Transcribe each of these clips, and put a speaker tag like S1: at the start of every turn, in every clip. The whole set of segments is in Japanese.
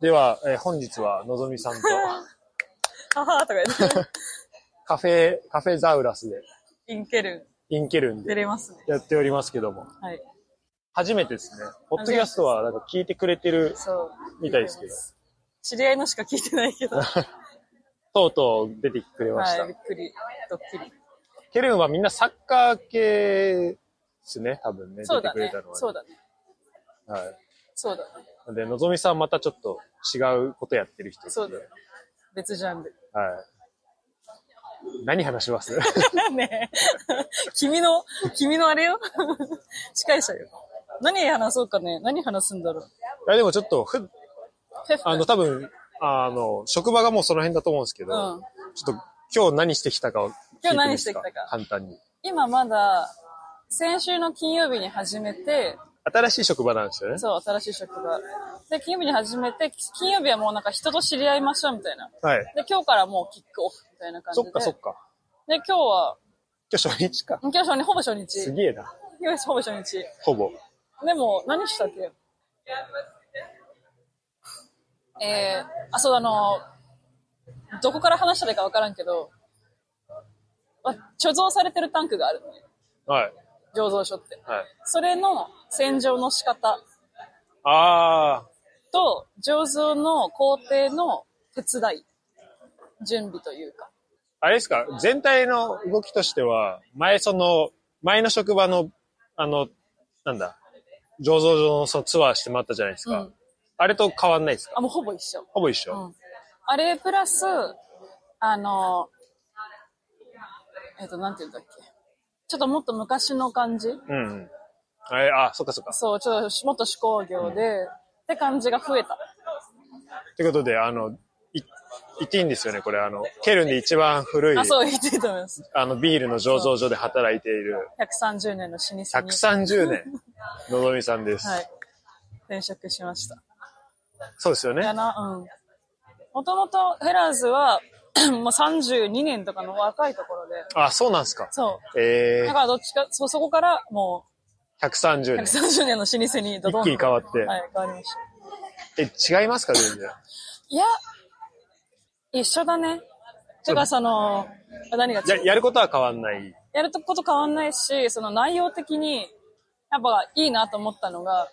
S1: では、えー本日はのぞみ さんと
S2: ははーとか言って、
S1: カフェ、カフェザウラスで、
S2: インケル
S1: インケルン
S2: ン出
S1: で
S2: れますね。
S1: やっておりますけども、
S2: はい。
S1: 初めてですね。ポッドキャストはなんか聞いてくれてる
S2: そう。
S1: みたいですけど、
S2: 知り合いのしか聞いてな いけど。は
S1: とうとう出てくれました。
S2: い、びっくり。ドッキリ。
S1: ケルンはみんなサッカー系ですね、多分ね。
S2: そう
S1: 出て
S2: だ
S1: くれ
S2: ね
S1: たの。は、
S2: そうだね。
S1: はい。
S2: そうだね。
S1: なんで、のぞみさんまたちょっと違うことやってる人で
S2: そうだね。別ジャンル。
S1: はい。何話します
S2: ね え君の、君のあれよ 司会者よ。何話そうかね何話すんだろう
S1: いや、でもちょっと、ふ、
S2: フェフ
S1: あの、多分、あの、職場がもうその辺だと思うんですけど、
S2: うん
S1: ちょっと今日何してきたかを聞いて
S2: 今日
S1: みま
S2: 何し
S1: す
S2: てき
S1: か
S2: たか
S1: 簡単に。
S2: 今まだ、先週の金曜日に始めて、
S1: 新しい職場なんですよね。
S2: そう、新しい職場。で、金曜日に始めて、金曜日はもうなんか人と知り合いましょうみたいな。
S1: はい。
S2: で、今日からもうキックオフみたいな感じ
S1: そ
S2: で。
S1: っかそっか。
S2: で、今日は、
S1: 今日初日か。
S2: 今日初日、ほぼ初日。
S1: すげえな。
S2: 今日ほぼ初日。
S1: ほぼ。
S2: でも、何したっけえー、あ、そう、あの、どこから話したらいいかわからんけど、ま貯蔵されてるタンクがあるのね。
S1: はい。
S2: 醸造所って。
S1: はい。
S2: それの洗浄の仕方
S1: あ
S2: と、醸造の工程の手伝い、準備というか。
S1: あ、あれですか全体の動きとしては、前その、前の職場の、あの、なんだ、醸造所のそのツアーしてもらったじゃないですか。
S2: うん
S1: あれと変わんないですか
S2: あ、もうほぼ一緒。
S1: ほぼ一緒。
S2: うん、あれプラス、あの、えっ、と、なんて言うんだっけ。ちょっともっと昔の感じ
S1: うんうん。あれ、あ、そっかそっか。
S2: そう、ちょっともっと手工業で、って感じが増えた。
S1: ということで、あの、い言っていいんですよね、これ。あの、ケルンで一番古い、
S2: あ、そう言っていいと思います。
S1: あの、ビールの醸造所で働いている、
S2: 130年の老舗に。
S1: 130年、のぞみさんです。
S2: はい。転職しました。
S1: そうですよね
S2: か。な、うん。もともとヘラーズは、 もう32年とかの若いところで、
S1: あ、そうなんですか。
S2: そ
S1: え
S2: う。だからどっちか、そうそこからも
S1: ー、130
S2: う、
S1: 年。
S2: 130年の老舗にドドンと。
S1: 一気に変わって
S2: はい、変わりました。
S1: え、違いますか、全然。
S2: いや、一緒だね。てか、その、何が違う
S1: や、やることは変わんない。
S2: やること変わんないし、その内容的に、やっぱいいなと思ったのが、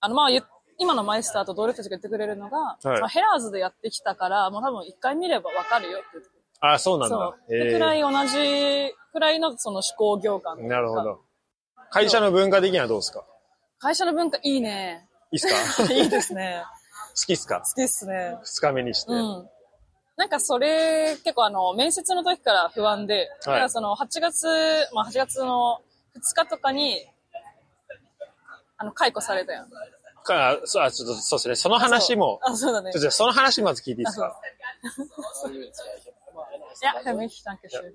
S2: あの、まあ、言っ今のマイスターと同僚たちが言ってくれるのが、まあヘラーズでやってきたから、もう多分一回見ればわかるよって言って
S1: あ、そうなん
S2: そ
S1: だ。
S2: う。でくらい同じ、くらいのその手工業感というか
S1: なるほ。ど。会社の文化的にはどうですか
S2: 会社の文化いいね。
S1: いいっすか
S2: いいですね。
S1: 好きっすか
S2: 好きっすね。
S1: 二日目にして。
S2: うん。なんかそれ、結構あの、面接の時から不安で、だからその8月、まあ8月の2日とかに、あの、解雇されたやん。
S1: かそう、あ、ちょっと、そうですね。その話も、
S2: あ、そうだ
S1: ちょ
S2: ね
S1: っと。じゃあその話まず聞いていいですか
S2: いや、für mich, danke schön.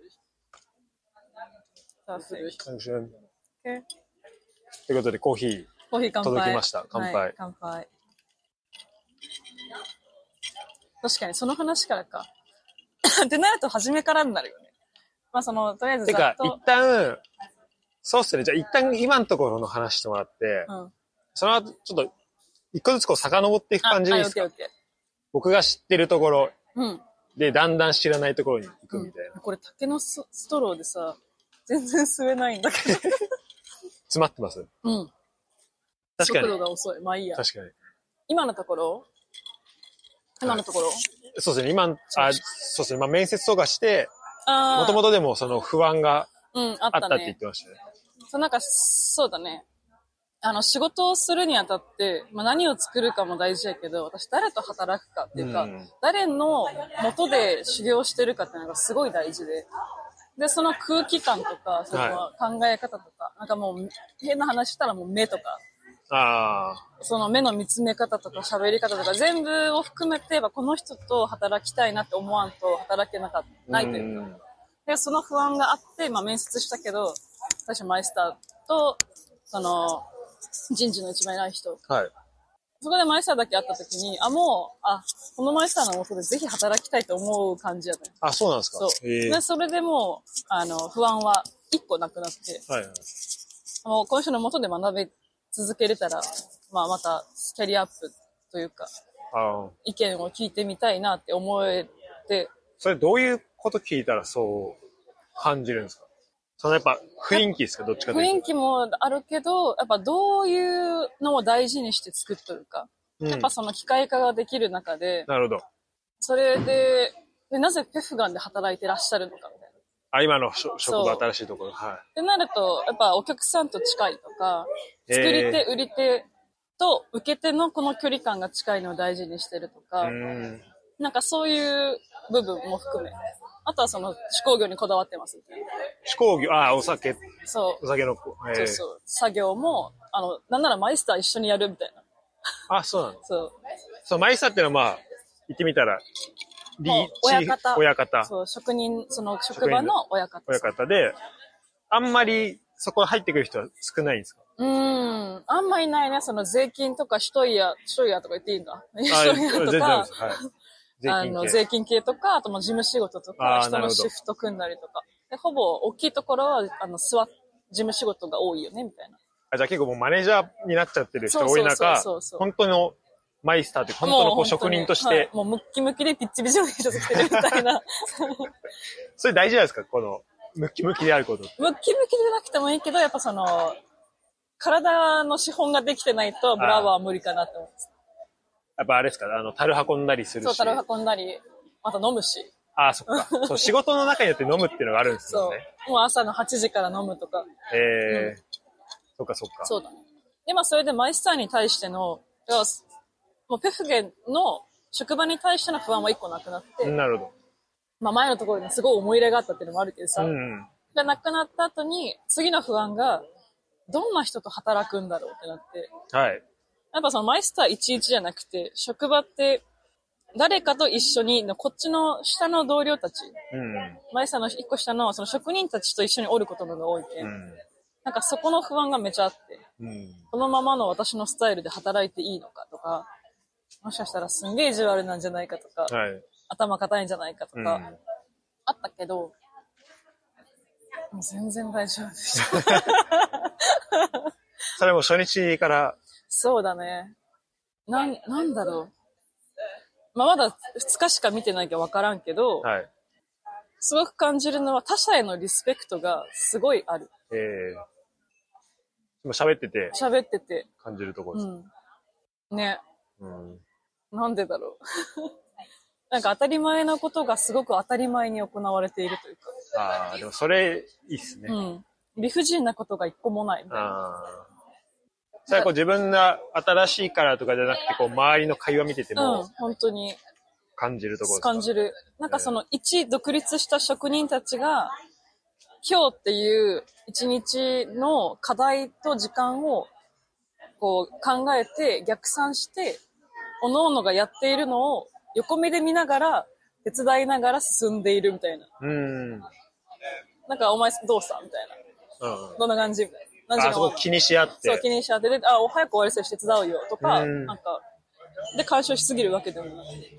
S2: Perfekt.
S1: と
S2: Okay.
S1: いうことで、コーヒー。
S2: コーヒー乾杯。
S1: 届きました乾杯
S2: はい乾杯。確かに、その話からか。 ってなると、初めからになるよね。まあ、その、とりあえず
S1: て
S2: ざっ
S1: か、
S2: と。
S1: 一旦、そうっすね。じゃあ一旦今のところの話してもらって、
S2: うん。
S1: その後、ちょっと、一個ずつこう遡っていく感じでいいですか
S2: あはいオッケー
S1: 僕が知ってるところ
S2: オッケーうん。
S1: で、だんだん知らないところに行くみたいな。
S2: うんこれ竹のスストローでさ、全然吸えないんだけど。
S1: 詰まってます
S2: うん。
S1: 確かに
S2: 速。度が遅い。まあいいや。
S1: 確かに。
S2: 今のところ今のところ、
S1: そうですね。今、あ、そうですね。まあ面接とかして、
S2: ああ。
S1: もともとでもその不安が
S2: うん、
S1: あ
S2: あ
S1: っ
S2: った
S1: たって言っ
S2: ね。
S1: てましたね。
S2: そう、なんか、そうだね。あの、仕事をするにあたって、まあ、何を作るかも大事やけど、私誰と働くかっていうか、
S1: うん
S2: 誰の元で修行してるかっていうのがすごい大事で。で、その空気感とか、その
S1: は
S2: 考え方とか、なんかもう、変な話したらもう目とか、
S1: ああ、
S2: その目の見つめ方とか喋り方とか全部を含めて、やっぱこの人と働きたいなって思わんと働けなかった、ないというか。
S1: ん
S2: で、その不安があって、まあ面接したけど、最初マイスターと、その、人事の一番偉い人。
S1: はい。
S2: そこでマイスターだけ会った時に、あ、もう、あ、このマイスターの元でぜひ働きたいと思う感じやね。
S1: あ、そうなんですか
S2: そう。
S1: へえ
S2: で、それでもう、あの、不安は一個なくなって、
S1: はいはい。
S2: もう今週の元で学べ続けれたら、まあまたキャリアアップというか、
S1: ああ。
S2: 意見を聞いてみたいなって思えて、
S1: それどういうこと聞いたらそう感じるんですかそのやっぱ雰囲気ですかどっちかと
S2: 雰
S1: いう
S2: 囲気もあるけど、やっぱどういうのを大事にして作っとるか。
S1: と。
S2: やっぱその機械化ができる中で
S1: うん、、なるほど。
S2: それで、でなぜペフガンで働いてらっしゃるのかみたいな。
S1: あ、今のしょ
S2: そう
S1: 職場新しいところ。は
S2: ってなると、やっぱお客さんと近いとか、
S1: えー
S2: 作り手、売り手と受け手のこの距離感が近いのを大事にしてるとか、
S1: い。うん。
S2: なんかそういう部分も含め、あとはその手工業にこだわってますみたいな。
S1: 飛行機、ああ、お酒、
S2: そ
S1: お酒の、え
S2: う、
S1: ー
S2: そうそう、作業も、あの、なんならマイスター一緒にやるみたいな。
S1: あ、そうなの。
S2: そう。
S1: そう、マイスターってのはまあ、言ってみたら、リ
S2: もう親方。
S1: 親方。
S2: そう、職人、その職場の親方。
S1: 親方で、あんまりそこ入ってくる人は少ないん ですか
S2: うーん。あんまいないね。その税金とか、一人や、一人やとか言っていいんだ。 一人や
S1: 全
S2: と
S1: 然
S2: か
S1: で、す。はい。
S2: あ
S1: 税
S2: の、
S1: 金
S2: 税
S1: 系。
S2: 金系とか、あともう事務仕事と
S1: あー
S2: か、人
S1: なる
S2: の
S1: ほど
S2: シフト組んだりとか。で、ほぼ大きいところは、あの、座っ、事務仕事が多いよね、みたいな。
S1: あじゃあ結構もうマネージャーになっちゃってる人多い
S2: そうそう
S1: 中
S2: そうそう、
S1: 本当のマイスターって本当のこ
S2: も
S1: う
S2: う
S1: 職人とし
S2: 本当に
S1: て
S2: はい、もうムッキムキでピッチピチの人作ってるみた いな。
S1: それ大事じゃないですかこの、ムキムキであること。
S2: ムッキムキでなくてもいいけど、やっぱその、体の資本ができてないと、ブラボーは無理かなって思って。
S1: やっぱあれですかあの、樽運んだりする
S2: そう、
S1: し。
S2: 樽運んだり、また飲むし。
S1: ああ、そっか。 そう、仕事の中によって飲むっていうのがあるんです
S2: そ
S1: よ
S2: う。
S1: ね。
S2: もう朝の8時から飲むとか。
S1: ええそっかそっか。
S2: そうだね。で、まあ、それでマイスターに対しての、要はもうペフゲンの職場に対しての不安は一個なくなって、
S1: なるほ
S2: まあ、前のところにすごい思い入れがあったっていうのもあるけどさ、
S1: ど。うん。
S2: がなくなった後に、次の不安が、どんな人と働くんだろうってなって、
S1: はい。
S2: やっぱそのマイスター11じゃなくて、職場って、誰かと一緒にの、こっちの下の同僚たち、
S1: うん。
S2: マイスターの一個下のその職人たちと一緒におることのが多いけ、、
S1: うんん。
S2: なんかそこの不安がめちゃあって、
S1: うん。
S2: このままの私のスタイルで働いていいのかとか、もしかしたらすんげえ意地悪なんじゃないかとか、
S1: はい。
S2: 頭固いんじゃないかと
S1: うん
S2: か、あったけど、もう全然大丈夫でした。
S1: それも初日から、
S2: そうだね。なん、なんだろう。まあ、まだ2日しか見てないけどわからんけど、
S1: はい。
S2: すごく感じるのは他者へのリスペクトがすごいある。
S1: ええでも喋ってて
S2: 喋ってて。
S1: 感じるところ
S2: う
S1: です。
S2: ん。ね。
S1: うん。
S2: なんでだろう。 なんか当たり前のことがすごく当たり前に行われているというか。
S1: ああ、でもそれ、いいっすね。
S2: うん。理不尽なことが一個もないみたいな。
S1: ああ。それはこう自分が新しいからとかじゃなくて、こう周りの会話見てて
S2: うん、
S1: も
S2: 本当に
S1: 感じるところですか、
S2: 感じる。なんかその一独立した職人たちが、今日っていう一日の課題と時間をこう考えて逆算して、各々がやっているのを横目で見ながら、手伝いながら進んでいるみたいな。
S1: うん。うん。
S2: なんかお前どうしたみたいな。どんな感じみたいな。何
S1: あ
S2: 時に
S1: そ
S2: 終
S1: こ
S2: わるの
S1: 気にし合っ
S2: そう、
S1: て。
S2: 気にしちゃって、で、あ、お早く終わりそうにして手伝うよとか、
S1: うん
S2: なんか、で、干渉しすぎるわけでもない。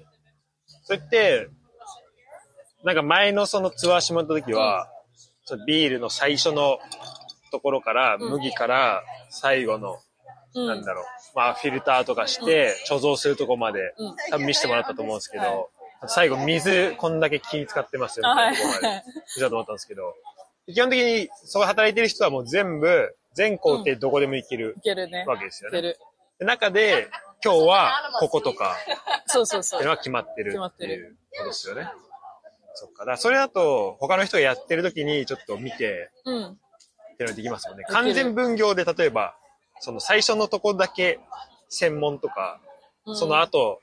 S1: それって、なんか前のそのツアーしまった時は、そうビールの最初のところから、
S2: うん
S1: 麦から最後の、
S2: うん。
S1: なんだろう、まあフィルターとかして、貯蔵するとこまで、
S2: うん
S1: 多分見せてもらったと思うんですけど、
S2: はい
S1: 最後水こんだけ気使ってますよ、みたいなところまで、見たと思ったんですけど、基本的にそこで働いてる人はもう全部、全工程どこでも行ける
S2: いけるね。
S1: わけですよ
S2: いけ
S1: ね。
S2: る。
S1: で中で、今日はこことか、
S2: そうそうそ
S1: っていう
S2: う
S1: の。は決まってる
S2: 決まっ
S1: って
S2: て
S1: い
S2: る
S1: うことですよね。そっか。だからそれだと、他の人がやってる時にちょっと見て、
S2: うん。
S1: っていうのができますもんね。
S2: できる
S1: 完全分業で、例えば、その最初のとこだけ専門とか、
S2: うん
S1: その後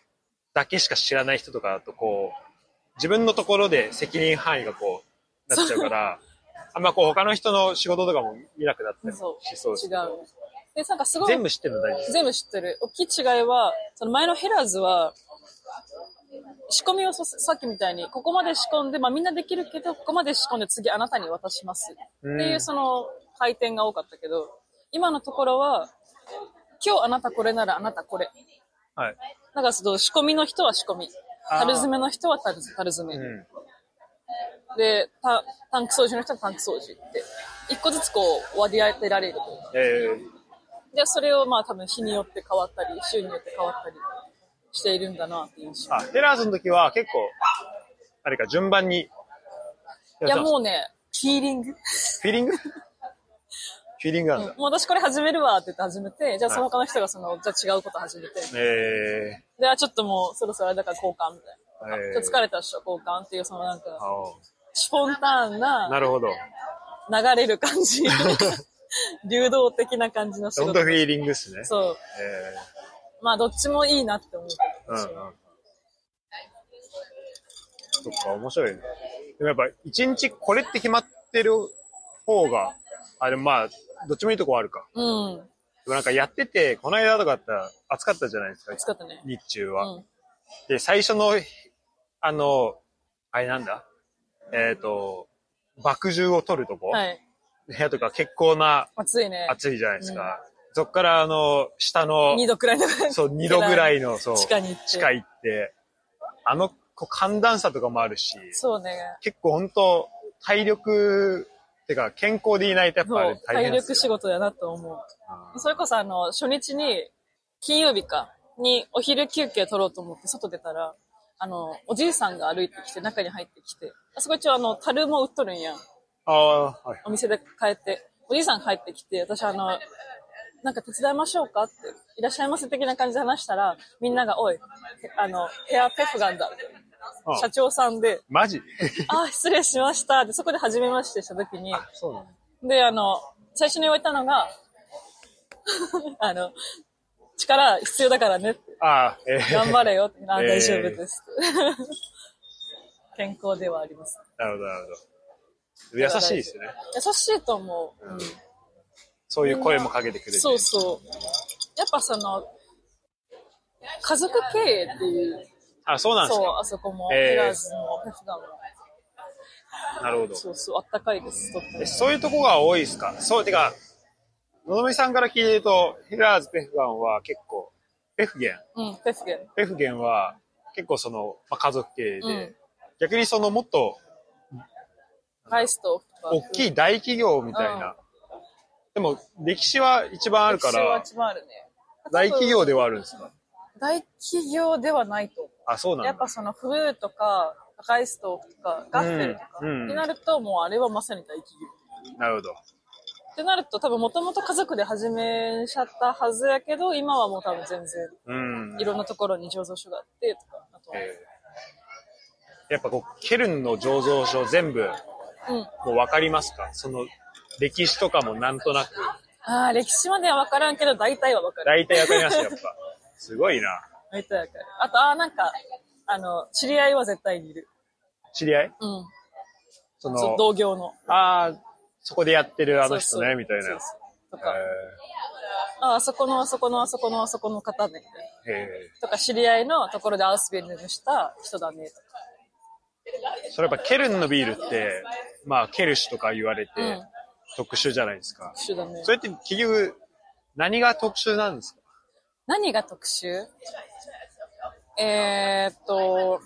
S1: だけしか知らない人とかだと、こう、自分のところで責任範囲がこう、なっちゃうから、あんまこう他の人の仕事とかも見なくなったりし
S2: そう。
S1: そうです
S2: 違
S1: けど
S2: う。で、なんかすごい、
S1: 全部知ってるの大事です。
S2: 全部知ってる。大きい違いは、その前のヘラーズは、仕込みをそさっきみたいに、ここまで仕込んで、まあみんなできるけど、ここまで仕込んで次あなたに渡します。
S1: うん
S2: っていうその回転が多かったけど、今のところは、今日あなたこれならあなたこれ。
S1: はい。
S2: なんかその仕込みの人は仕込み。
S1: あー
S2: 樽詰めの人は樽詰樽詰め。
S1: うん。
S2: でタ、タンク掃除の人はタンク掃除って。一個ずつこう割り当てられるというか
S1: えー
S2: で、それをまあ多分日によって変わったり、週によって変わったり。しているんだなっていう印象。
S1: あ、ヘラーズの時は結構、あれか、順番に。
S2: いや、もうね、フィーリング。
S1: フィーリン グフィーリングなんだ。
S2: もう私これ始めるわって言って始めて、じゃあその他の人がその、じゃあ違うこと始めて。
S1: え
S2: で、あ、ちょっともうそろそろあれだから交換みたい
S1: ー、
S2: な。
S1: え
S2: ちょっと疲れたっしょ、交換っていう、そのなんか、
S1: あ
S2: スポンタンな、
S1: なるほど。
S2: 流れる感 じ。流動的な感じの仕
S1: 本
S2: 事
S1: 当。フィーリングですね。
S2: そう。
S1: え
S2: まあ、どっちもいいなって思うけ
S1: ーうん
S2: ど私は
S1: うん。そっか、面白いね。でもやっぱ、一日これって決まってる方が、あれ、まあ、どっちもいいとこはあるか。
S2: うん。
S1: でもなんかやってて、この間とかあったら暑かったじゃないですか、
S2: 暑かったね。
S1: 日中
S2: う
S1: は。
S2: ん。
S1: で、最初の、あの、あれなんだえっ、と、爆汁を取るとこ、
S2: はい。
S1: 部屋とか結構な
S2: 暑いね。
S1: 暑いじゃないですか。そっから、あの、下の、
S2: 2度くらいの
S1: そう、2度ぐら
S2: い。
S1: いの、そう、
S2: 地下に行って
S1: 地下行って、あの、こう寒暖差とかもあるし、
S2: そうね。
S1: 結構本当体力、てか、健康でいないとやっぱあ
S2: そ
S1: れ
S2: う、
S1: 大変
S2: 体
S1: です
S2: 力仕
S1: よ。
S2: 事だなと思
S1: あ
S2: う。それこそあの、初日に、金曜日か、にお昼休憩取ろうと思って外出たら、あの、おじいさんが歩いてきて中に入ってきて、あそこ一応あの、樽も売っとるんやん。
S1: ーあー、はい。
S2: お店で買えて、おじいさん帰ってきて、私あの、なんか手伝いましょうかって、いらっしゃいませ的な感じで話したら、みんなが、おい、あの、ヘアペフガンだ。
S1: あ
S2: 社長さんで、
S1: マ ジ
S2: あ、失礼しました。で、そこで初めましてした時に、
S1: そうなの
S2: で、あの、最初に言われたのが、 あの、力必要だからねって。
S1: ああ、えー
S2: 頑張れよって。 あ、
S1: えー
S2: 大丈夫です。 健康ではあります。
S1: なるほど、なるほど。優しいですね。
S2: 優しいと思う。うん
S1: そういう声もかけてくれて。
S2: そうそう。やっぱその、家族経営っていう、
S1: あ、そうなんです
S2: そう
S1: か。、
S2: あそこも、
S1: えー
S2: ヘラーズも、ペフガンも、
S1: なるほど。
S2: そうそう、あったかいです、とっても
S1: えそういうとこが多いですかそう、てか、のぞみさんから聞いてると、ヘラーズ・ペフガンは結構、ペフゲン、
S2: うん、ペフゲン。
S1: ペフゲンは結構その、まあ、家族経営で、
S2: うん
S1: 逆にそのもっと
S2: ガイストとか。
S1: 大き
S2: い
S1: い大企業みたいな。でも、歴史は一番あるから、
S2: 一番あるね。
S1: 大企業ではあるんですか
S2: 大企業ではないと思
S1: あ、そう
S2: う。
S1: な
S2: や
S1: ん
S2: っ
S1: だ
S2: ぱ。その、フーとか、ガイストとか、ガッフェルとか、
S1: うん
S2: になると、もうあれはまさに大企業。
S1: なるほど。
S2: ってなると、多分もともと家族で始めちゃったはずやけど、今はもう多分全然、
S1: うん。
S2: いろんなところに醸造所があって、とか、あとは、
S1: えーやっぱこう、ケルンの醸造所全部、
S2: うん。
S1: もう分かりますかその歴史とかもなんとなく。
S2: ああ、歴史までは分からんけど、大体は分かる。
S1: 大体分かりますやっぱ。 すごいな。
S2: 大体は分かる。あと、ああ、なんか、あの、知り合いは絶対にいる。
S1: 知り合い
S2: うん。
S1: そ
S2: そう
S1: の、
S2: 同業の。
S1: ああ、そこでやってるあの人
S2: そうそ
S1: ね、
S2: う
S1: みたいな。
S2: そうそうとか、
S1: へ
S2: ああ、そこの、あそこの、あそこの、あそこの方ね、みたいな。
S1: ーへ
S2: とか、知り合いのところでアウスビルヌした人だね、とか。
S1: ーそれやっぱケルンのビールって、まあ、ケルシュとか言われて
S2: うん
S1: 特殊じゃないですか。
S2: 特殊だね
S1: そ。れって結局、何が特殊なんですか
S2: 何が特殊えー、っと、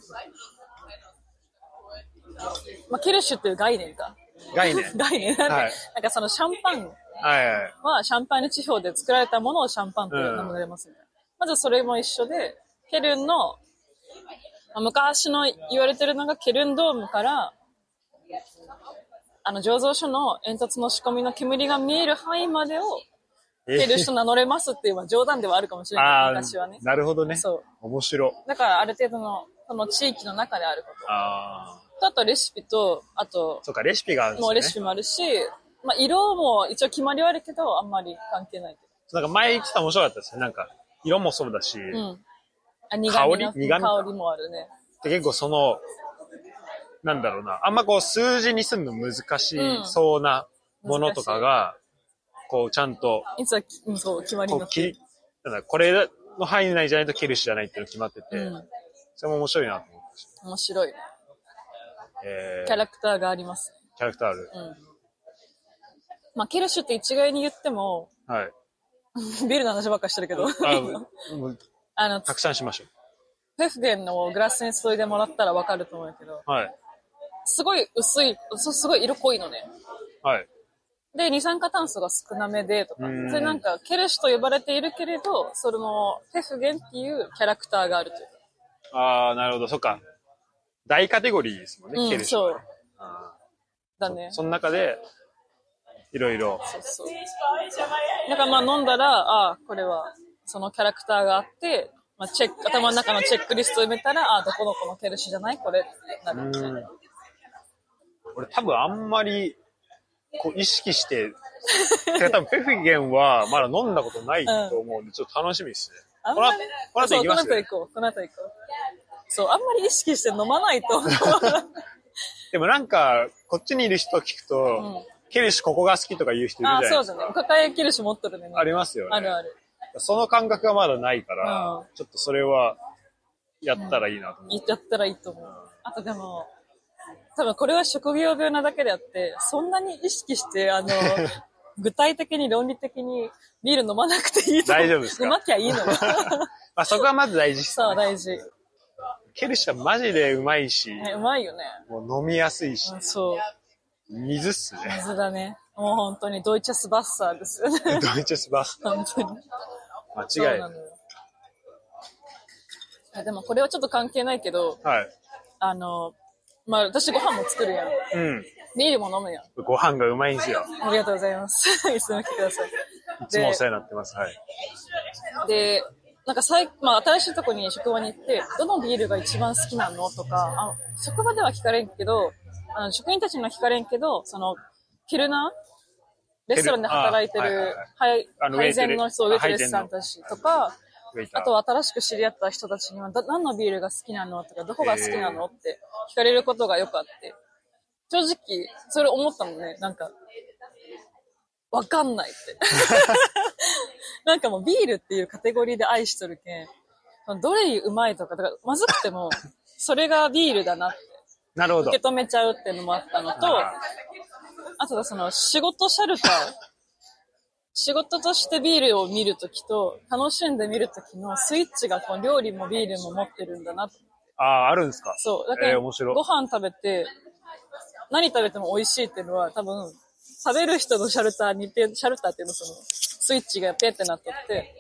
S2: まあ、ケルシュっていう概念か。
S1: 概 念
S2: 概念なんで、
S1: はい
S2: なんかそのシャンパン
S1: はいはい。
S2: はシャンパーニュ地方で作られたものをシャンパンと名乗れますね。まずそれも一緒で、ケルンの、まあ昔の言われてるのがケルンドームから、あの醸造所の煙突の仕込みの煙が見える範囲までを
S1: え
S2: ケルンと名乗れますっていう、まあ冗談ではあるかもしれ
S1: あ
S2: な
S1: あ
S2: い。昔はね、。
S1: なるほどね。
S2: そう。
S1: 面白。
S2: だからある程度の、その地域の中であるこ
S1: ああ。
S2: と。とあとレシピと、あと、
S1: そうか、レシピがあるんですね。
S2: もうレシピもあるし、まあ色も一応決まりはあるけど、あんまり関係ない。
S1: なんか前言ってた面白かったですね。なんか、色もそうだし、
S2: うん。あ、苦味の
S1: 香り苦味
S2: 香りもあるね。
S1: で結構その、なんだろうな、あんまこう数字にするの難し
S2: うん
S1: そうなものとかが、こうちゃんと、
S2: いつはき、うんそう、決まり
S1: こ
S2: にな
S1: う
S2: ってる
S1: き、なんだこれの範囲内じゃないとケルシュじゃないっていうの決まってて、
S2: うん。
S1: それも面白いなと思ったし、
S2: 面白い。
S1: えー、
S2: キャラクターがあります。
S1: キャラクターある。
S2: うん。まあ、ケルシュって一概に言っても、
S1: はい。
S2: ビールの話ばっかりしてるけど、
S1: あもう
S2: あの、
S1: たくさんしましょ
S2: フェフゲンのグラスに注いでもらったらわかると思うけど、
S1: う。はい。
S2: すごい薄い、そすごい色濃いのね。
S1: はい。
S2: で、二酸化炭素が少なめでとか、
S1: うん
S2: それなんか、ケルシュと呼ばれているけれど、その、ペフゲンっていうキャラクターがあるというか。
S1: ああ、なるほど、そっか。大カテゴリーですもんね、
S2: うん、
S1: は
S2: そう。
S1: あ
S2: だね
S1: ー。その中で、いろいろ。
S2: そうそう。だからまあ飲んだら、ああ、これはそのキャラクターがあって、まあチェック、頭の中のチェックリストを埋めたら、ああ、どこどこのケルシュじゃないこれってな
S1: う
S2: るみたいな。
S1: ん。俺多分あんまり、こう意識して、てか多分ペフィゲンはまだ飲んだことないと思うんで、ちょっと楽しみですね。
S2: あん
S1: この
S2: ま
S1: 後
S2: り、
S1: この後
S2: そ
S1: 行
S2: う、
S1: き
S2: こ
S1: ます、ね
S2: の後行、こう、この後行こう。そう、あんまり意識して飲まないと思う。
S1: でもなんか、こっちにいる人聞くと、ケルシュここが好きとか言う人いるじゃ
S2: あ
S1: な
S2: あ、
S1: いですか。
S2: そうだね。お抱えケルシュ持っとるね。
S1: ありますよね。
S2: あるある。
S1: その感覚がまだないから、
S2: うん
S1: ちょっとそれは、やったらいいなと思う。
S2: 言っちゃったらいいと思う。あとでも、多分これは職業病なだけであって、そんなに意識し て、あの、具体的に論理的にビール飲まなくていいと思う
S1: 大丈夫ですか
S2: 飲まきゃいい の。
S1: まあ、そこはまず大事っす
S2: そう、
S1: よね。
S2: 大事。
S1: ケルシュはマジでうまいし、
S2: ね、うまいよね。
S1: もう飲みやすいし
S2: う、んそう。
S1: 水っすね。
S2: 水だね。もう本当にドイツスバッサーですよ ね。
S1: ドイツスバス。
S2: 本当に。
S1: 間違い
S2: そうな
S1: ない。
S2: のよあでもこれはちょっと関係ないけど、
S1: はい。
S2: あの、まあ、私ご飯も作るやん。
S1: うん。
S2: ビールも飲むやん。
S1: ご飯がうまいんですよ。
S2: ありがとうございます。 いつも来てください。
S1: いつもお世話になってます。はい。
S2: で、なんか最、まあ、新しいとこに職場に行って、どのビールが一番好きなのとか、あ職場では聞かれんけど、あの、職員たちには聞かれんけど、その、ケルナーレストランで働いて
S1: ケルあはい
S2: る、はい
S1: あ、の
S2: 配膳の人、ウ
S1: ウェ
S2: ェ
S1: イ
S2: イト
S1: テ
S2: レ
S1: ル
S2: スさんたちとか、
S1: ウェイター
S2: あとは新しく知り合った人たちには、ど何のビールが好きなのとか、どこが好きなの
S1: へ
S2: って聞かれることがよくあって。正直、それ思ったのね。なんか、わかんないって。なんかもうビールっていうカテゴリーで愛しとるけん、そのどれにうまいとか、だからまずくても、それがビールだなって
S1: なるほど
S2: 受。け止めちゃうっていうのもあったのと、
S1: あ
S2: あとはその仕事シェルター、仕事としてビールを見るときと、楽しんで見るときのスイッチがこう料理もビールも持ってるんだなと。
S1: ああ、あるんですか
S2: そう。だから、
S1: えー面白い
S2: ご飯食べて、何食べても美味しいっていうのは多分、食べる人のシャルターにペ、シャルターっていうのその、スイッチがペってなっとって。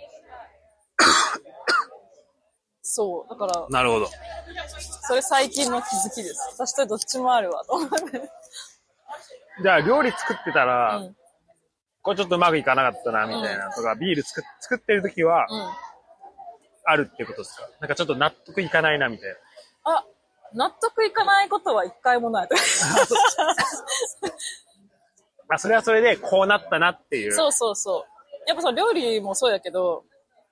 S2: そう。だから、
S1: なるほど。
S2: それ最近の気づきです。私とどっちもあるわ、と思って。
S1: じゃあ、料理作ってたら、
S2: うん
S1: これちょっとうまくいかなかったな、みたいなとか、ビール作っ作ってる時は、
S2: うん。
S1: あるってことですかなんかちょっと納得いかないな、みたいな。
S2: あ、納得いかないことは一回もない。
S1: あ、それはそれで、こうなったなっていう。
S2: そうそうそう。やっぱその料理もそうやけど、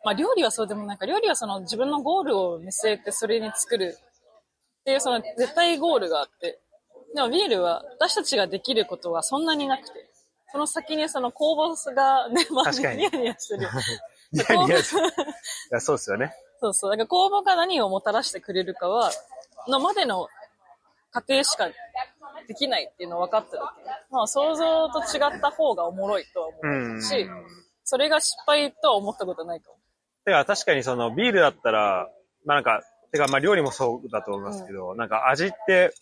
S2: まあ料理はそうでもないか、料理はその自分のゴールを見据えてそれに作るっていうその絶対ゴールがあって。でもビールは私たちができることはそんなになくて。その先にその工房がね、まあ
S1: 確かに
S2: ニヤニヤしてる。
S1: いやいや、いやそうですよね。
S2: そうそう。だから公募が何をもたらしてくれるかは、のまでの過程しかできないっていうのは分かってるけど。まあ想像と違った方がおもろいとは思うし、
S1: うん
S2: それが失敗とは思ったことないかも。
S1: てか、確かにその、ビールだったら、まあなんか、てか、まあ料理もそうだと思いますけど、なんか味って、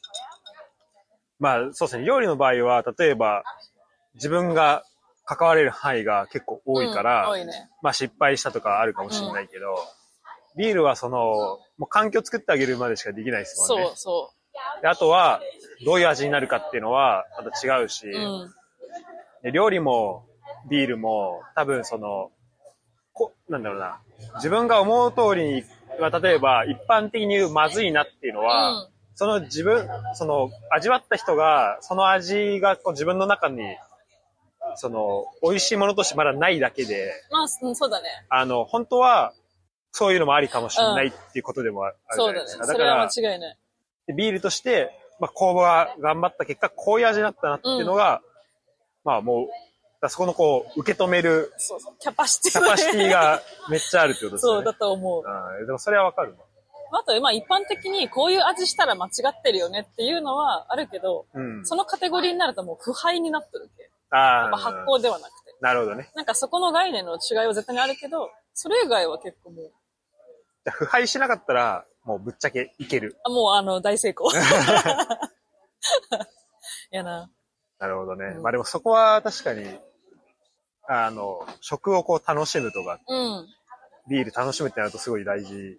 S1: まあそうですね、料理の場合は、例えば、自分が関われる範囲が結構多いから、
S2: うん多いね。
S1: まあ失敗したとかあるかもしれないけど、ビールはその、もう環境作ってあげるまでしかできないですもんね
S2: そう。そ
S1: であとは、どういう味になるかっていうのは、また違うし、
S2: う。うん。
S1: で料理もビールも多分そのこなんだろうな自分が思う通りに、まあ、例えば一般的に言うまずいなっていうのは、
S2: うん
S1: その自分その味わった人がその味がこう自分の中にその美味しいものとしてまだないだけで
S2: まあ、うんそうだね。
S1: あの本当はそういうのもありかもしれないっていうことでもあるじゃ
S2: そ
S1: ない
S2: うだ
S1: で
S2: ね
S1: すか。。
S2: そ
S1: だか
S2: れは
S1: ら
S2: 間違いない。
S1: でビールとして、まあ、工房が頑張った結果、こういう味だったなっていうのが、まあもう、だからそこのこう、受け止める
S2: そうそう。キャパシティ
S1: キャパシティ
S2: が。
S1: がめっちゃあるってことです
S2: そ
S1: よ
S2: う
S1: ね
S2: だ。と思う。
S1: うん、でもそれはわかるわ。
S2: あと、まあ一般的にこういう味したら間違ってるよねっていうのはあるけど、
S1: うん
S2: そのカテゴリーになるともう腐敗になってるけ。
S1: あ
S2: やっ
S1: あ
S2: ぱ発酵ではなくて。
S1: なるほどね。
S2: なんかそこの概念の違いは絶対にあるけど、それ以外は結構もう、
S1: じゃあ腐敗しなかったら、もうぶっちゃけいける。
S2: あもうあの、大成功。いやな。
S1: なるほどね。まあでもそこは確かに、あの、食をこう楽しむとか、
S2: うん。
S1: ビール楽しむってなるとすごい大事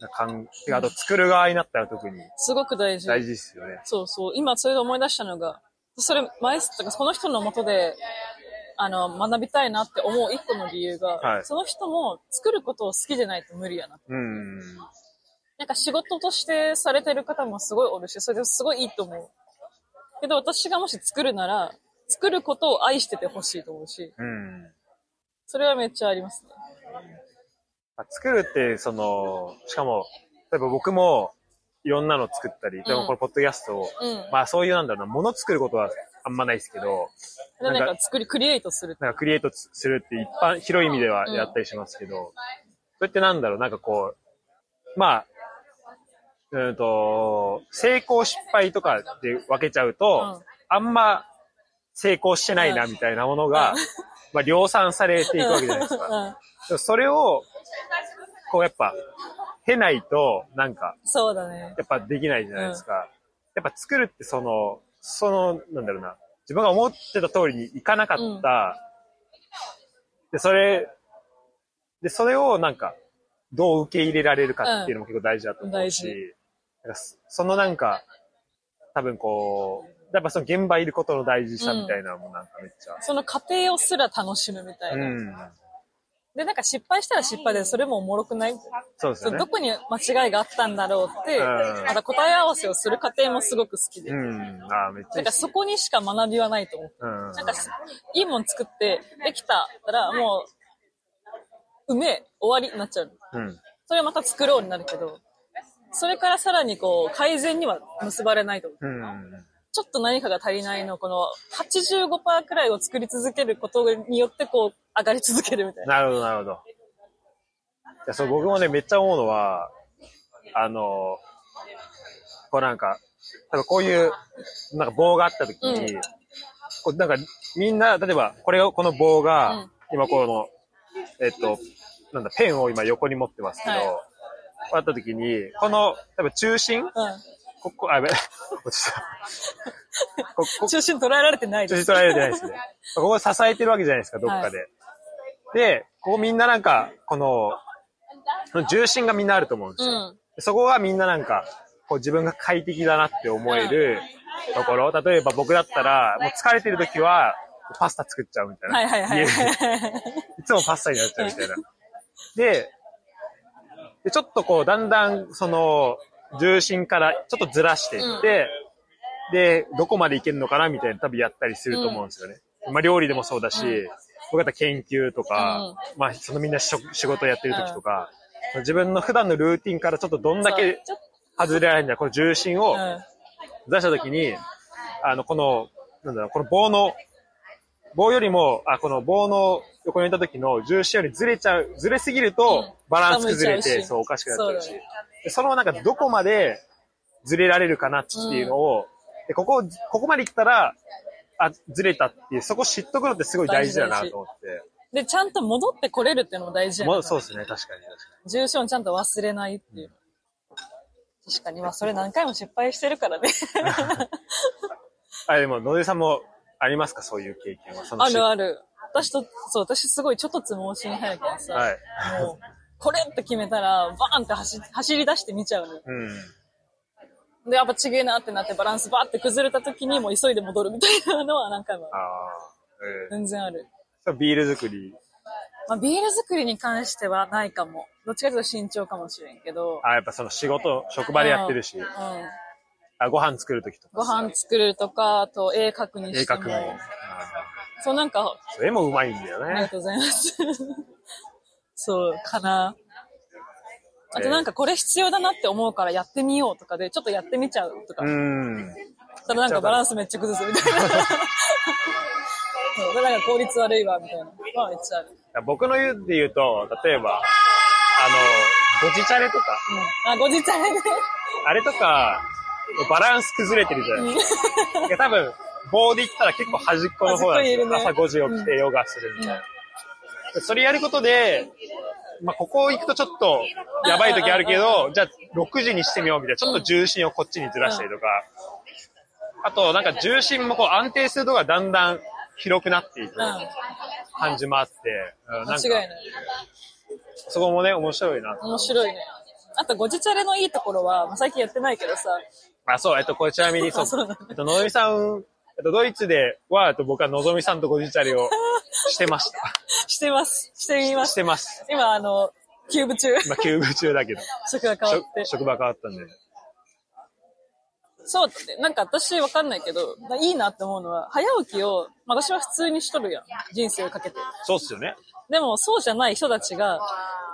S1: な感じ。あと作る側になったら特に
S2: すごく大事。
S1: 大事ですよね。
S2: そうそう。今、それで思い出したのが、それ、前すとか、その人のもとで、あの、学びたいなって思う一個の理由が、
S1: はい
S2: その人も作ることを好きでないと無理やな。
S1: うん。
S2: なんか仕事としてされてる方もすごいおるし、それですごいいいと思う。けど私がもし作るなら、作ることを愛しててほしいと思うし、
S1: うん。
S2: それはめっちゃありますね。
S1: まあ作るって、その、しかも、例えば僕もいろんなの作ったり、でもこれポッドキャストを、
S2: うん。
S1: まあそういうなんだろうな、物作ることはあんまないですけど、
S2: で、
S1: なん
S2: なん
S1: か
S2: か作り、クリエイトする。
S1: なんかクリエイトするって一般、広い意味ではやったりしますけど、それってなんだろう、なんかこう、まあ、うーんと、成功失敗とかで分けちゃうと、
S2: うん
S1: あんま成功してないなみたいなものが、
S2: うん
S1: まあ量産されていくわけじゃないですか。
S2: うん。
S1: でもそれを、こうやっぱ、経ないと、なんか、
S2: そうだね。
S1: やっぱできないじゃないですか。やっぱ作るってその、その、なんだろうな、自分が思ってた通りにいかなかった、
S2: うん
S1: で、それ、で、それをなんか、どう受け入れられるかっていうのも結構大事だと思うし、
S2: うん大
S1: なんかそそのなんか、多分こう、やっぱその現場いることの大事さみたいなのもなんかめっちゃ、
S2: その過程をすら楽しむみたいな。
S1: うん、
S2: で、なんか失敗したら失敗で、それもおもろくない
S1: そうです
S2: そ
S1: よ
S2: う
S1: ね
S2: ど。こに間違いがあったんだろうって、
S1: うん
S2: また答え合わせをする過程もすごく好きで。
S1: うん、ああ、めっちゃ
S2: ないん
S1: いっ
S2: か
S1: す
S2: そ
S1: ね。
S2: こにしか学びはないと思う。
S1: うん
S2: なんかす、いいもん作って、できたら、もう、うめえ、終わりになっちゃう。
S1: うん。
S2: それはまた作ろうになるけど、それからさらにこう、改善には結ばれないと思う。
S1: うん。
S2: ちょっと何かが足りないの、この85%くらいを作り続けることによってこう、上がり続けるみたいな。
S1: なるほど、なるほど。いや、そう、僕もね、めっちゃ思うのは、あの、こうなんか、多分こういう、なんか棒があった時に、
S2: うん
S1: こうなんか、みんな、例えば、これを、この棒が、
S2: うん
S1: 今この、えっと、なんだ、ペンを今横に持ってますけど、
S2: はい
S1: こうやった時に、この、多分中心ここ、あ、やべ、落ち た。こ
S2: う
S1: こ
S2: ん。中心捉えられてな い
S1: ち
S2: で
S1: ょい
S2: す。
S1: 取られるじゃないですね。ここ支えてるわけじゃないですか、どっかで。で、ここみんななんか、この、この重心がみんなあると思うんですよ。
S2: うん。
S1: そこがみんななんか、こう自分が快適だなって思えるところ。例えば僕だったら、もう疲れてる時は、パスタ作っちゃうみたいな。
S2: はいはいはい
S1: 家で いつもパスタになっちゃうみたいな。で、でちょっとこう、だんだん、その、重心からちょっとずらしていって、で、どこまでいけるのかなみたいな、多分やったりすると思うんですよね。まあ、料理でもそうだし、
S2: うん
S1: 僕だったら研究とか、まあ、そのみんな仕仕事やってる時とか、自分の普段のルーティンからちょっとどんだ
S2: そう
S1: け
S2: ちょっ
S1: 外れられるんだ、この重心を
S2: とうん。
S1: 出した時に、あの、この、なんだろう、この棒の、棒よりも、あ、この棒の横にいた時の重心よりずれちゃう、ずれすぎると
S2: うん、
S1: バランス崩れ
S2: 傾いちゃ
S1: て、
S2: うし
S1: そう、おかしくなっちゃうし
S2: そうだね。
S1: でその、なんか、どこまでずれられるかなっていうのを、で、ここ、ここまで行ったら、あ、ずれたっていう、そこ知っとくのってすごい大事だなと思っ
S2: で、ちゃんと戻ってこれるっていうのも大事
S1: て。
S2: やな
S1: もうそうですね、確かに。確か
S2: 重心をちゃんと忘れないっていう。確かに、まあそれ何回も失敗してるから ね。
S1: にあ、でも、野出さんもありますかそういう経験は。その
S2: あるある。私と、そう、私すごいちょっとつ盲信早くらさ、
S1: はい。
S2: もう、これって決めたら、バーンって走走り出して見ちゃうの。
S1: うん。
S2: で、やっぱちげえなってなってバランスバーって崩れた時にもう急いで戻るみたいなのは何回も
S1: あ
S2: ある。
S1: あ、えー
S2: 全然ある。
S1: そうビール作り。
S2: まあビール作りに関してはないかも。どっちかというと慎重かもしれんけど。
S1: あ、やっぱその仕事、職場でやってるし
S2: うん。、うん
S1: あご飯作るときとか。
S2: ご飯作るとか、あと絵描くに
S1: 絵
S2: して
S1: 描
S2: も
S1: く。も。
S2: そうなんか、
S1: それもうまいんだよ
S2: ありが
S1: ね。
S2: とうございます。 そう、かな。あとなんかこれ必要だなって思うからやってみようとかで、ちょっとやってみちゃうとか、
S1: うーん。
S2: ただなんかバランスめっちゃ崩すみたいな。 そう、だから効率悪いわ、みたいな。まあめっちゃある。
S1: 僕の言うで言うと、例えば、あの、ごちチャレとか、
S2: うん。あ、ご自宅で。
S1: あれとか、バランス崩れてるじゃないですか。いや多分、棒で言ったら結構端っこの方なんですよ。
S2: 端っこにいるね
S1: 朝5時起きてヨガするみたいな。それやることで、まあ、ここ行くとちょっと、やばい時あるけ
S2: うんうん
S1: ど、じゃあ6時にしてみようみたいな、ちょっと重心をこっちにずらしたりとか、あと、なんか重心もこう安定するとこがだんだん広くなっていく感じもあって、うん
S2: 間
S1: なん
S2: 違
S1: か
S2: いない。
S1: そこもね、面白いなと。
S2: 面白いね。あと、ごじチャレのいいところは、まあ、最近やってないけどさ、
S1: あ、そう、えっと、これちなみに、そう
S2: あそうなの、
S1: えっと、のぞみさん、えっと、ドイツでは、えっと、僕はのぞみさんとごじチャリをしてました。
S2: してます。してみま
S1: し
S2: す。
S1: てます。
S2: 今、あの、キューブ中、
S1: まあ、休部中だけど、
S2: 職が 変わって
S1: 職。職場変わったんで。
S2: そうだね。なんか私わかんないけど、いいなって思うのは、早起きを、まあ私は普通にしとるやん。人生をかけて。
S1: そうっすよね。
S2: でも、そうじゃない人たちが、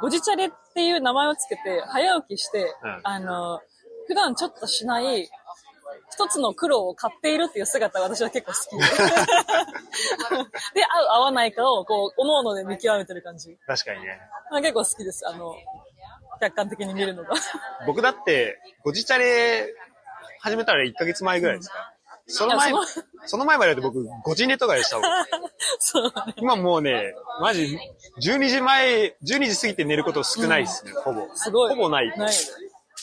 S2: ごじチャレっていう名前をつけて、早起きして、
S1: うん
S2: あの、普段ちょっとしない、一つの苦労を買っているっていう姿が私は結構好きで。で、合う合わないかを、こう、各々で見極めてる感じ。
S1: 確かにね。
S2: まあ結構好きです。あの、客観的に見るのが。
S1: 僕だって、ごじチャレ始めたら1ヶ月前ぐらいですか。その前
S2: いや、
S1: その前までだって僕、ごじ寝とかでしたもん。
S2: そうだね。
S1: 今もうね、マジ、12時前、12時過ぎて寝ること少ないですね、ほぼ。
S2: すごい。
S1: ほぼない。
S2: ない。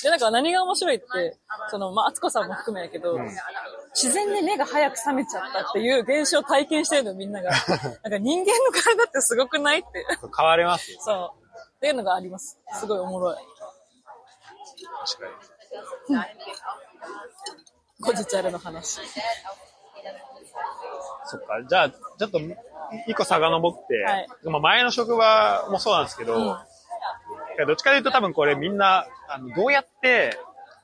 S2: で、なんか何が面白いって、その、まあ、敦子さんも含めやけど、自然に目が早く覚めちゃったっていう現象を体験してるのみ んなが。なんか人間の体ってすごくないって。
S1: 変われますよ、
S2: そう。っていうのがあります。すごいおもろい。
S1: 確かに。
S2: こじちゃるの話。
S1: そっか。じゃあ、ちょっと、一個遡って、
S2: はい
S1: まあ前の職場もそうなんですけど、
S2: うん
S1: どっちかというと多分これみんな、あのどうやって、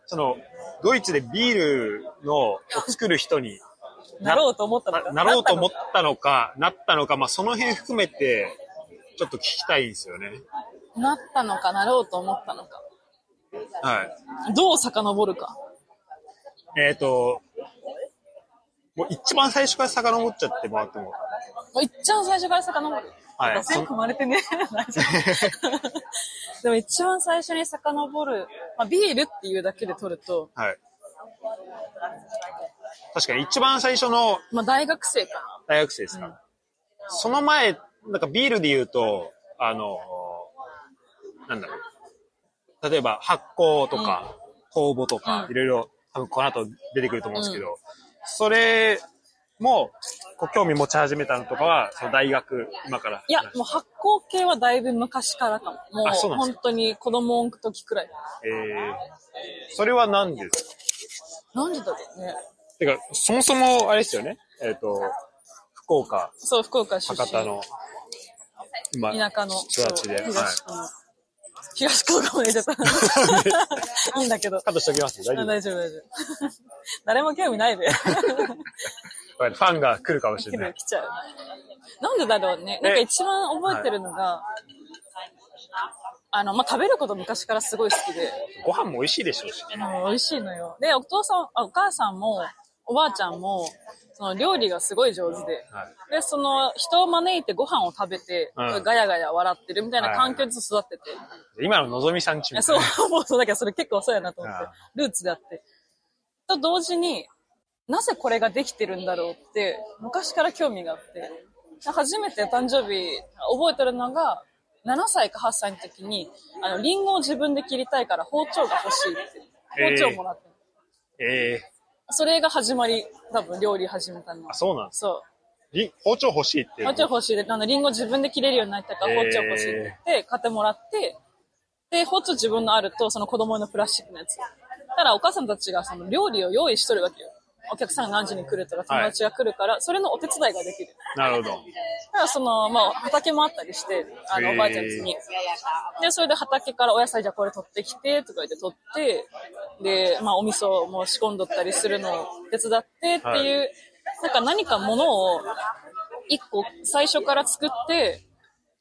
S1: その、ドイツでビールのを作る人に
S2: なろうと思ったの
S1: な
S2: か
S1: なろうと思っ
S2: な
S1: たのか、なったのか、まあその辺含めて、ちょっと聞きたいんですよね。
S2: たなったのか、なろうと思ったのか。
S1: はい。
S2: どう遡るか。
S1: えっ、と、もう一番最初から遡っちゃってもらっても。
S2: もういっちゃん最初から遡る。
S1: はい
S2: なんか全部踏まれてね。 大丈夫でも一番最初に遡る、まあ、ビールっていうだけで取ると、
S1: はい。確かに一番最初の
S2: まあ、大学生か
S1: 大学生ですか、その前、なんかビールで言うと、あの、なんだろう。例えば発酵とか、酵母とか、
S2: うん
S1: いろいろ、多分この後出てくると思うんですけど、それも、こう興味持ち始めたのとかは、その大学、今から。
S2: な。いや、もう発酵系はだいぶ昔からかも。も
S1: あそう
S2: う
S1: なんです
S2: 本当に子供の時くらい。
S1: えー、それは何ですか
S2: なんでだろうね。
S1: てか、そもそも、あれですよね。えっ、と、福岡、
S2: そう、福岡出身。
S1: 博多の、今
S2: 田舎の。
S1: 人たちで。
S2: そう
S1: はい。
S2: 東区の。東区とかも入れちゃ った。いいんだけど。
S1: カットしておきますね。大
S2: 大
S1: 丈夫
S2: 丈夫、
S1: です
S2: 大丈夫。 誰も興味ないで。
S1: これファンが来るかもしれない。
S2: 来ちゃう。なんでだろうね。なんか一番覚えてるのが、あの、まあ、食べること昔から すごい好きで、
S1: ご飯も美味しいでしょうし。
S2: もう美味しいのよ。で、お父さん、あお母さんも、おばあちゃんも、その料理がすごい上手で、
S1: はい
S2: で、その人を招いてご飯を食べて、
S1: うん
S2: ガヤガヤ笑ってるみたいな環境で育ってて。
S1: 今ののぞみさんち
S2: い
S1: み
S2: や、
S1: たい
S2: そ
S1: な。
S2: う、もうそうだけど、それ結構そうやなと思っ
S1: ああ
S2: て。ルーツであって。と同時に、なぜこれができてるんだろうって、昔から興味があって。初めて誕生日、覚えてるのが、7歳か8歳の時に、あの、リンゴを自分で切りたいから包丁が欲しいっ
S1: ええ
S2: て。包丁もらって。
S1: ええ
S2: それが始まり、多分料理始めたの
S1: あ、。そうなんです。
S2: そう。
S1: り包丁欲しいって。
S2: 包丁欲しいで、あの、リンゴ自分で切れるようになったから、
S1: えー
S2: 包丁欲しいって言って、買ってもらって、で、包丁自分のあると、その子供用のプラスチックのやつ。ただ、お母さんたちがその料理を用意しとるわけよ。お客さんが何時に来るとか、友達が来るから、それのお手伝いができる。
S1: なるほど。
S2: だから、その、まあ、畑もあったりして、あ
S1: へ
S2: の、
S1: ー
S2: おばあちゃん家に。で、それで畑からお野菜じゃあこれ取ってきて、とか言って取って、で、まあ、お味噌も仕込んどったりするのを手伝ってっていう、なんか何かものを、一個最初から作って、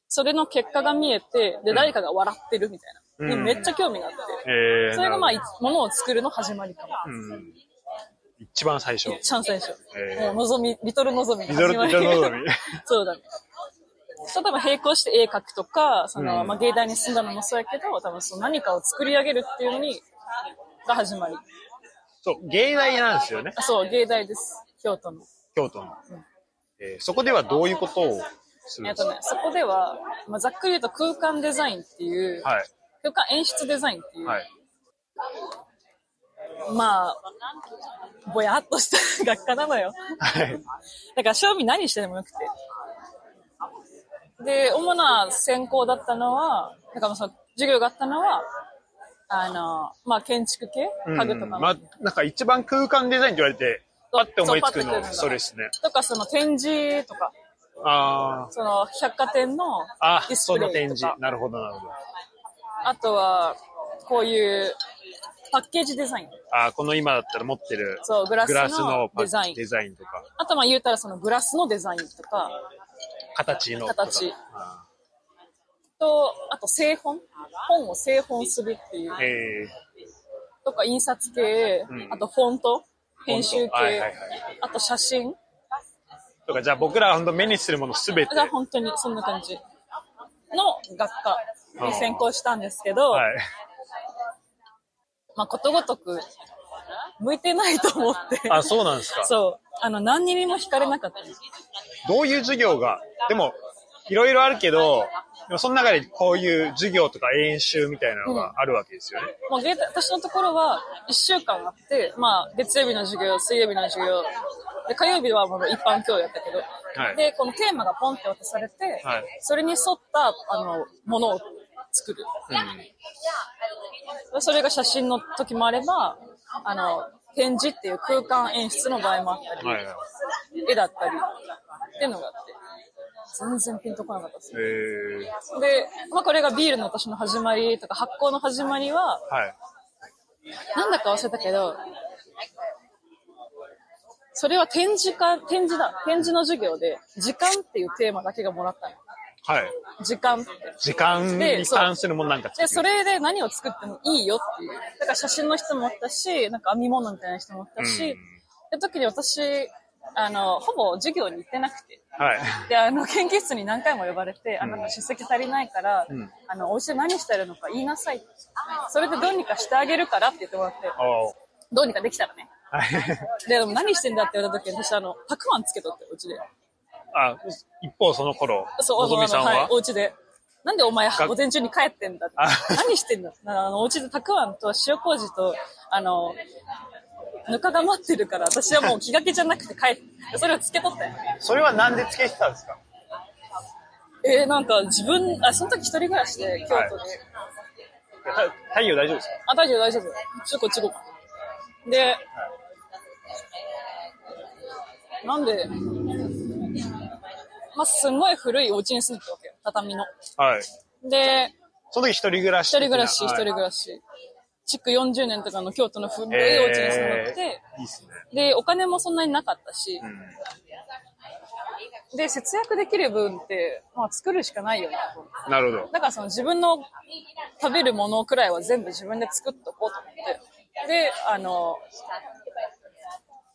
S2: それの結果が見えて、で、誰かが笑ってるみたいな。で
S1: うん
S2: めっちゃ興味があって。
S1: ええ。
S2: それがまあ、
S1: なる
S2: いものを作るの始まりかも。
S1: ほどうん一番最初。
S2: チャン最初。
S1: えー
S2: もう、のぞみ、リトルのぞみが
S1: リトル
S2: 始ま
S1: リ
S2: り
S1: トルのぞみ
S2: そうだね。そう、多分並行して絵描くとか、その、まあ、芸大に住んだのもそうやけど、多分その何かを作り上げるっていうのに、が始まり。
S1: そう、芸大なんですよね。
S2: あそう、芸大です。京都の。
S1: 京都の。えーそこではどういうことをする
S2: え
S1: ん
S2: っ
S1: です
S2: と
S1: か
S2: ね、そこでは、まあ、ざっくり言うと空間デザインっていう、
S1: はい。
S2: 空間演出デザインっていう、
S1: はい。
S2: まあ、ぼやっとした 学科なのよ。
S1: はい。
S2: だから、賞味何してでもよくて。で、主な専攻だったのは、だからその授業があったのは、あの、まあ、建築系 家具とか
S1: うん
S2: も、
S1: まあ、なんか一番空間デザインって言われて、
S2: そう
S1: パッて思いつく
S2: そうパ
S1: の、
S2: ッてくるのが
S1: それですね。
S2: とか、その展示とか、
S1: あ
S2: その百貨店の
S1: あ。
S2: デ
S1: あ、
S2: ィスプ
S1: その
S2: レイ
S1: 展
S2: と
S1: 示
S2: か。、
S1: なるほど、なるほど。
S2: あとは、こういうパッケージデザイン。
S1: あーこの今だったら持ってる
S2: そうグラスの
S1: パッ
S2: デザイン
S1: デザインとか、
S2: あとまあ言うたらそのグラスのデザインとか、
S1: 形のとか。
S2: 形
S1: あ
S2: と、あと製本本を製本するっていう
S1: ー。え
S2: とか印刷系、
S1: うん
S2: あとフォント、編集系、
S1: はいはいはい
S2: あと写真。
S1: ー。とか、じゃあ僕らは本当目にするものすべて。
S2: じゃあ本当にそんな感じの学科に専攻したんですけど、
S1: はい。
S2: まあことごとく向いてないと思って。
S1: あ、そうなんですか。
S2: そう。あの、何にも惹かれなかったです。
S1: どういう授業が、でも、いろいろあるけど、でもその中でこういう授業とか演習みたいなのがあるわけですよね。
S2: もう月私のところは1週間あって、まあ、月曜日の授業、水曜日の授業、で火曜日はもう一般教養やったけど、
S1: はい
S2: で、このテーマがポンって渡されて、
S1: はい
S2: それに沿ったあのものを作る。それが写真の時もあれば、あの、展示っていう空間演出の場合もあったり、
S1: はいはい。
S2: 絵だったり、っていうのがあって、全然ピンとこなかったです
S1: え。ー、
S2: で、まあ、これがビールの私の始まりとか、発酵の始まりは、
S1: はい。
S2: なんだか忘れたけど、それは展示か、展示だ、展示の授業で、時間っていうテーマだけがもらったの。
S1: はい。
S2: 時間って。
S1: 時間に関するものなんか作
S2: で、
S1: る
S2: それで何を作ってもいいよっていう。だから写真の人もおったし、なんか編み物みたいな人もおったし、
S1: うん
S2: で、時に私、あの、ほぼ授業に行ってなくて。
S1: はい。
S2: で、あの、研究室に何回も呼ばれて、あ
S1: ん
S2: なた出席足りないから、
S1: うん
S2: あの、お家で何してるのか言いなさいって。それでどうにかしてあげるからって言ってもらって、
S1: おー
S2: どうにかできたらね。
S1: はい。
S2: で、でも何してんだって言われた時に、私あの、たくあんつけとって、うちで。
S1: あ、一方その頃、
S2: そう、あ
S1: の
S2: の
S1: ぞみさん
S2: あのい
S1: は、、
S2: お家で。なんでお前、
S1: 学
S2: 午前中に帰ってんだって
S1: あ。
S2: 何してんだって。あの、お家でたくあんと塩麹と、あの、ぬかが待ってるから、私はもう気が気じゃなくて帰って、それをつけとったよ。
S1: それはなんでつけてたんですか
S2: えー、なんか自分、あ、その時一人暮らしで、京都で。
S1: た太陽大丈夫ですか
S2: あ、大丈夫、大丈夫。ちょっとこっち行こうか。で、なんで、まあ、すんごい古いお家に住んでたわけよ。畳の。
S1: はい。
S2: で、
S1: その時一人暮らし。
S2: 一人暮らし、一
S1: はい
S2: 人暮らし。築40年とかの京都の古いお家に住んでて、
S1: えーいいっすね。
S2: で、お金もそんなになかったし、で、節約できる分って、まあ、作るしかないよなと思って。
S1: なるほど。
S2: だからその自分の食べるものくらいは全部自分で作っとこうと思って。で、あの、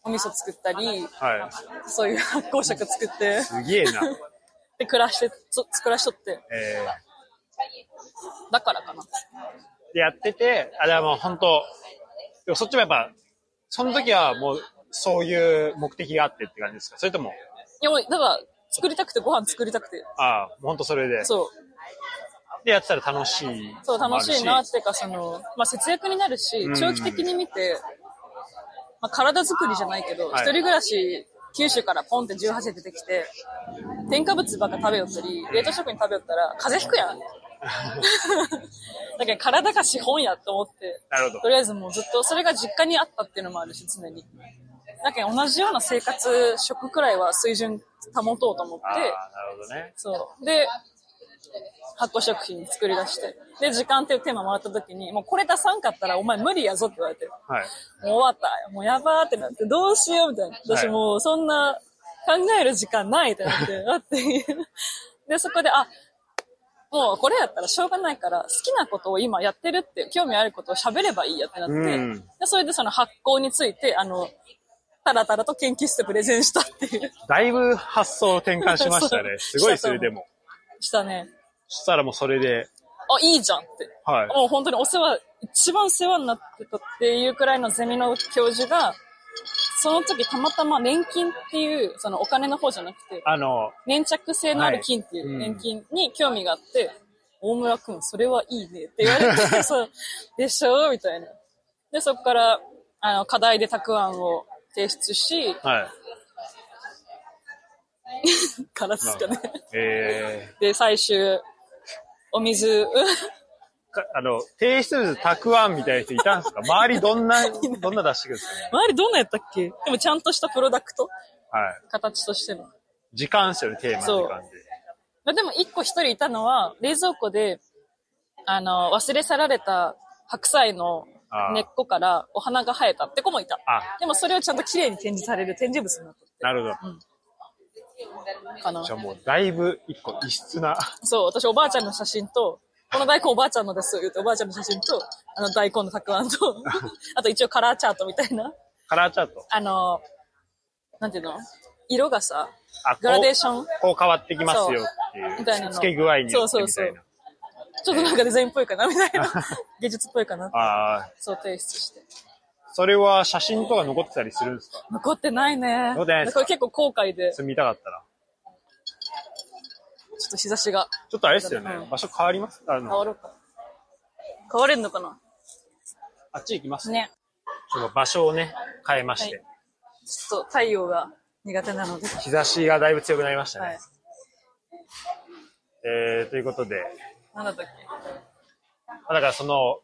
S2: お味噌作ったり、
S1: はい。
S2: そういう発酵食作って、
S1: すげえな。
S2: で、暮らして、そ暮らしとって、
S1: え
S2: だからかな。
S1: ーで、やってて、あ、でも本当でもそっちもやっぱ、その時はもう、そういう目的があってって感じですかそれとも、
S2: いや、もうだから、作りたくて、ご飯作りたくて。
S1: ああ、本当それで。
S2: そう。
S1: で、やってたら楽しい。
S2: そう、楽しいな
S1: あ
S2: っていうか、その、まあ、節約になるし
S1: うん、
S2: 長期的に見て、まあ、体作りじゃないけど、
S1: はい
S2: 一人暮らし、九州からポンって18で出てきて、添加物ばっか食べよったり、冷凍食品食べよったら、風邪ひく やん。だから体が資本やと思って、
S1: なるほど
S2: とりあえずもうずっと、それが実家にあったっていうのもあるし、常に。だけど同じような生活、食くらいは水準保とうと思って
S1: あー、なるほどね。
S2: そう。で、発酵食品作り出して。で、時間っていうテーマもらった時に、もうこれ出さんかったらお前無理やぞって言われて、も
S1: はい。
S2: う終わった。もうやばーってなって、どうしようみたい
S1: は
S2: な。
S1: い
S2: 私もうそんな考える時間ないってなって、 だって。で、そこで、あ、もうこれやったらしょうがないから、好きなことを今やってるって、興味あることを喋ればいいやってなって、
S1: うん
S2: でそれでその発酵について、あの、たらたらと研究室でプレゼンしたっていう、
S1: だいぶ発想を転換しました
S2: そ
S1: ね。
S2: う
S1: すごいですね、
S2: したと思
S1: で
S2: う
S1: も。
S2: したね。
S1: そしたらもうそれで、
S2: あ、いいじゃんって。
S1: はい。
S2: もう本当にお世話、一番世話になってたっていうくらいのゼミの教授が、その時たまたま年金っていう、そのお金の方じゃなくて、
S1: あの、
S2: 粘着性のある金ってい
S1: はいう
S2: うん年金に興味があって、大 村くん、それはいいねって言われて、そう、でしょみたいな。で、そこから、あの、課題でたくあんを提出し、
S1: はい。
S2: カラスですかね。
S1: え
S2: で、最終、お水、 うん
S1: ー、かあの、提出物たくあんみたいな人いたんです か周りどんな、どんな出してくるんですかね
S2: 周りどんなやったっけでもちゃんとしたプロダクト
S1: はい。
S2: 形としての。
S1: 時間っすよね、テーマって感じで。
S2: まあでも一個一人いたのは、冷蔵庫で、あの、忘れ去られた白菜の
S1: あー
S2: 根っこからお花が生えたって子もいた。
S1: あ、
S2: でもそれをちゃんと綺麗に展示される展示物になっ
S1: なるほど。
S2: たかな
S1: じゃ。あもうだいぶ一個異質な。
S2: そう、私おばあちゃんの写真と、この大根おばあちゃんのです、言うておばあちゃんの写真と、あの大根のたくあ んと、あと一応カラーチャートみたいな、
S1: カラーチャート。
S2: あの、なんていうの色がさ、
S1: あ、こ
S2: グラデー
S1: う、
S2: ション
S1: こう変わってきますよっていう。
S2: そうみたいなの
S1: 付け具合によってみたいな。
S2: そうそうそうちょっとなんかデザインっぽいかなみたい な。芸術っぽいかな
S1: ああ、
S2: そう提出して。
S1: それは写真とか残ってたりするんですか
S2: 残ってないね。
S1: 残ってないですか
S2: これ結構後悔で、ち
S1: そ
S2: ょ
S1: れ見たかったら。
S2: っと日差しが
S1: ちょっとあれですよね
S2: う。ん
S1: 場所変わりますあ
S2: 変わ
S1: の、
S2: るか。変われんのかな
S1: あっち行きます。
S2: ね。
S1: ちょっと場所をね、変えまして。
S2: はちょっと太陽が苦手なので。
S1: 日差しがだいぶ強くなりましたね。
S2: はい。
S1: えー、ということで、
S2: なんだったっけ
S1: まあだからその、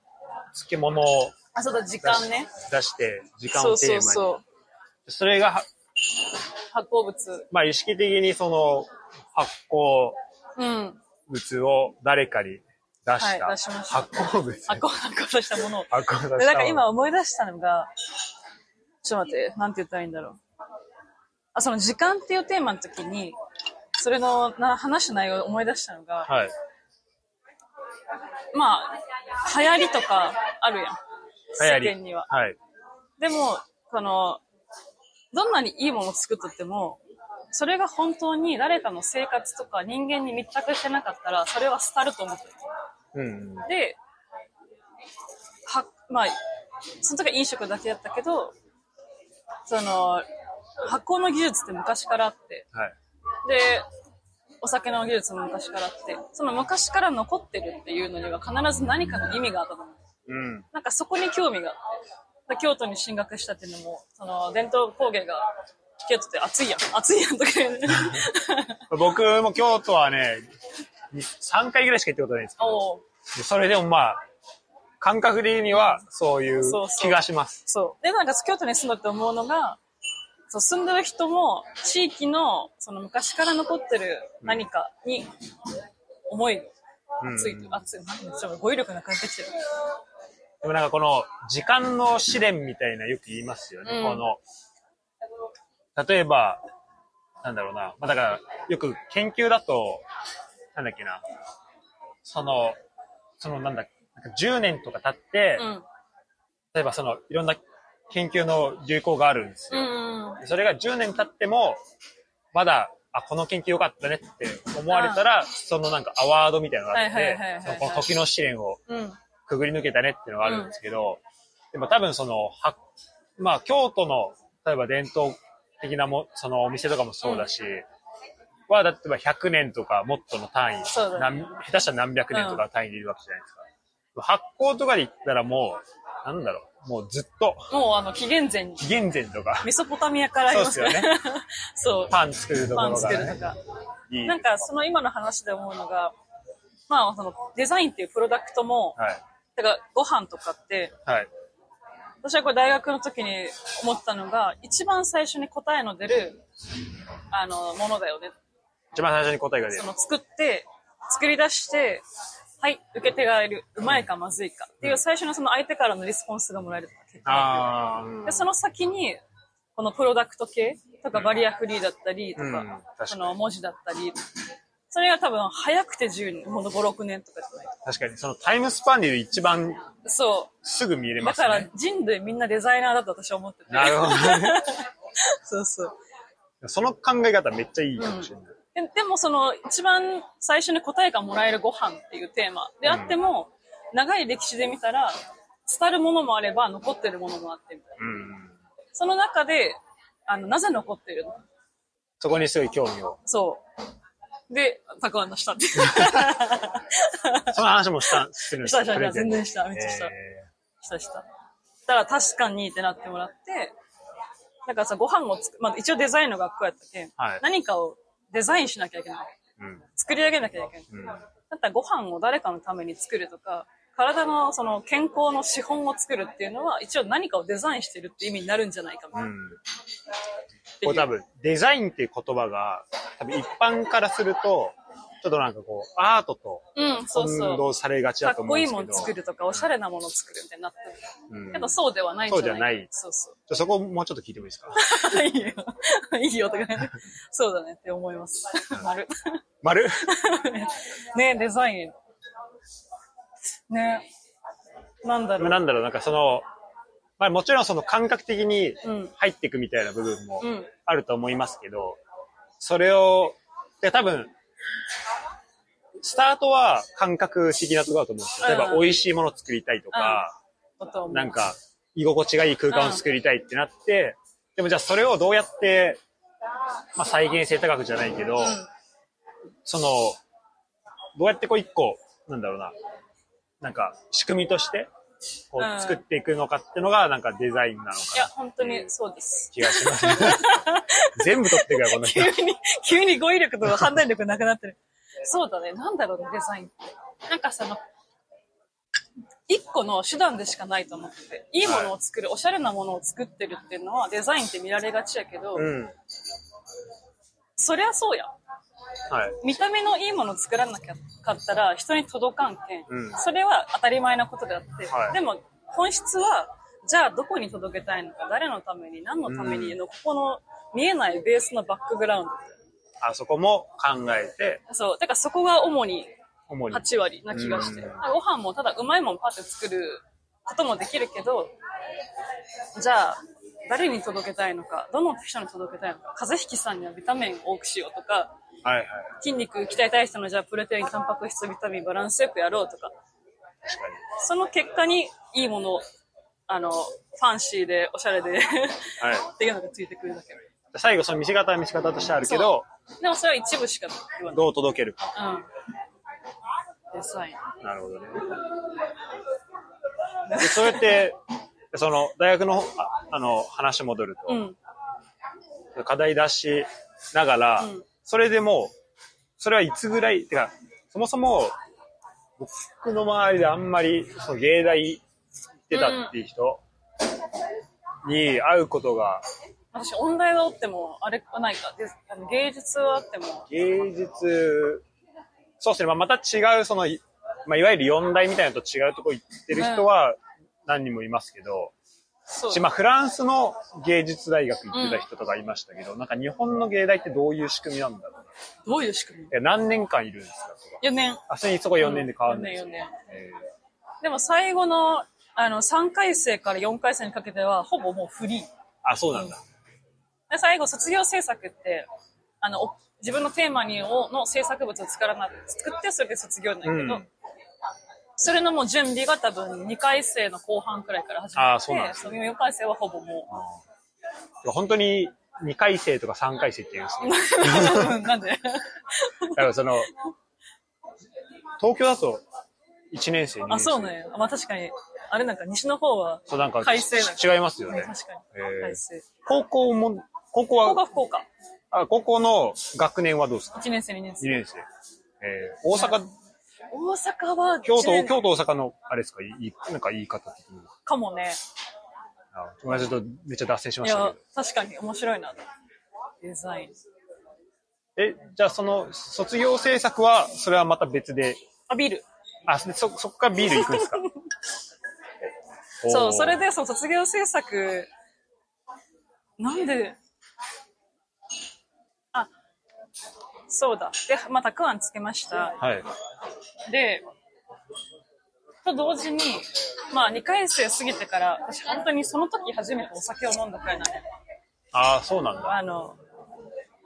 S1: 漬物を
S2: あ、そうだ、時
S1: 出し
S2: 間ね。
S1: 出して、時間
S2: そ
S1: を
S2: う
S1: テー
S2: そ
S1: マ
S2: う
S1: に。そ
S2: そう。
S1: れがは、
S2: 発行物。
S1: まあ意識的にその、発酵
S2: うん。
S1: 物を誰かに出した。
S2: はい出しました
S1: 発酵物。
S2: 発行、発行としたものを。
S1: 発酵
S2: で、なんか今思い出したのが、ちょっと待って、なんて言ったらいいんだろう。あ、その時間っていうテーマの時に、それのな話した内容を思い出したのが、
S1: はい。
S2: まあ、流行りとかあるやん。
S1: 流
S2: 世
S1: 行
S2: 間
S1: り。
S2: には。
S1: はい。
S2: でも、その、どんなにいいものを作っとっても、それが本当に誰かの生活とか人間に密着してなかったら、それは廃ると思ってる。
S1: うん。
S2: で、は、まあ、その時は飲食だけだったけど、その、発酵の技術って昔からあって、
S1: はい。
S2: で、お酒の技術も昔からあって、その昔から残ってるっていうのには必ず何かの意味があったと思う。
S1: うん。
S2: なんかそこに興味があって、で京都に進学したっていうのも、その伝統工芸が、京都って暑いやん、暑いやんとか言うね。
S1: 僕も京都はね、に3回ぐらいしか行ったことないんですけ
S2: おう
S1: ど、それでもまあ、感覚的にはそういう
S2: そうそう
S1: 気がします。
S2: そう。で、なんか京都に住んだって思うのが、そう住んでる人も地域のその昔から残ってる何かに思い
S1: うん
S2: がついて、熱い、なんでちょっと語彙力なくなってきてる。
S1: でもなんかこの時間の試練みたいなよく言いますよね。
S2: うん
S1: この、例えば、なんだろうな。まあだから、よく研究だと、なんだっけな。その、そのなんだ、なんか10年とか経って、
S2: うん。
S1: 例えばその、いろんな研究の流行があるんです
S2: う
S1: よ。
S2: んうん。
S1: それが10年経っても、まだ、あ、この研究良かったねって思われたら、そのなんかアワードみたいなのがあっ
S2: はいはい
S1: て
S2: はいはいはい、
S1: そのこの時の試練を
S2: うん。
S1: くぐり抜けたねっていうのがあるんですけど、でも多分その、は、まあ京都の、例えば伝統的なも、そのお店とかもそうだし、は、だってば100年とかもっとの単位、
S2: そうだね
S1: 何下手したら何百年とかの単位でいるわけじゃないですか。発酵とかで言ったらもう、なんだろう、もうずっと、
S2: もうあの、紀元前に、
S1: 紀元前とか、
S2: メソポタミアからあります
S1: そうっすよね。
S2: そう。
S1: パン作るとこ
S2: パ
S1: ろ
S2: ン作
S1: が、
S2: ると
S1: ね、
S2: か。
S1: いい。
S2: なんかその今の話で思うのが、まあそのデザインっていうプロダクトも、
S1: はい。
S2: だからご飯とかって、
S1: はい。
S2: 私はこれ大学の時に思ったのが、一番最初に答えの出る、あの、ものだよね。
S1: 一番最初に答えが出る
S2: そ。の作って、作り出して、はい、受け手がいる、うまいかまずいかっていう最初のその相手からのリスポンスがもらえるとか結構
S1: ああ、
S2: で、その先に、このプロダクト系とかバリアフリーだったりと
S1: うん確
S2: か、
S1: かに
S2: その文字だったり、それが多分早くて10年、ほんと5、6年とかじゃない。
S1: 確かに、そのタイムスパンで一番
S2: そ
S1: すぐ見れ
S2: う。
S1: ま
S2: だ
S1: す
S2: か
S1: ね。
S2: ら人類みんなデザイナーだと私は思ってて。
S1: なるほどね。
S2: そうそう。
S1: その考え方めっちゃいいかもしれない。
S2: ででもその一番最初に答えがもらえるご飯っていうテーマであっても、長い歴史で見たら、伝るものもあれば残ってるものもあってみたいな
S1: うん。
S2: その中で、あの、なぜ残ってるの
S1: そこにすごい興味を。
S2: そう。で、たくあんのしたっていう。
S1: その話もした、するんで
S2: し
S1: す
S2: た
S1: よ
S2: したした、全然
S1: し
S2: した、めっちゃした。
S1: え
S2: したした。したら確かにってなってもらって、だからさ、ご飯をつく、まあ、一応デザインの学校やったけん、
S1: はい
S2: 何かをデザインしなきゃいけない。
S1: うん。
S2: 作り上げなきゃいけない。
S1: うん。
S2: だったらご飯を誰かのために作るとか、体のその健康の資本を作るっていうのは、一応何かをデザインしてるって意味になるんじゃないか
S1: う
S2: なっ
S1: ん。
S2: ていう。
S1: こう多分、デザインっていう言葉が、多分一般からすると、ちょっとなんかこう、アートと
S2: うん、そう
S1: 混
S2: そう。
S1: 同されがち
S2: か
S1: だ
S2: っ
S1: と思う
S2: こ
S1: んで
S2: いい
S1: すけど。
S2: もの作るとか、おしゃれなもの作るみたいになってる。
S1: うん。
S2: けどそうではないんじゃないそうそう。
S1: じゃあそこもうちょっと聞いてもいいですか
S2: いいよ。 いいよとかね。そうだねって思います。 丸。
S1: 丸
S2: ねデザイン。ねなんだろう。
S1: なんだろう、なんかその、まあもちろんその感覚的に
S2: うん
S1: 入っていくみたいな部分も
S2: うん
S1: あると思いますけど、それを、で多分、スタートは感覚的なところだと思うんですよ。例えば
S2: うん
S1: 美味しいものを作りたいとか、
S2: こと思う
S1: なんか、居心地がいい空間を作りたいってなって、でもじゃあそれをどうやって、まあ再現性高くじゃないけど、その、どうやってこう一個、なんだろうな、なんか仕組みとして、こ
S2: うん
S1: う作っていくのかっていうのが、なんかデザインなのか
S2: い
S1: な
S2: や、本当にそうです。
S1: 気がします、ね。全部取っていくから、この人
S2: 急。に、急に語彙力と判断力なくなってる。そうだね。なんだろうね、デザインって。なんかその、一個の手段でしかないと思ってて、いいものを作る、おしゃれなものを作ってるっていうのは、デザインって見られがちやけど、
S1: うん。
S2: そりゃそうやん。
S1: はい。
S2: 見た目のいいものを作らなきゃかったら人に届かんけん、
S1: うん
S2: それは当たり前なことであって、
S1: はい
S2: でも本質はじゃあどこに届けたいのか誰のために何のためにの、ここの見えないベースのバックグラウンド
S1: あそこも考えて、
S2: そうだからそこが主に
S1: 主に。
S2: 8割な気がして、
S1: うん
S2: なんかご飯もただうまいもんパッて作ることもできるけどじゃあ誰に届けたいのかどの人に届けたいのか風邪ひきさんにはビタミンを多くしようとか
S1: はいはい。
S2: 筋肉鍛えたい人のじゃあプロテインタンパク質ビタミンバランスよくやろうとか
S1: 確かに。
S2: その結果にいいものあのファンシーでおしゃれで
S1: はい。
S2: っていうのがついてくるだけ
S1: 最後、その見せ方は見せ方としてあるけど、
S2: でもそれは一部しか言わない
S1: どう届けるか。
S2: うんデザイン
S1: なるほどね。でそれって、その、大学の、ああの、話戻ると、
S2: うん
S1: 課題出しながら、
S2: うん
S1: それでもう、それはいつぐらい、てか、そもそも、僕の周りであんまり、その芸大行ってたっていう人に会うことが、
S2: 私音大はおってもあれはないかであの芸術はあっても
S1: 芸術、そうですね、まあ、また違う、その、いまあ、いわゆる四大みたいなのと違うとこ行ってる人は何人もいますけど、
S2: そう
S1: しまあ、フランスの芸術大学行ってた人とかいましたけど、なんか日本の芸大ってどういう仕組みなんだろうな。
S2: どういう仕組み
S1: え何年間いるんですかとか。
S2: 4年
S1: あ、それにそこ4年で変わんない、
S2: 4年4年
S1: え
S2: でも最後のあの3回生から4回生にかけてはほぼもうフリー
S1: ーあ、そうなんだ。
S2: で最後卒業制作ってあのお自分のテーマにをの制作物を作らな作ってそれで卒業なんだけど、
S1: うん
S2: それのもう準備が多分2回生の後半くらいから始
S1: あ
S2: ま
S1: ー
S2: っ
S1: そうなんで
S2: て
S1: す
S2: その4回生はほぼも
S1: 本当に2回生とか3回生って言うんですね。
S2: うなんで
S1: だからその、東京だと1年生、2年生。
S2: あそうねまあ確かにあれなんか西の方は
S1: そう、なんか
S2: 改正なん
S1: ち違いますよ
S2: ね
S1: ね
S2: 確。かに、
S1: へー
S2: 改正
S1: 高校も、高校
S2: ここが
S1: は、
S2: 福岡
S1: あ高校の学年はどうですか
S2: 1年生2年
S1: ?2
S2: 生
S1: 年生。えー、大阪、
S2: 大阪は
S1: 京
S2: 一
S1: 都、
S2: 年
S1: 京都大阪の、あれですか、いいなんか言い方的に。
S2: かもね
S1: あごめんなさい、ちょっとめっちゃ脱線しま
S2: い
S1: したけど
S2: や。確かに面白いなデザイン
S1: え、じゃあその、卒業制作は、それはまた別で、
S2: あビール
S1: あ、そ、そそこからビール行くん ですか
S2: そう、それ
S1: で。
S2: で、その卒業制作、なんで、あ、そうだ。で、まあ、たくあんつけました。
S1: はい。
S2: で、と同時に、まあ、2回生過ぎてから、私本当にその時初めてお酒を飲んだくらいなんで、
S1: ああ、そうなんだ。
S2: あの、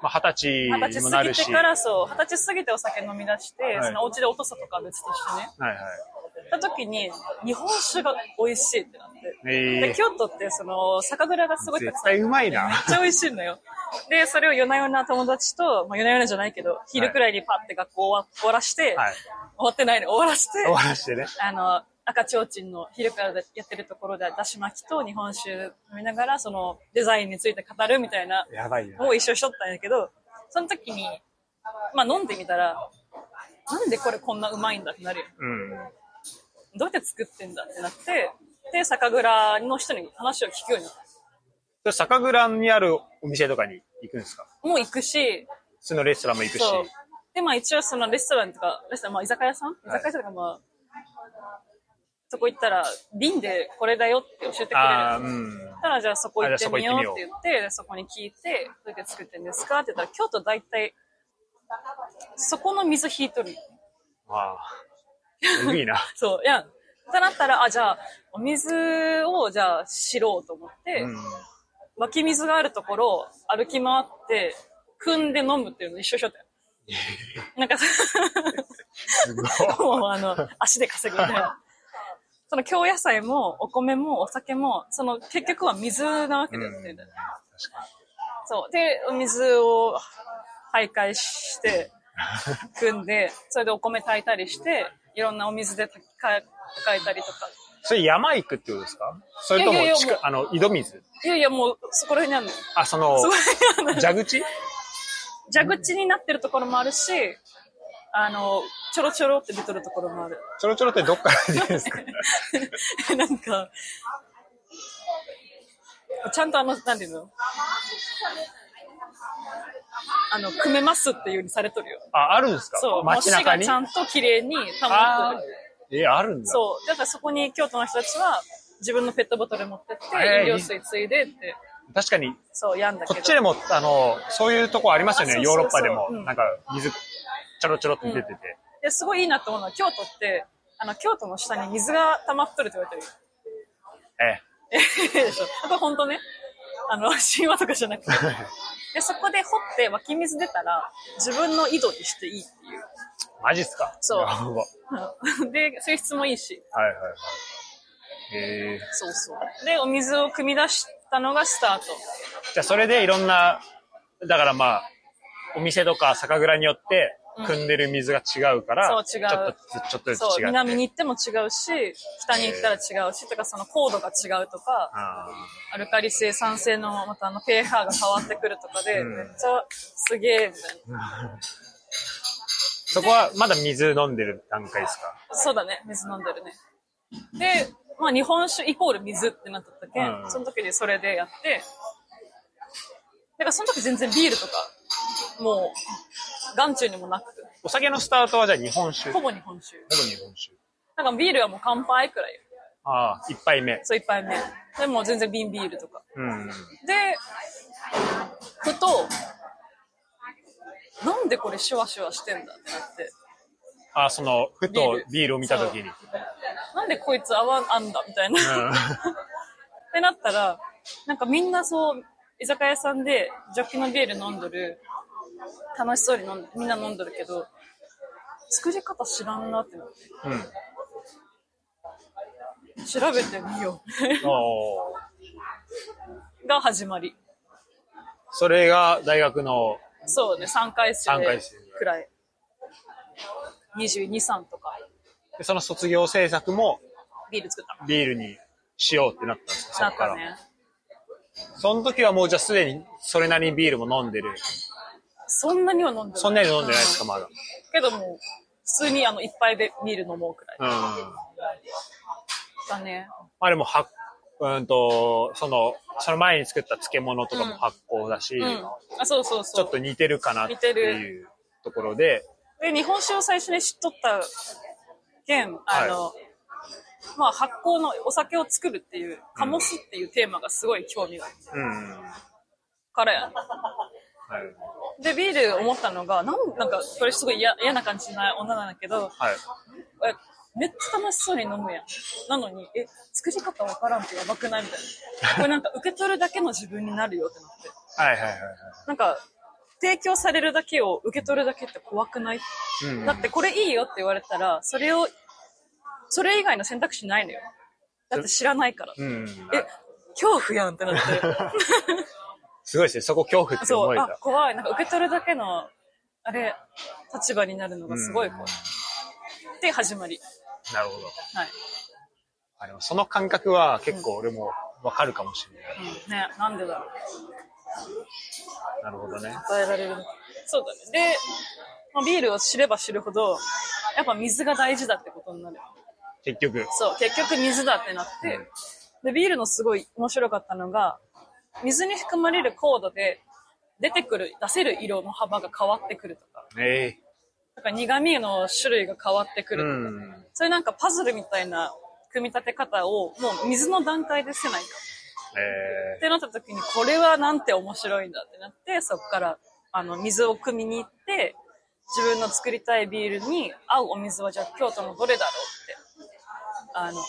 S1: まあ、二十
S2: 二
S1: 歳
S2: 十
S1: にも
S2: 歳
S1: な
S2: 過ぎ
S1: るし。
S2: てから、そう、二十歳過ぎてお酒飲み出して、
S1: はい
S2: そのお家で落とすとかは別としてね。
S1: はい
S2: た時に、日本酒が美味しいってなって。
S1: はい。
S2: で、
S1: え
S2: 京都って、その、酒蔵がすご
S1: ー、
S2: いたく
S1: 絶
S2: さん
S1: 対うまい な。
S2: めっちゃ美味しいのよ。で、それを夜な夜な友達と、まあ、夜な夜なじゃないけど、昼くらいにパッて学校終わ終わらして、
S1: はい。
S2: 終わってないの終わらして、
S1: 終わらしてね。
S2: あの、赤ちょうちんの昼からやってるところでだし巻きと日本酒飲みながらそのデザインについて語るみたいな
S1: やばいな。
S2: のを一緒にしとったんやけど、その時に、まあ飲んでみたら、なんでこれこんなうまいんだってなるよ。
S1: うん。
S2: どうやって作ってんだってなって、で、酒蔵の人に話を聞くようになっ
S1: それ酒蔵にあるお店とかに行くんですか
S2: た。もう行くし、
S1: 普通のレストランも行くし。
S2: そう。で、まあ一応そのレストランとか、レストラン、まあ居酒屋さん居
S1: はい
S2: 酒屋さんとかまあ、そこ行ったら、瓶でこれだよって教えてくれる。
S1: ああ、うん。
S2: たらじゃあそこ行ってみようって
S1: あじゃ
S2: 言って、でそこに聞いて、どうやって作ってんですかって言ったら、京都大体、そこの水引いとるよ。
S1: ああ。えぐいな。
S2: そう、いや、ってなったら、あ、じゃあ、お水をじゃあ知ろうと思って、
S1: うん。
S2: 湧き水があるところを歩き回って、汲んで飲むっていうの一緒一緒だよ。なんかさ、
S1: すごい。
S2: もうあの、足で稼ぐみたいな。その京野菜もお米もお酒も、その結局は水なわけだよね。
S1: うん
S2: そう。で、お水を徘徊して、組んで、それでお米炊いたりして、いろんなお水で炊きか炊いたりとか。
S1: それ山行くってことですかそれとも
S2: いやいやいや
S1: 近
S2: もう
S1: あの、井戸水
S2: いやいや、もう、そこら辺にあるの。そ
S1: あ、その
S2: こ、ら辺にあるの。
S1: 蛇口
S2: 蛇口になってるところもあるし、あの、ちょろちょろって出てるところもある。
S1: ちょろちょろってどっから出てるんですか
S2: なんか、ちゃんとあの、なんていうのあの、組めますっていうようにされとるよ。
S1: あ、あるんですか
S2: そう、
S1: 街
S2: 足
S1: 中
S2: が
S1: に
S2: ちゃんと綺麗に保って
S1: あ
S2: る。
S1: ーえ、あるんだ。
S2: そう。だからそこに京都の人たちは、自分のペットボトル持ってって、
S1: えー
S2: 飲料水ついでって、
S1: 確かに、
S2: そう、やんだけ
S1: こ
S2: ど。
S1: っちでも、あの、そういうとこありますよ
S2: あ
S1: ね、
S2: そう
S1: ヨ
S2: そ
S1: ー
S2: うそう
S1: ロッパでも。
S2: うん
S1: なんか、水、ちょろちょろって出てて。
S2: ですごいいいなと思うのは、京都って、あの、京都の下に水が溜まっとるって言われてるよ。
S1: え
S2: えそうこれ本当ね。あの、 神話とかじ ゃなくて。で、そこで掘って湧き水出たら、自分の井戸にしていいっていう
S1: え、マジっすか
S2: そう
S1: やば はい
S2: うん。 で、水質もいいし。
S1: はいはい。ええ
S2: そうそう。で、お水を汲み出したのがスタート。
S1: じゃあそれでいろんな、だからまあ、お店とか酒蔵によって、
S2: うん
S1: 汲んでる水が違うから、
S2: そう違う
S1: ちょっとずつ、ちょっとずつ違
S2: そう
S1: っ、て。
S2: 南に行っても違うし、北に行ったら違うし、とかその高度が違うとか、
S1: あ
S2: アルカリ性、酸性の、またあの、pH が変わってくるとかで、
S1: うん
S2: めっちゃすげえ、みたいな。
S1: ーそこはまだ水飲んでる段階ですか
S2: そうだね、水飲んでるね。で、まあ日本酒イコール水ってなっとったけん、
S1: うん
S2: その時にそれでやって、だからその時全然ビールとか、もう、眼中にもなく、
S1: お酒のスタートはじゃあ日本酒。
S2: ほ
S1: ほぼ
S2: ぼ日本酒。
S1: 日本酒。
S2: なんかビールはもう乾杯くらいよ。
S1: ああ、一杯目。
S2: そう、一杯目。でもう全然瓶ビールとか。
S1: うん。
S2: で、ふと、なんでこれシュワシュワしてんだってなって、
S1: ああ、その、ふと
S2: ビール
S1: ビールを見たときに。
S2: なんでこいつ泡あんだみたいな。
S1: うん。
S2: ってなったら、なんかみんなそう、居酒屋さんでジョッキのビール飲んどる、楽しそうに飲んみんな飲んどるけど、作り方知らんなってなって、
S1: うん。
S2: 調べてみよ
S1: おー
S2: う。 が始まり。
S1: それが大学の、
S2: そうね、3回生
S1: 三回生
S2: くらい。22、3とか、
S1: でその卒業制作も
S2: ビール作った。
S1: ビールにしようってなったんですかそ
S2: な
S1: こ
S2: ん
S1: か。
S2: からね。
S1: その時はもうじゃあすでにそれなりにビールも飲んでる。
S2: そんなには飲んでない。
S1: そんなに飲んでないですか、
S2: う
S1: まだ。
S2: けどもう、普通にあの、一杯でビール飲もうくらい。
S1: うん。ま
S2: だね。
S1: あでも、は、うんと、その、その前に作った漬物とかも発酵だし、
S2: うん。あ、そうそうそ
S1: ちょ
S2: う。
S1: っと似てるかなっていうところで、
S2: で、日本酒を最初に知っとった件、あの、まあ発酵のお酒を作るっていう、カモスっていうテーマがすごい興味がある
S1: うん。はい
S2: からや。で、ビール思ったのが、なんなんか、これすごい嫌嫌な感じない女なんだけど、
S1: はい。
S2: えめっちゃ楽しそうに飲むやん。なのに、え、作り方わからんとやばくないみたいな。これなんか受け取るだけの自分になるよってなって。
S1: はいはいはいはい。
S2: なんか、提供されるだけを受け取るだけって怖くない
S1: うん
S2: だってこれいいよって言われたら、それを、それ以外の選択肢ないのよ。だって知らないから。
S1: うん。
S2: え、恐怖やんってなって。
S1: すごいですね。そこ恐怖 って
S2: そ
S1: 思
S2: う、
S1: え
S2: あ
S1: た、。
S2: 怖い。なんか受け取るだけの、あれ、立場になるのがすごい怖い。で、始まり。
S1: なるほど。
S2: はい。
S1: あでもその感覚は結構俺もわかるかもしれない。
S2: うんね、なんでだろう。
S1: なるほどね。
S2: 与えられる。そうだね。で、まあビールを知れば知るほど、やっぱ水が大事だってことになる。
S1: 結局。
S2: そう、結局水だってなって、で、ビールのすごい面白かったのが、水に含まれる高度で、出てくる、出せる色の幅が変わってくるとか、
S1: ね
S2: だから苦味の種類が変わってく
S1: え。
S2: る
S1: う
S2: とか、
S1: ん。
S2: そういうなんかパズルみたいな組み立て方を、もう水の段階でせないか。っ
S1: え
S2: てなった時に、これはなんて面白いんだってなって、そこから、あの、水を汲みに行って、自分の作りたいビールに合うお水はじゃあ京都のどれだろうって、あの、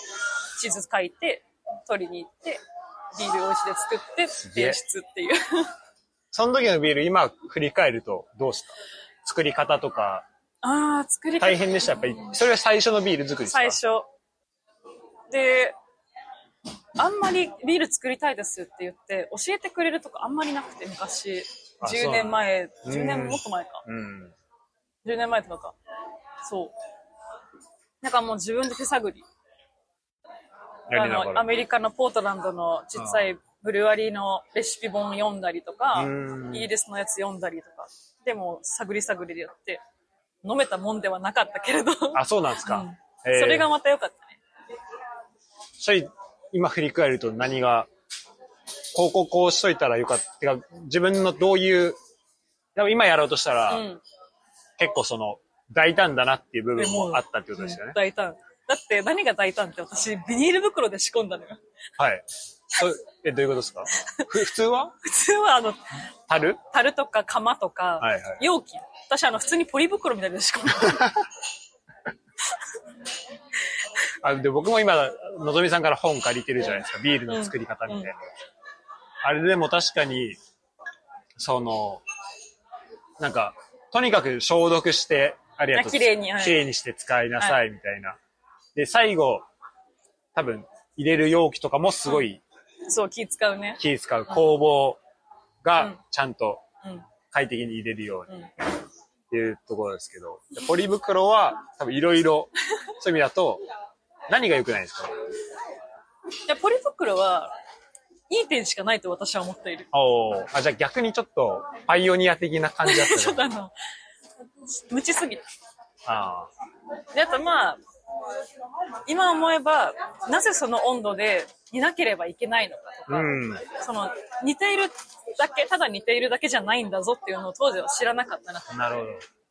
S2: 地図書いて、取りに行って、ビールをうちで作って、
S1: げえ
S2: 提出っていう。
S1: その時のビール、今振り返るとどうした作り方とか、
S2: ああ、作り方
S1: 大変でした。やっぱり、それが最初のビール作りですか
S2: 最。初。で、あんまりビール作りたいですって言って、教えてくれるとこあんまりなくて、昔。
S1: あそうな
S2: 10
S1: んだ
S2: 年前、
S1: う
S2: 10
S1: ん
S2: 年もっと前か。
S1: うん。
S2: 10年前とかか。そう。なんかもう自分で手探り。
S1: や
S2: あ
S1: りなが
S2: の、ア
S1: ら。
S2: メリカのポートランドのちっちゃいブルワリーのレシピ本読んだりとか
S1: う、ん
S2: イギリスのやつ読んだりとか。でも、探り探りでやって、飲めたもんではなかったけれど。そ
S1: あ、そうなんですか。ええ
S2: れがまた良かったね。
S1: それ、今振り返ると何が、こうこうこうしといたらよかった。てか、自分のどういう、でも今やろうとしたら、
S2: うん。
S1: 結構その、大胆だなっていう部分もあったってことですよね。
S2: 大胆。だって何が大胆って私、ビニール袋で仕込んだのよ。
S1: はい。そえ、どういうことですかふ普通は
S2: 普通はあの、
S1: 樽
S2: 樽とか釜とか、
S1: はいはい
S2: 容器。私あの、普通にポリ袋みたいなの仕込 んだ。
S1: あ、で、僕も今、のぞみさんから本借りてるじゃないですか。ビールの作り方みたいな。
S2: うんうん
S1: あれでも確かに、その、なんか、とにかく消毒して、ありがとう。
S2: あ綺麗にはい
S1: 綺麗にして使いなさい、みたいな。で、最後、多分、入れる容器とかもすごい
S2: そう、気使うね。
S1: 気使う工房
S2: う
S1: が
S2: ん、
S1: ちゃんと
S2: うん。
S1: 快適に入れるように。
S2: うん。
S1: っていうところですけど、ポリ袋は多分いろいろ、そういう意味だと、何が良くないですか
S2: いや、ポリ袋は、いい点しかないと私は思っている。
S1: おーあ、じゃあ逆にちょっと、パイオニア的な感じだっ
S2: ち
S1: た
S2: ょっ
S1: ね。
S2: とあの、無知すぎた。
S1: あ
S2: で、あとまあ、今思えば、なぜその温度で煮なければいけないのかと
S1: ー
S2: か、
S1: うん。
S2: その、似ているだけ、ただ似ているだけじゃないんだぞっていうのを当時は知らなかったなと。
S1: なるほ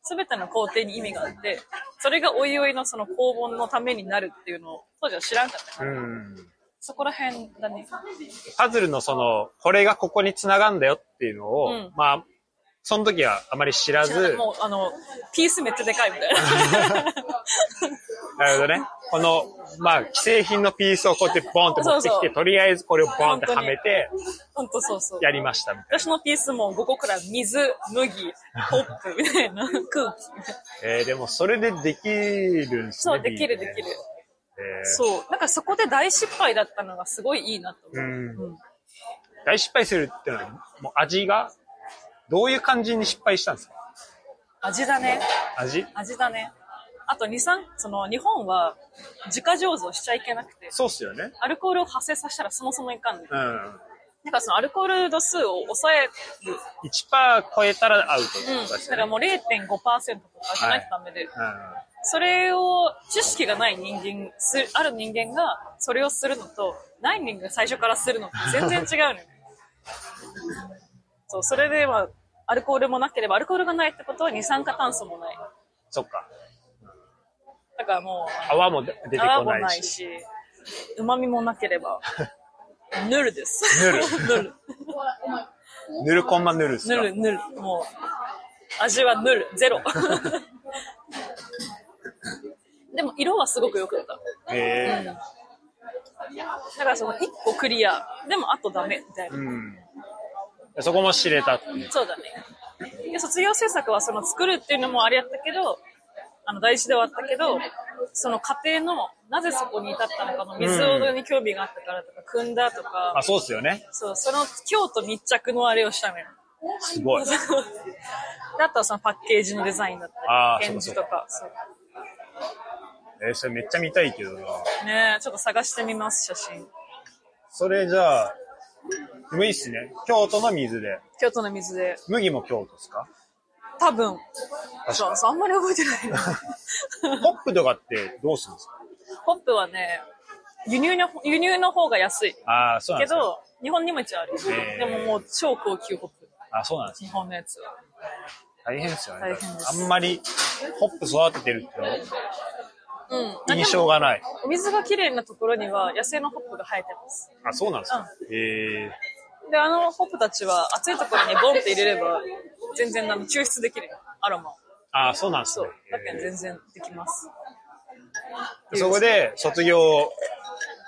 S2: すべての工程に意味があって、それがおいおいのその工房のためになるっていうのを当時は知らんかったから。
S1: ど。うん。
S2: そこら辺だね。
S1: パズルのその、これがここに繋がんだよっていうのを、
S2: うん
S1: まあ、その時はあまり知ら
S2: 知らない
S1: ず、
S2: もう、あの、ピースめっちゃでかいみたい な。
S1: なるほどね。この、まあ、既製品のピースをこうやってボンって持ってきて、
S2: そうそう
S1: とりあえずこれをボンってはめて、
S2: ほんとそうそう。
S1: やりましたみたい
S2: 私のピースも5個くらい水、麦、ホップみたいな、空気みたいな。
S1: な。えー、でもそれでできるんですね。
S2: そう、でき
S1: ビ
S2: る
S1: ー
S2: で
S1: ルね
S2: きる。。
S1: えー
S2: そう。なんかそこで大失敗だったのがすごいいいなと思う。
S1: うん
S2: うん
S1: 大失敗するっていうのは、もう味が、どういう感じに失敗したんですか
S2: 味だね。
S1: 味
S2: 味だね。あと、二三、その、日本は、自家醸造しちゃいけなくて、
S1: そうっすよね。
S2: アルコールを発生させたらそもそもいかんね。
S1: うん。
S2: なんかそのアルコール度数を抑える。
S1: 1%超えたらアウトって
S2: う
S1: こ
S2: ん。
S1: とですよね。
S2: だからもう0.5%とかじゃないとダメで。
S1: う
S2: それを、知識がない人間、すある人間が、それをするのと、ない人間が最初からするのって全然違 うのよ。そう、それでは、アルコールもなければ、アルコールがないってことは二酸化炭素もない。
S1: ん。そっか。
S2: だからもう、
S1: 泡も出て
S2: 泡
S1: こ
S2: も
S1: な
S2: ない
S1: いし。
S2: し、旨味もなけ れば、ぬるです。
S1: ぬる
S2: ぬる。
S1: ぬるこんまぬるっす
S2: ぬ
S1: か
S2: る、ぬる。もう、味はぬる、 ゼロ。でも、色はすごく良かった。
S1: ええ
S2: だからその、一個クリア、でもあとダメ、みたいな。
S1: うん。そこも知れたっていう。
S2: そうだね。で、卒業制作はその作るっていうのもあれやったけど、あの大事ではあったけど、その過程の、なぜそこに至ったのかの、水をに興味があったからとか、組んだと
S1: あ、
S2: か、
S1: そうっすよね。
S2: そう、その京都密着のあれをしたのよ。
S1: すごい。
S2: であとはそのパッケージのデザインだっ
S1: あ
S2: た
S1: ー
S2: り、展示とか、そう
S1: えーそれめっちゃ見たいけどな。
S2: ねえ、ちょっと探してみます、写真。
S1: それじゃあ、でもいいっすね。京都の水で。
S2: 京都の水で。
S1: 麦も京都っすか
S2: 多分。
S1: 確
S2: そう
S1: か
S2: そう、あんまり覚えてない
S1: に。
S2: な。
S1: ホップとかってどうするんですか
S2: ホップはね、輸入の、輸入の方が安い。
S1: ああ、そうなんで
S2: け
S1: すか。
S2: ど、日本にも一応ある。
S1: へえ
S2: でももう超高級ホップ。
S1: あそうなんです
S2: 日
S1: ね。
S2: 本のやつは。
S1: 大変ですよね。
S2: 大変です
S1: あんまり、ホップ育ててるってのは
S2: うん。
S1: 印象がない。
S2: お水がきれいなところには野生のホップが生えてます。
S1: あ、そうなんですか。ええ
S2: で、あのホップたちは暑いところにボンって入れれば、全然あの抽出できるのアロマを。
S1: ああ、そうなんです
S2: そ
S1: ね
S2: う。。だけど全然できます。
S1: えーそこで卒業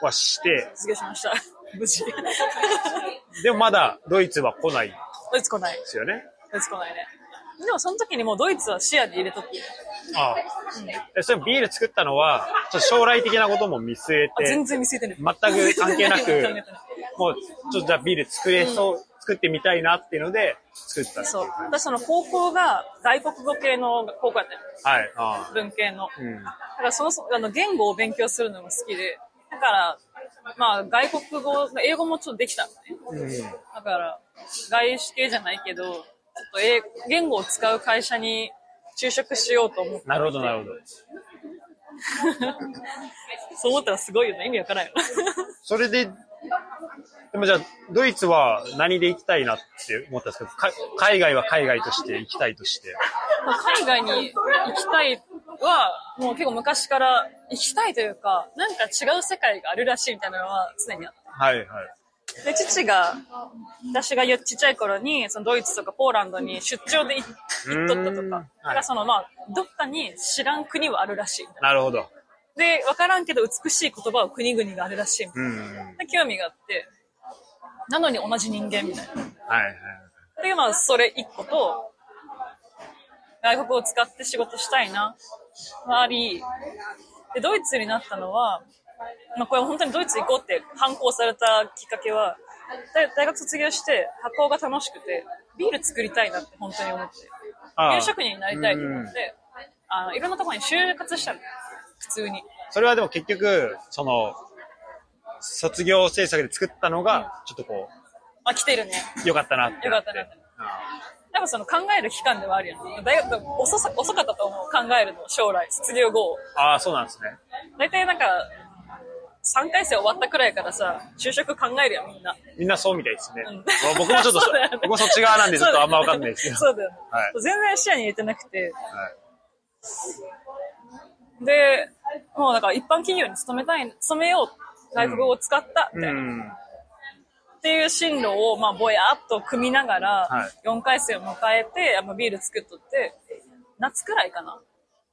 S1: はして、
S2: 卒業しました。 無事。
S1: でもまだドイツは来ないんで
S2: ドイツ来ない。
S1: すよね。
S2: ドイツ来ないね。でもその時にもうドイツは視野に入れとって。
S1: ああ。えそれビール作ったのは、ちょっと将来的なことも見据え
S2: あ
S1: て
S2: 全、然見据えてない。
S1: 全く関係な
S2: 全然関係
S1: く
S2: ない、
S1: もう、ちょっとじゃあビール作れそう、作ってみたいなっていうので、作ったってい
S2: そう。私その高校が外国語系の高校やったよ。
S1: はい。ああ
S2: 文系の。
S1: うん。
S2: だからそもそもあの言語を勉強するのが好きで、だから、まあ外国語、英語もちょっとできたのね。
S1: うん。
S2: だから、外資系じゃないけど、ちょっと英言語を使う会社に就職しようと思って、
S1: なるほど、なるほど。
S2: そう思ったらすごいよね。意味わからんよ。
S1: それで、でもじゃあ、ドイツは何で行きたいなって思ったんですけど、か海外は海外として行きたいとして。
S2: まあ海外に行きたいは、もう結構昔から行きたいというか、なんか違う世界があるらしいみたいなのは常にあっ
S1: はい、はい。
S2: て。で、父が、私がよちっちゃい頃に、そのドイツとかポーランドに出張で行行っとった
S1: うー
S2: と
S1: ん
S2: か、だからそのまあ、どっかに知らん国はあるらしいみたいな。
S1: なるほど。
S2: で、わからんけど美しい言葉を国々があるらしいみたい
S1: うん。はい、
S2: な。で興味があって、なのに同じ人間みたいな。
S1: はい。
S2: で、まあ、それ一個と、外国を使って仕事したいな、があり、で、ドイツになったのは、まあ、これ本当にドイツ行こうって反抗されたきっかけは、大大学卒業して発酵が楽しくて、ビール作りたいなって本当に思って、ビ
S1: あ
S2: ー
S1: あ
S2: ル職人になりたいと思って、あの、いろんなところに就活したの。普通に。
S1: それはでも結局、その、卒業制作で作ったのが、ちょっとこ
S2: あ、来てるね。
S1: う、良かったなって
S2: よかったなって。やっぱその考える期間ではあるよね。大学遅さ遅かったと思う。考えるの、将来、卒業後を。
S1: ああ、そうなんですね。
S2: 大体なんか、3回生終わったくらいからさ、就職考えるよ、みんな。
S1: みんなそうみたいですね
S2: うん。
S1: 僕もちょっと
S2: そうだよね
S1: 僕もそっち側なんで、ちょっとあんまわかんないですけど。
S2: そうだよね。
S1: はい
S2: 全然視野に入れてなくて。
S1: はい
S2: で、もうだから一般企業に勤めたい、勤めよう、外国語を使った、みたいな。
S1: うん。
S2: っていう進路を、まあ、ぼやっと組みなが
S1: は
S2: ら
S1: い、
S2: 4回生を迎えて、あのビール作っとって、夏くらいかな。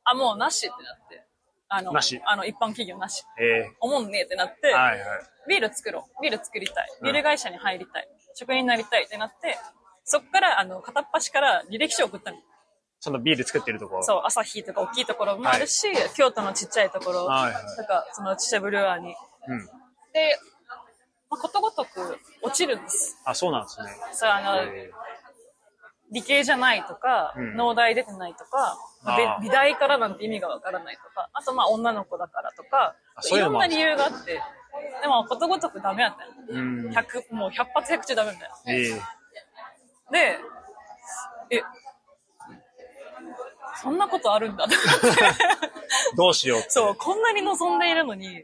S2: あ、もうなしってなって。あの、
S1: なし
S2: あの一般企業なし。
S1: え
S2: おもんねえってなって、
S1: えはいはい。
S2: ビール作ろう。ビール作りたい。
S1: うん
S2: ビール会社に入りたい。職人になりたいってなって、そっから、あの、片っ端から履歴書を送ったの。
S1: そのビール作ってるところ。
S2: そう、朝日とか大きいところもあるし、京都のちっちゃいところ、
S1: はいはい
S2: とか、そのちっちゃいブルワーに。
S1: うん。
S2: で、まあ、ことごとく落ちるんです。
S1: あ、そうなんですね。
S2: そう、あの、
S1: え
S2: 理系じゃないとか、
S1: うん
S2: 農大出てないとか、まあ
S1: ああ
S2: 美美大からなんて意味がわからないとか、あとまあ女の子だからとか
S1: あ、
S2: い
S1: そういうの
S2: ろん
S1: も
S2: な理由があって、でもことごとくダメだったよ。
S1: えうん。
S2: 100、もう100発100中ダメみたいな。
S1: ええ
S2: で、え、そんなことあるんだ と思って。
S1: どうしようって。
S2: そう、こんなに望んでいるのに、
S1: う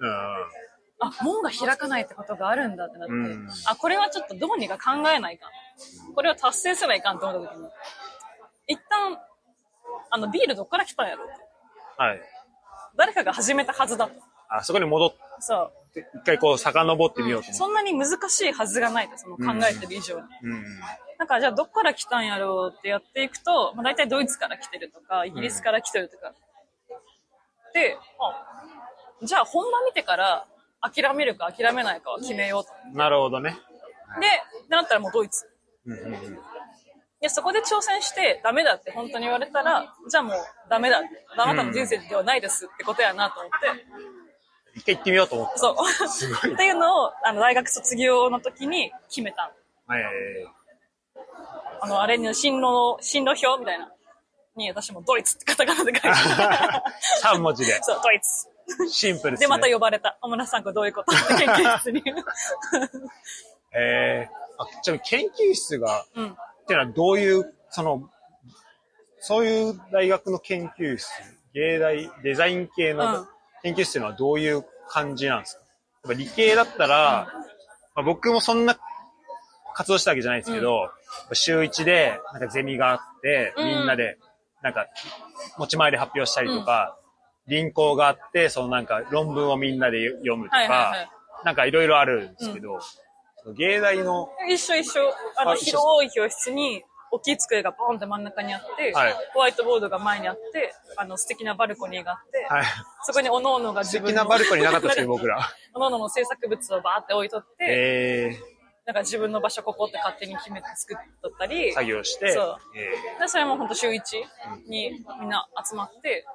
S2: あ、門が開かないってことがあるんだってなって、
S1: うん
S2: あ、これはちょっとどうにか考えないかん。これを達成せないかんと思った時に、一旦、あの、ビールどっから来たんやろ
S1: ん。はい。
S2: 誰かが始めたはずだと。
S1: あ、そこに戻っ
S2: そ
S1: て、一回こう、遡って
S2: う。
S1: みようと
S2: そ
S1: 思って。
S2: んなに難しいはずがないと、その考えてる以上に。
S1: うん。
S2: なんかじゃあどっから来たんやろうってやっていくと、まあ、大体ドイツから来てるとか、イギリスから来てるとか。で、あじゃあ本番見てから諦めるか諦めないかは決めようと。
S1: なるほどね。
S2: で、ってなったらもうドイツ。
S1: うんうんうん。
S2: で、そこで挑戦してダメだって本当に言われたら、じゃあもうダメだ。あなたの人生ではないですってことやなと思って。
S1: 一回行ってみようと思って。
S2: そう。
S1: すごい
S2: っていうのを、あの、大学卒業の時に決めた。
S1: はい。
S2: あの、あれの進路、進路表みたいな。に、私もドイツってカタカナで書いて
S1: 三文字で。
S2: そう、ドイツ。
S1: シンプルですね。
S2: で、また呼ばれた。小村さんこれどういうことって研究 室に。
S1: ええあ、ちなみに研究室が、
S2: うん。
S1: っていうのはどういう、その、そういう大学の研究室、芸大、デザイン系
S2: う
S1: の
S2: ん
S1: 研究室っていうのはどういう感じなんですか、やっぱ理系だったら、まあ、僕もそんな活動したわけじゃないですけど、週1でなんかゼミがあって、
S2: うん
S1: みんなでなんか持ち回りで発表したりとか、輪行があって、そのなんか論文をみんなで読むとか、
S2: はいはい
S1: なんかいろいろあるんですけど、その芸大の、
S2: はい。一緒一緒。あの、
S1: あ一緒
S2: 広い教室に、大きい机がボンって真ん中にあって、
S1: はい
S2: ホワイトボードが前にあって、あの、素敵なバルコニーがあって、
S1: はい、
S2: そこにおのおのが
S1: 素
S2: 自分
S1: 敵なバルコニーなかったですけど、僕
S2: ら。
S1: ら。
S2: おのおのの制作物をバーって置いとって、
S1: え
S2: なんか自分の場所ここって勝手に決めて作っとったり、
S1: ー、作業して、
S2: そう
S1: え
S2: でそれも本当週1にみんな集まって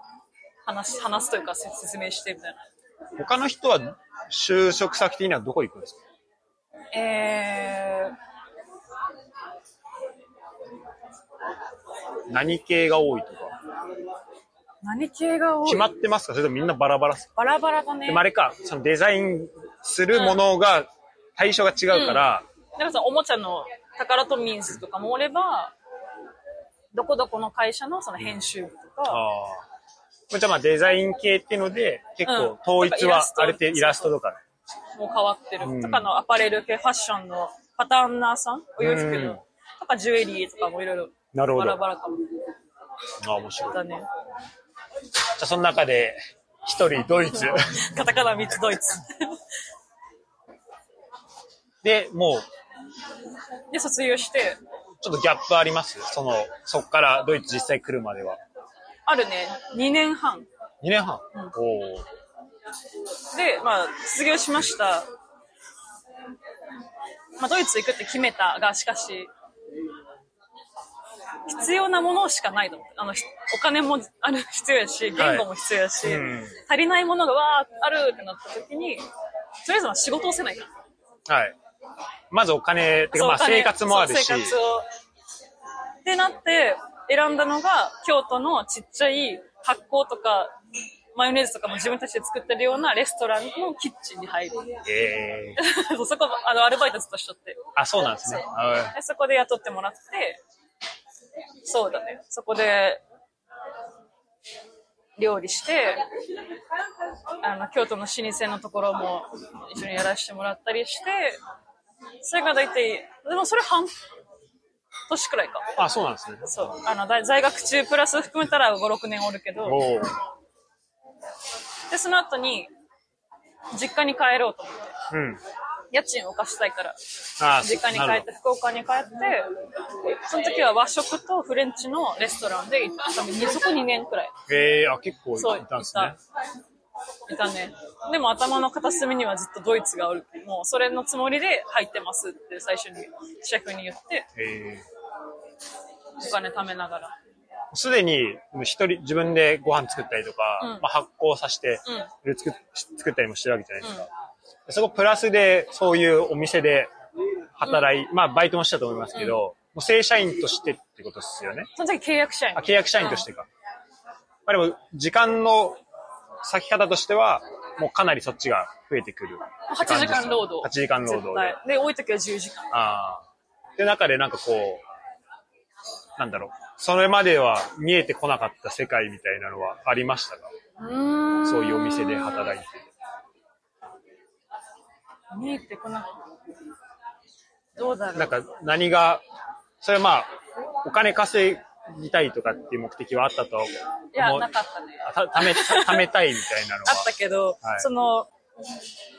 S2: 話し話すというかせ説明してみたい
S1: ー他の人は就職先的にはどこ行くんですか
S2: な。え
S1: 何系が多いとか。
S2: ー、何系が多い
S1: 決まってますかそれともみんなバラバラっすか
S2: バラバラだね。
S1: でもあれか、そのデザインするものが、対象が違うから、
S2: なんかさ、おもちゃの宝トミンズとかもおれば、どこどこの会社のその編集部とか、
S1: ああ。じゃあまあデザイン系っていうので、結構統一
S2: うん
S1: は
S2: なん、か
S1: あ
S2: イラ
S1: る
S2: スト
S1: 程度イラストとかね。
S2: もう変わってる。
S1: うん
S2: とかのアパレル系ファッションのパターンナーさん、お洋服の、
S1: うん
S2: とかジュエリーとかもいろいろ。
S1: なるほど
S2: バラバラかも。
S1: ああ、面白い。じゃ
S2: だね。
S1: あその中で、一人ドイツ。
S2: カタカナ3つドイツ。
S1: で、もう、
S2: で、卒業して、
S1: ちょっとギャップありますその、そっからドイツ実際来るまでは。
S2: あるね、2年半。
S1: 2年半。
S2: うん
S1: おお。
S2: で、まあ、卒業しました。まあ、ドイツ行くって決めたが、しかし、必要なものしかないと思って。あの、ひお金もある 必要やし、言語も必要やし、
S1: うん
S2: 足りないものがわーあるってなった時に、とりあえずまあ仕事をせないか。
S1: はい。まずお金、てかまあ
S2: そうお金
S1: 生活もあるし
S2: そう。生活を。ってなって、選んだのが、京都のちっちゃい発酵とか、マヨネーズとかも自分たちで作ってるようなレストランのキッチンに入る。
S1: ええ
S2: そうそこ、あの、アルバイトずっとしとって。
S1: あ、そうなんですね。はい
S2: でそこで雇ってもらって、そうだね。そこで、料理して、あの、京都の老舗のところも一緒にやらせてもらったりして、それが大体、でもそれ半年くらいか。
S1: あ、そうなんですね。
S2: そう。あの、大在学中プラス含めたら5、6年おるけど、
S1: おお。
S2: で、その後に、実家に帰ろうと思って。
S1: うん。
S2: 家賃を貸したいから。
S1: あ
S2: 実家に帰って、福岡に帰って、その時は和食とフレンチのレストランで行った。そこ2年くらい。
S1: ええー、あ、結構
S2: そう、
S1: いたんですね
S2: た。。いたね。でも頭の片隅にはずっとドイツがおる。もうそれのつもりで入ってますって最初にシェフに言って、
S1: ええ
S2: お金貯めながら。
S1: すでに、もう一人、自分でご飯作ったりとか、
S2: うん
S1: まあ、発酵させて、
S2: うん
S1: いろいろ作っ作ったりもしてるわけじゃないですか。そこプラスで、そういうお店で働い、まあ、バイトもしたと思いますけど、もう正社員としてってことですよね。
S2: その時契約社員
S1: あ、。契約社員としてか。まあでも、時間の割き方としては、もうかなりそっちが増えてくる。
S2: 8時間労働。
S1: 8時間労働
S2: 絶
S1: で。
S2: 対で、多い時は10時間。
S1: ああ。で、中でなんかこう、なんだろう。それまでは見えてこなかった世界みたいなのはありましたか
S2: うん
S1: そういうお店で働いて。
S2: 見えてこなどうだろ
S1: なん
S2: う。
S1: か何が、それはまあ、お金稼ぎたいとかっていう目的はあったと思う。
S2: いや、なかったね。
S1: あたため、ためたいみたいなのは。
S2: あったけど、
S1: はい
S2: その、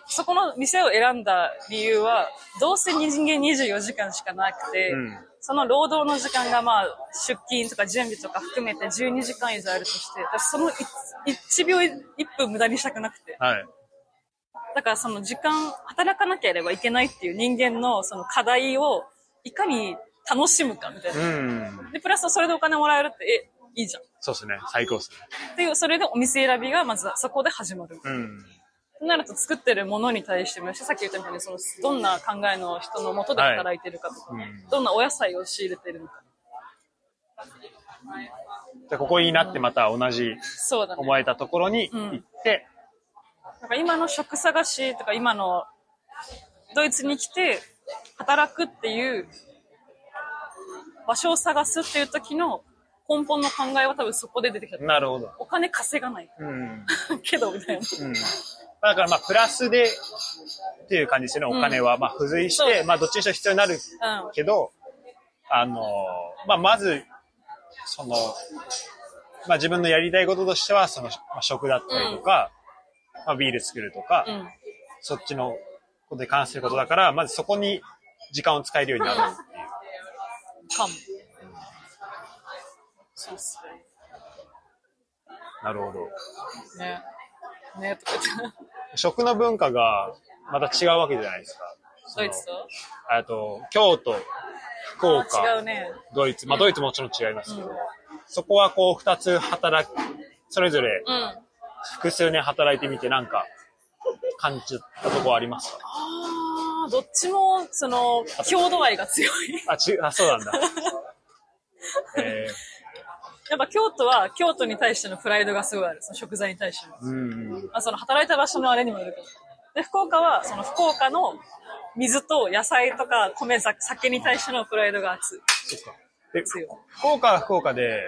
S2: そこの店を選んだ理由は、どうせ人間24時間しかなくて、
S1: うん
S2: その労働の時間がまあ、出勤とか準備とか含めて12時間以上あるとして、私その1秒1分無駄にしたくなくて。
S1: はい。
S2: だからその時間、働かなければいけないっていう人間のその課題を、いかに楽しむかみたいな。
S1: うん。
S2: で、プラスそれでお金もらえるって、え、いいじゃん。
S1: そうですね。最高ですね。
S2: っていう、それでお店選びがまずそこで始まる。
S1: うん。
S2: なると作ってるものに対してもよし、さっき言ったみたいに、その、どんな考えの人のもとで働いてるかとか、
S1: はいうん
S2: どんなお野菜を仕入れてるのか。
S1: じゃあここになってまた同じ
S2: そうだね。
S1: 思えたところに行って、
S2: なんか今の職探しとか今のドイツに来て働くっていう場所を探すっていう時の根本の考えは多分そこで出てきた。
S1: なるほど。
S2: お金稼がない。
S1: うん。
S2: けど、みたいな。
S1: うん。だからまあ、プラスで、っていう感じですよね、お金は。まあ、付随し
S2: そうで
S1: て、
S2: す
S1: まあ、どっちにしろ必要になる
S2: うん。
S1: けど、あのー、まあ、まず、その、まあ、自分のやりたいこととしては、その、まあ、食だったりとか、まあ、ビール作るとか、
S2: うん。
S1: そっちのことに関することだから、まずそこに時間を使えるようになるっていう。
S2: かも。そうっす
S1: なるほど。
S2: ね。ね、とか言って。
S1: 食の文化がまた違うわけじゃないですか。
S2: ドイツと
S1: あと、京都、福岡、
S2: あ違うね。
S1: ドイツ。まあ、ドイツももちろん違いますけど、そこはこう、二つ働く、それぞれ
S2: うん。あ
S1: 複数年働いてみて、なんか、感じたとこありますか
S2: あ、どっちも、その、郷土愛が強い。
S1: あ、ち、あ、そうなんだ。え
S2: やっぱ京都は、京都に対してのプライドがすごいある。その食材に対しての。
S1: ー、うん。
S2: まあ、その働いた場所のあれにもよるけど。で、福岡は、その福岡の水と野菜とか米、さ酒に対してのプライドが熱い
S1: そっか。で、
S2: 強い。
S1: 福岡は福岡で、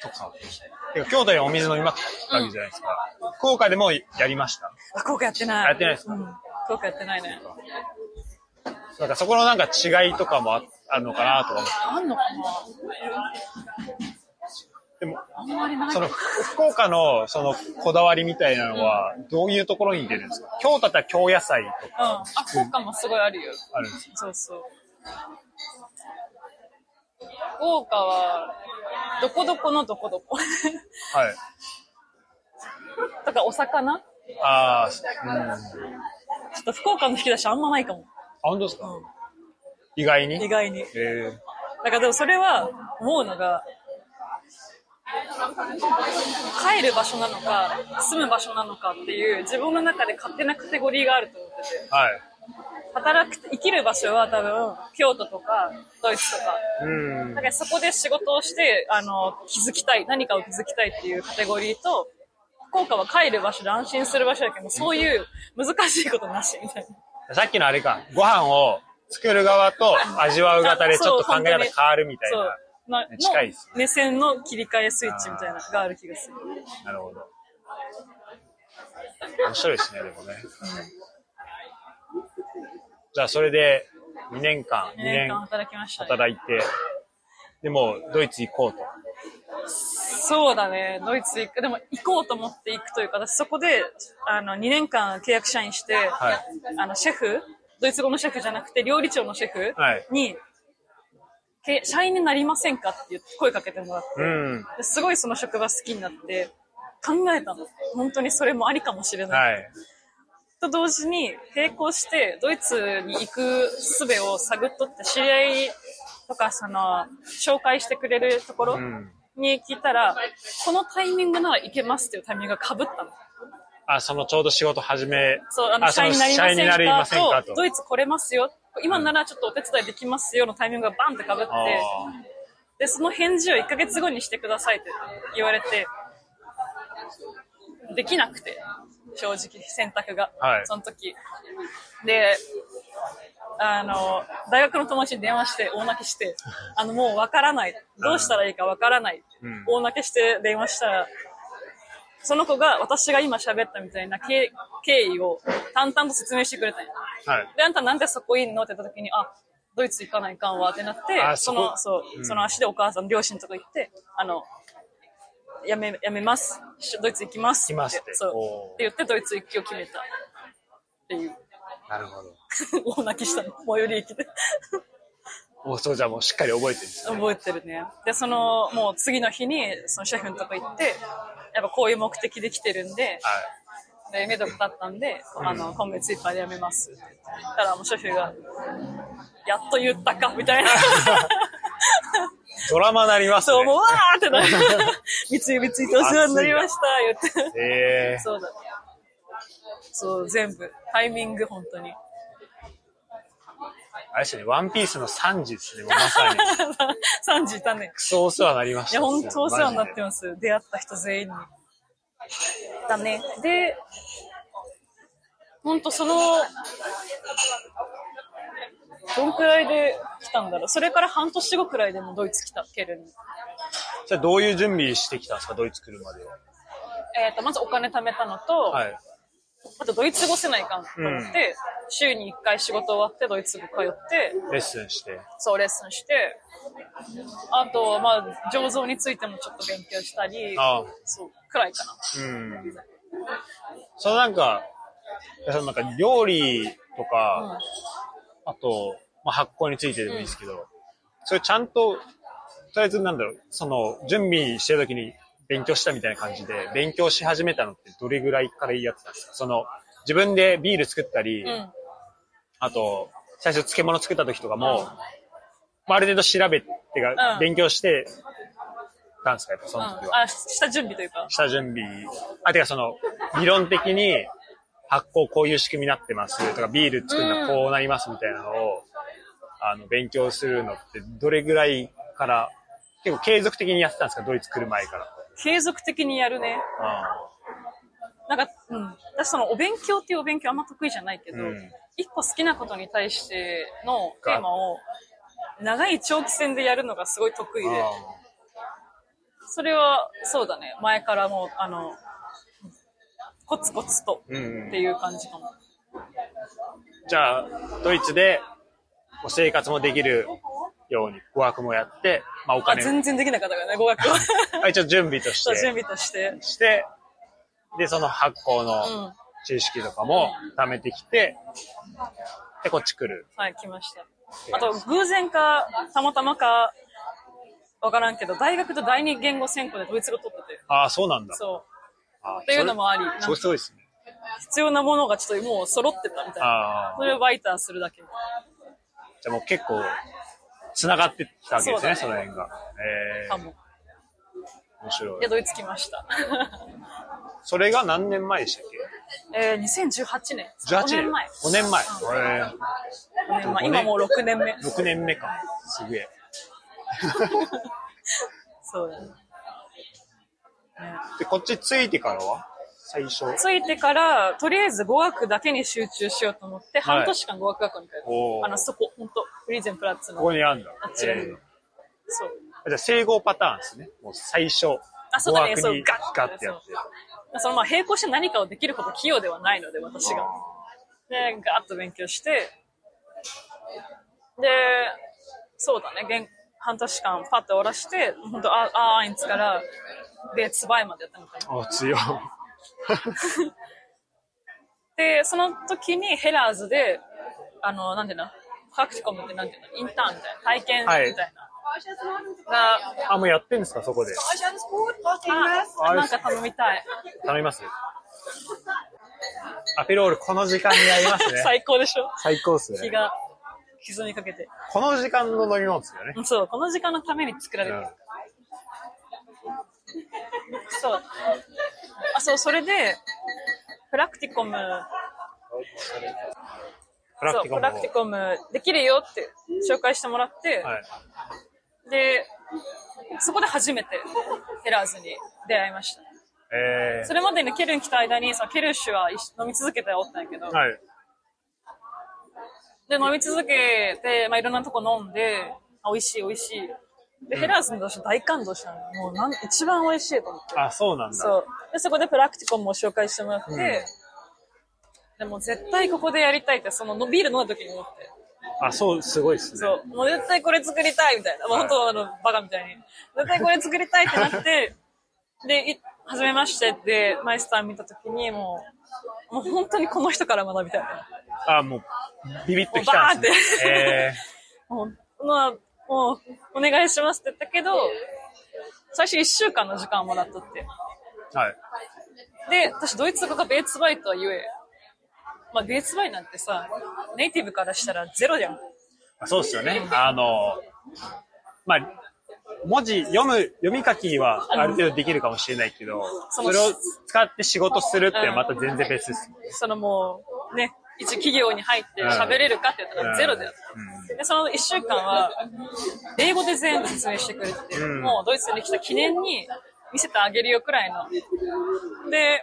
S1: そっか。てか、京都でお水飲みまくったわけじゃないですか。福岡でもやりました。
S2: あ、福岡やってない。
S1: あやってないですか
S2: うん。福岡やってないね。
S1: なんかそこのなんか違いとかもああるのかなとか思って。
S2: あんのかな
S1: でも、
S2: あんまりない。
S1: その、福岡のそのこだわりみたいなのは、どういうところに出るんですか京都だったら京野菜とか
S2: うん。あ、効果もすごいあるよ。
S1: あるんです
S2: そうそう。福岡は、どこどこのどこ どこ。
S1: かはい。
S2: とか、お魚ち
S1: ああ、うん。
S2: ょっと福岡の引き出しあんまないかも。
S1: あ、本当ですか、
S2: うん
S1: 意外に
S2: 意外に。
S1: え
S2: だからでもそれは思うのが、帰る場所なのか、住む場所なのかっていう自分の中で勝手なカテゴリーがあると思ってて、
S1: ー、はい。
S2: 働く、生きる場所は多分、京都とか、ドイツとか、
S1: うん
S2: だ。からそこで仕事をして、あの、気づきたい、何かを気づきたいっていうカテゴリーと、福岡は帰る場所で安心する場所だけど、そういう難しいことなしみたいな。
S1: さっきのあれか、ご飯を作る側と味わう側でちょっと考え方変わるみたい
S2: そう
S1: な。。
S2: まあ、
S1: 近いっすね
S2: の目線の切り替えスイッチみたいなのがある気がする。
S1: なるほど。面白いですね、でもね。じゃあ、それで2年間、2
S2: 2年
S1: 年
S2: 間働きました、ね。
S1: 働いて、でも、ドイツ行こうと。
S2: そうだね、ドイツ行く。でも行こうと思って行くというか、私そこで、あの、2年間契約社員して、
S1: はい。
S2: あの、シェフ、ドイツ語のシェフじゃなくて、料理長のシェフ
S1: はい
S2: に、け社員になりませんかっていう声かけてもらっ
S1: う
S2: て、
S1: ん。
S2: ですごいその職場好きになって、考えたの。本当にそれもありかもしれない。
S1: はい。
S2: と同時に、並行して、ドイツに行く術を探っとって、知り合いとか、その、紹介してくれるところ
S1: うん。
S2: に聞いたら、このタイミングなら行けますっていうタイミングが被ったの。
S1: あ、そのちょうど仕事始め、
S2: そう、あの、
S1: そ
S2: 社員になりま
S1: 社員になりま
S2: せ
S1: せん
S2: ん
S1: か
S2: か
S1: と
S2: と、。ドイツ来れますよ。今ならちょっとお手伝いできますよのタイミングがバンって被って、
S1: あ
S2: で、その返事を1ヶ月後にしてくださいって言われて、できなくて、正直、選択が。
S1: はい
S2: その時。で、あの、大学の友達に電話して、大泣 きして、あの、もうわからない。どうしたらいいかわからない。
S1: うん
S2: 大泣きして電話したら、その子が私が今喋ったみたいな経経緯を淡々と説明してくれたんや。
S1: ーはい。
S2: で、あんたなんでそこいんのって言った時に、あ、ドイツ行かないかんわってなって、
S1: あ
S2: そ
S1: そ
S2: の、
S1: こ
S2: そう、
S1: うん
S2: その足でお母さん、両親とか行って、あの、やめ、やめます。しドイツ行きます。
S1: 行きますって
S2: そう
S1: おー。
S2: って言って、ドイツ行きを決めた。っていう。
S1: なるほど。
S2: 大泣きしたの。最寄り駅で。
S1: お、そうじゃあもうしっかり覚えてるんですね。
S2: 覚えてるね。で、その、もう次の日に、そのシェフのとこ行って、やっぱこういう目的で来てるんで、
S1: はい。
S2: で、目処が立ったんで、あの、今月いっぱいで辞めますって言ったら、もうシェフが、やっと言ったか、みたいな。
S1: ドラマなりますね。
S2: そう、もう、わーっ てなる。三井三井とお世話になりました、言って。
S1: ええ
S2: そうだ。そう、全部。タイミング、本当に。
S1: あれですよね、ワンピースの3時ですね、もうまさに。
S2: 3時いたね。
S1: クソお世話になりまし
S2: い
S1: た。
S2: や、本当お世話になって
S1: ま
S2: ます。出会った人全員に。だね。で、ほんとその、どんくらいで来たんだろう。それから半年後くらいでもドイツ来た、ケルンに。
S1: じゃあどういう準備してきたんですか、ドイツ来るまでは。
S2: えっ、と、まずお金貯めたのと、
S1: はい。
S2: あとドイツ語せないかんと思って、週に1回仕事終わってドイツ語通って、
S1: レッスンして。
S2: そう、レッスンして、あと、まあ、醸造についてもちょっと勉強したり、
S1: ああ
S2: そう、くらいかな。
S1: うん。そのなんか、そのなんか料理とか、あと、まあ、発酵についてでもいいですけど、それちゃんと、とりあえずなんだろう、その準備してる時に勉強したみたいな感じで、勉強し始めたのってどれぐらいからいいやつなんですかその、自分でビール作ったり、
S2: うん。
S1: あと、最初漬物作った時とかも、まあ、ある程度調べてが、
S2: うん
S1: 勉強してたんですかやっぱそ
S2: うん、
S1: の時は。
S2: あ、下準備というか。
S1: 下準備、あ、てかその、理論的に発酵こういう仕組みになってますとか、ビール作るのはこうなりますみたいなのを、あの、勉強するのってどれぐらいから、結構継続的にやってたんですかドイツ来る前から。
S2: 継続的にやるね。なんか、うん。私そのお勉強っていうお勉強あんま得意じゃないけど、
S1: うん
S2: 一個好きなことに対してのテーマを、長い長期戦でやるのがすごい得意
S1: うん
S2: で、それは、そうだね。前からもう、あの、コツコツと
S1: うん
S2: っていう感じかも。
S1: じゃあ、ドイツでこう生活もできるように語学もやって、まあお
S2: あ、
S1: 金も、
S2: 全然できなかったからね、語 学を。
S1: あ一応準備とし
S2: そう準
S1: て、
S2: 備として。
S1: して、で、その発酵の、
S2: うん。
S1: 知識とかも貯めてきて、で、こっち来る。
S2: はい、来ました。あと、偶然か、たまたまか、わからんけど、大学と第二言語専攻でドイツ語取ってて。
S1: ああ、そうなんだ。
S2: そ
S1: あー
S2: っていうのもあり
S1: それすごいすごいですね。
S2: う。必要なものがちょっともう揃ってたみたいな。
S1: ああ
S2: そ。れをバイターするだけ。
S1: じゃあもう結構、繋がってきたわけですね、そ
S2: そうだ
S1: の
S2: ね
S1: 辺が。ええ
S2: かも。
S1: 面白い
S2: で、。ドイツ来ました。
S1: それが何年前でしたっ
S2: えー、2018年。
S1: け ?18
S2: 5
S1: 年
S2: 年前。
S1: 5年前。え
S2: 5年前。今もう6年目
S1: え。6年目か。すげえ。
S2: そうだね。ね
S1: で、こっち着いてからは最初。
S2: ついてから、とりあえず語学だけに集中しようと思って、
S1: はい
S2: 半年間語学学校に通っ
S1: おー
S2: た。あの、そこ、ほんと、フリーゼンプラッツ
S1: こ
S2: の。
S1: こにあるんだ。
S2: あっちらに
S1: ええ
S2: そう。
S1: じゃあ整合パターンですね。もう最初。
S2: あそうだね
S1: 語
S2: そ
S1: 学
S2: う
S1: に
S2: ガッ
S1: ガッてやって。
S2: そのまあ並行して何かをできるほど器用ではないので、私が。で、ガーッと勉強して、で、そうだね、現半年間パッと下ろして、本当あ、あ、アインツから、で、ツバイまでやったのかな。
S1: ああ、強い。
S2: で、その時にヘラーズで、あの、なんていうのファクティコムってなんていうのインターンみたいな。体験みたいな。が
S1: あ、もうやってんですか、そこで。
S2: Ah. あ、なんか頼みたい。
S1: 頼みますアペロールこの時間にやりますね。
S2: 最高でしょ
S1: 最高っす
S2: 日
S1: ね。
S2: が歪みかけて。
S1: この時間の飲み物ですよね。
S2: そう、この時間のために作られてる。そう。あ、そう、それで、プラクティコム、
S1: プラク
S2: そう、
S1: ティ
S2: プ
S1: コム
S2: ラクティコムできるよって紹介してもらって、
S1: はい。
S2: で、そこで初めてヘラーズに出会いました。
S1: え
S2: それまでにケルン来た間に、そのケルシュは一緒飲み続けておったんやけど、
S1: ー、はい。
S2: で、飲み続けて、まあ、いろんなとこ飲んで、あ、美味しい美味しい。で、ヘラーズの私大感動したの。もうなん、一番美味しいと思って。
S1: あ、そうなんだ。
S2: そう。で、そこでプラクティコムも紹介してもらって、
S1: うん
S2: でも絶対ここでやりたいって、そののビール飲んだ時に思って。
S1: あ、そう、すごいっすね。
S2: そう。もう絶対これ作りたいみたいな。もう
S1: はい
S2: 本当あの、バカみたいに。絶対これ作りたいってなって、 で、い、初めましてって、マイスター見た時に、もう、もう本当にこの人から学びたい。
S1: あ、もう、ビビッときたんですね。
S2: もうバーン
S1: え
S2: もう、まあ、もう、お願いしますって言ったけど、最初1週間の時間をもらっとって。
S1: ー、はい。
S2: で、私、ドイツ語がベーツバイとは言え。まあ、ベーツバイなんてさ、ネイティブからしたらゼロじゃん。
S1: あそうっすよね。あの、まあ、文字、読む、読み書きはある程度できるかもしれないけど、そ
S2: その
S1: れを使って仕事するってまた全然別ですね。
S2: そのもう、ね、一企業に入って喋れるかって言ったらゼロだよ。で、その一週間は、英語で全部説明してくれて、
S1: ん
S2: もうドイツに来た記念に見せてあげるよくらいの。で、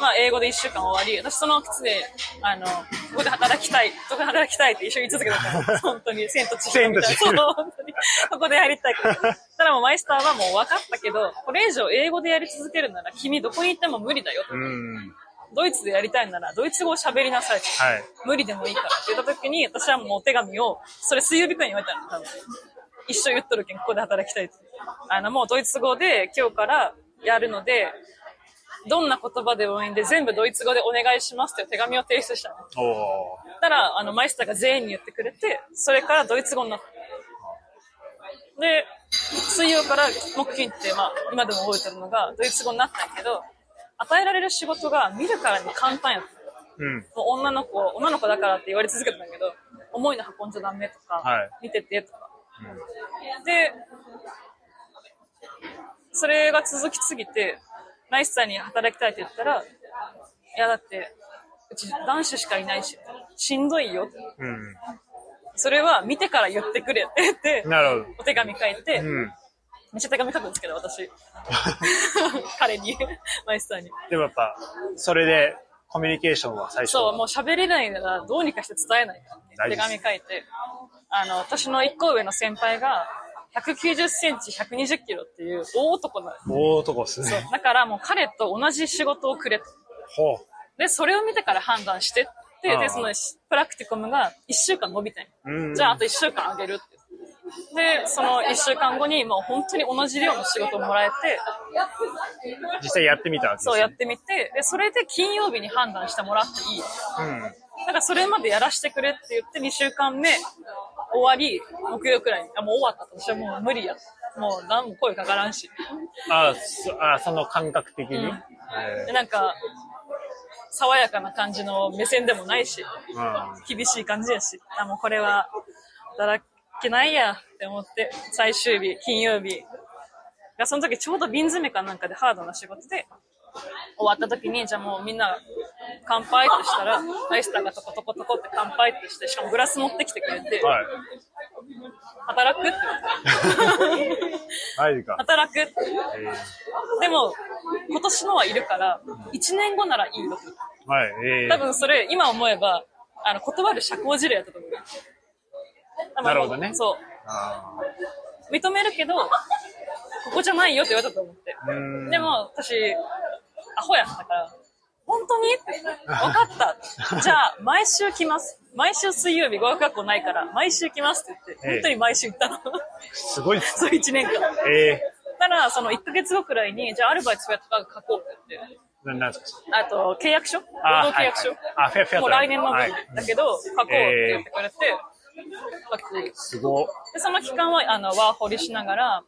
S2: まあ、英語で1週間終わり、私その靴で、あの、ここで働きたい、ここで働きたいって一緒に言い続けた から、本当に、千と千尋みたいな。
S1: 千と千尋
S2: そう、本当に。ここでやりたいから。ただもうマイスターはもう分かったけど、これ以上英語でやり続けるなら、君どこに行っても無理だよと。
S1: うん。
S2: ドイツでやりたいなら、ドイツ語を喋りなさいと。
S1: はい。
S2: 無理でもいいからって言った時に、私はもうお手紙を、それ水曜日くらいに言われたの、多分。一生言っとるけん、ここで働きたいって。あの、もうドイツ語で今日からやるので、どんな言葉でもいいんで、全部ドイツ語でお願いしますっていう手紙を提出したの。
S1: おお
S2: たら、あの、マイスターが全員に言ってくれて、それからドイツ語になった。で、水曜から木金って、まあ、今でも覚えてるのが、ドイツ語になったんやけど、与えられる仕事が見るからに簡単やった。
S1: ー。うん。
S2: もう女の子、女の子だからって言われ続けたんだけど、重いの運んじゃダメとか、
S1: はい
S2: 見ててとか。で、それが続きすぎて、ナイスさんに働きたいって言ったら、いやだって、うち男子しかいないし、しんどいよ。
S1: うん。
S2: それは見てから言ってくれって言って、
S1: なるほ
S2: お手紙書いて、
S1: ど。うん。
S2: めっちゃ手紙書くんですけ ど、私。彼に、マイスターに。
S1: でもやっぱ、それでコミュニケーションは最初
S2: そう、
S1: は。
S2: もう喋れないならどうにかして伝えないかって
S1: 大
S2: 手
S1: 事
S2: 紙
S1: で
S2: 書いて、あの、私の一個上の先輩が、190センチ120キロっていう大男なの。
S1: 大男っすね。
S2: だからもう彼と同じ仕事をくれと。
S1: ほ
S2: で、それを見てから判断してって、
S1: あ
S2: で、
S1: あ
S2: そのプラクティコムが1週間伸びたんよ
S1: う。うん。
S2: じゃああと1週間あげるって。で、その1週間後にもう本当に同じ量の仕事をもらえて、
S1: 実際やってみたわけです、ね。
S2: そうやってみて、で、それで金曜日に判断してもらっていいよ。
S1: うん。
S2: だからそれまでやらしてくれって言って2週間目終わり、木曜くらいに、あ、もう終わったと。私はもう無理や。もう何も声かからんし。
S1: あそあ、その感覚的に。
S2: うん
S1: はい
S2: で、なんか、爽やかな感じの目線でもないし、
S1: う
S2: 厳しい感じやし、あ、もうこれは、働けないやって思って、最終日、金曜日。が、その時ちょうど瓶詰めかなんかでハードな仕事で、終わった時に、じゃあもうみんな、乾杯ってしたら、アイスターがトコトコトコって乾杯ってして、しかもグラス持ってきてくれて
S1: ん。、はい。
S2: 働くって言われて
S1: はいか。
S2: 働くって
S1: えー
S2: でも今年のはいるから1年後ならいいよ
S1: はい。えー
S2: 多分それ今思えばあの断る社交辞令やったと思う多分
S1: なるほどね
S2: そ
S1: あ
S2: う認めるけどここじゃないよって言われたと思って
S1: ーうん
S2: でも私アホやったから本当にって分か ったじゃあ毎週来ます毎週水曜日語学学校ないから毎週来ますって言って
S1: ええ
S2: 本当に毎週行ったの
S1: すごいっす。
S2: そう1年間
S1: え
S2: たら、その1ヶ月後くらいに、じゃあアルバイトそうやって書こうって言って、
S1: ー、ななんですか
S2: あと契約書労
S1: あ
S2: 働契約書、
S1: はいはいあフェアフェア
S2: もう来年の分、
S1: はい
S2: だけど、書こうって言ってくれて、書く
S1: すご。
S2: でその期間はあのワーホリしながら、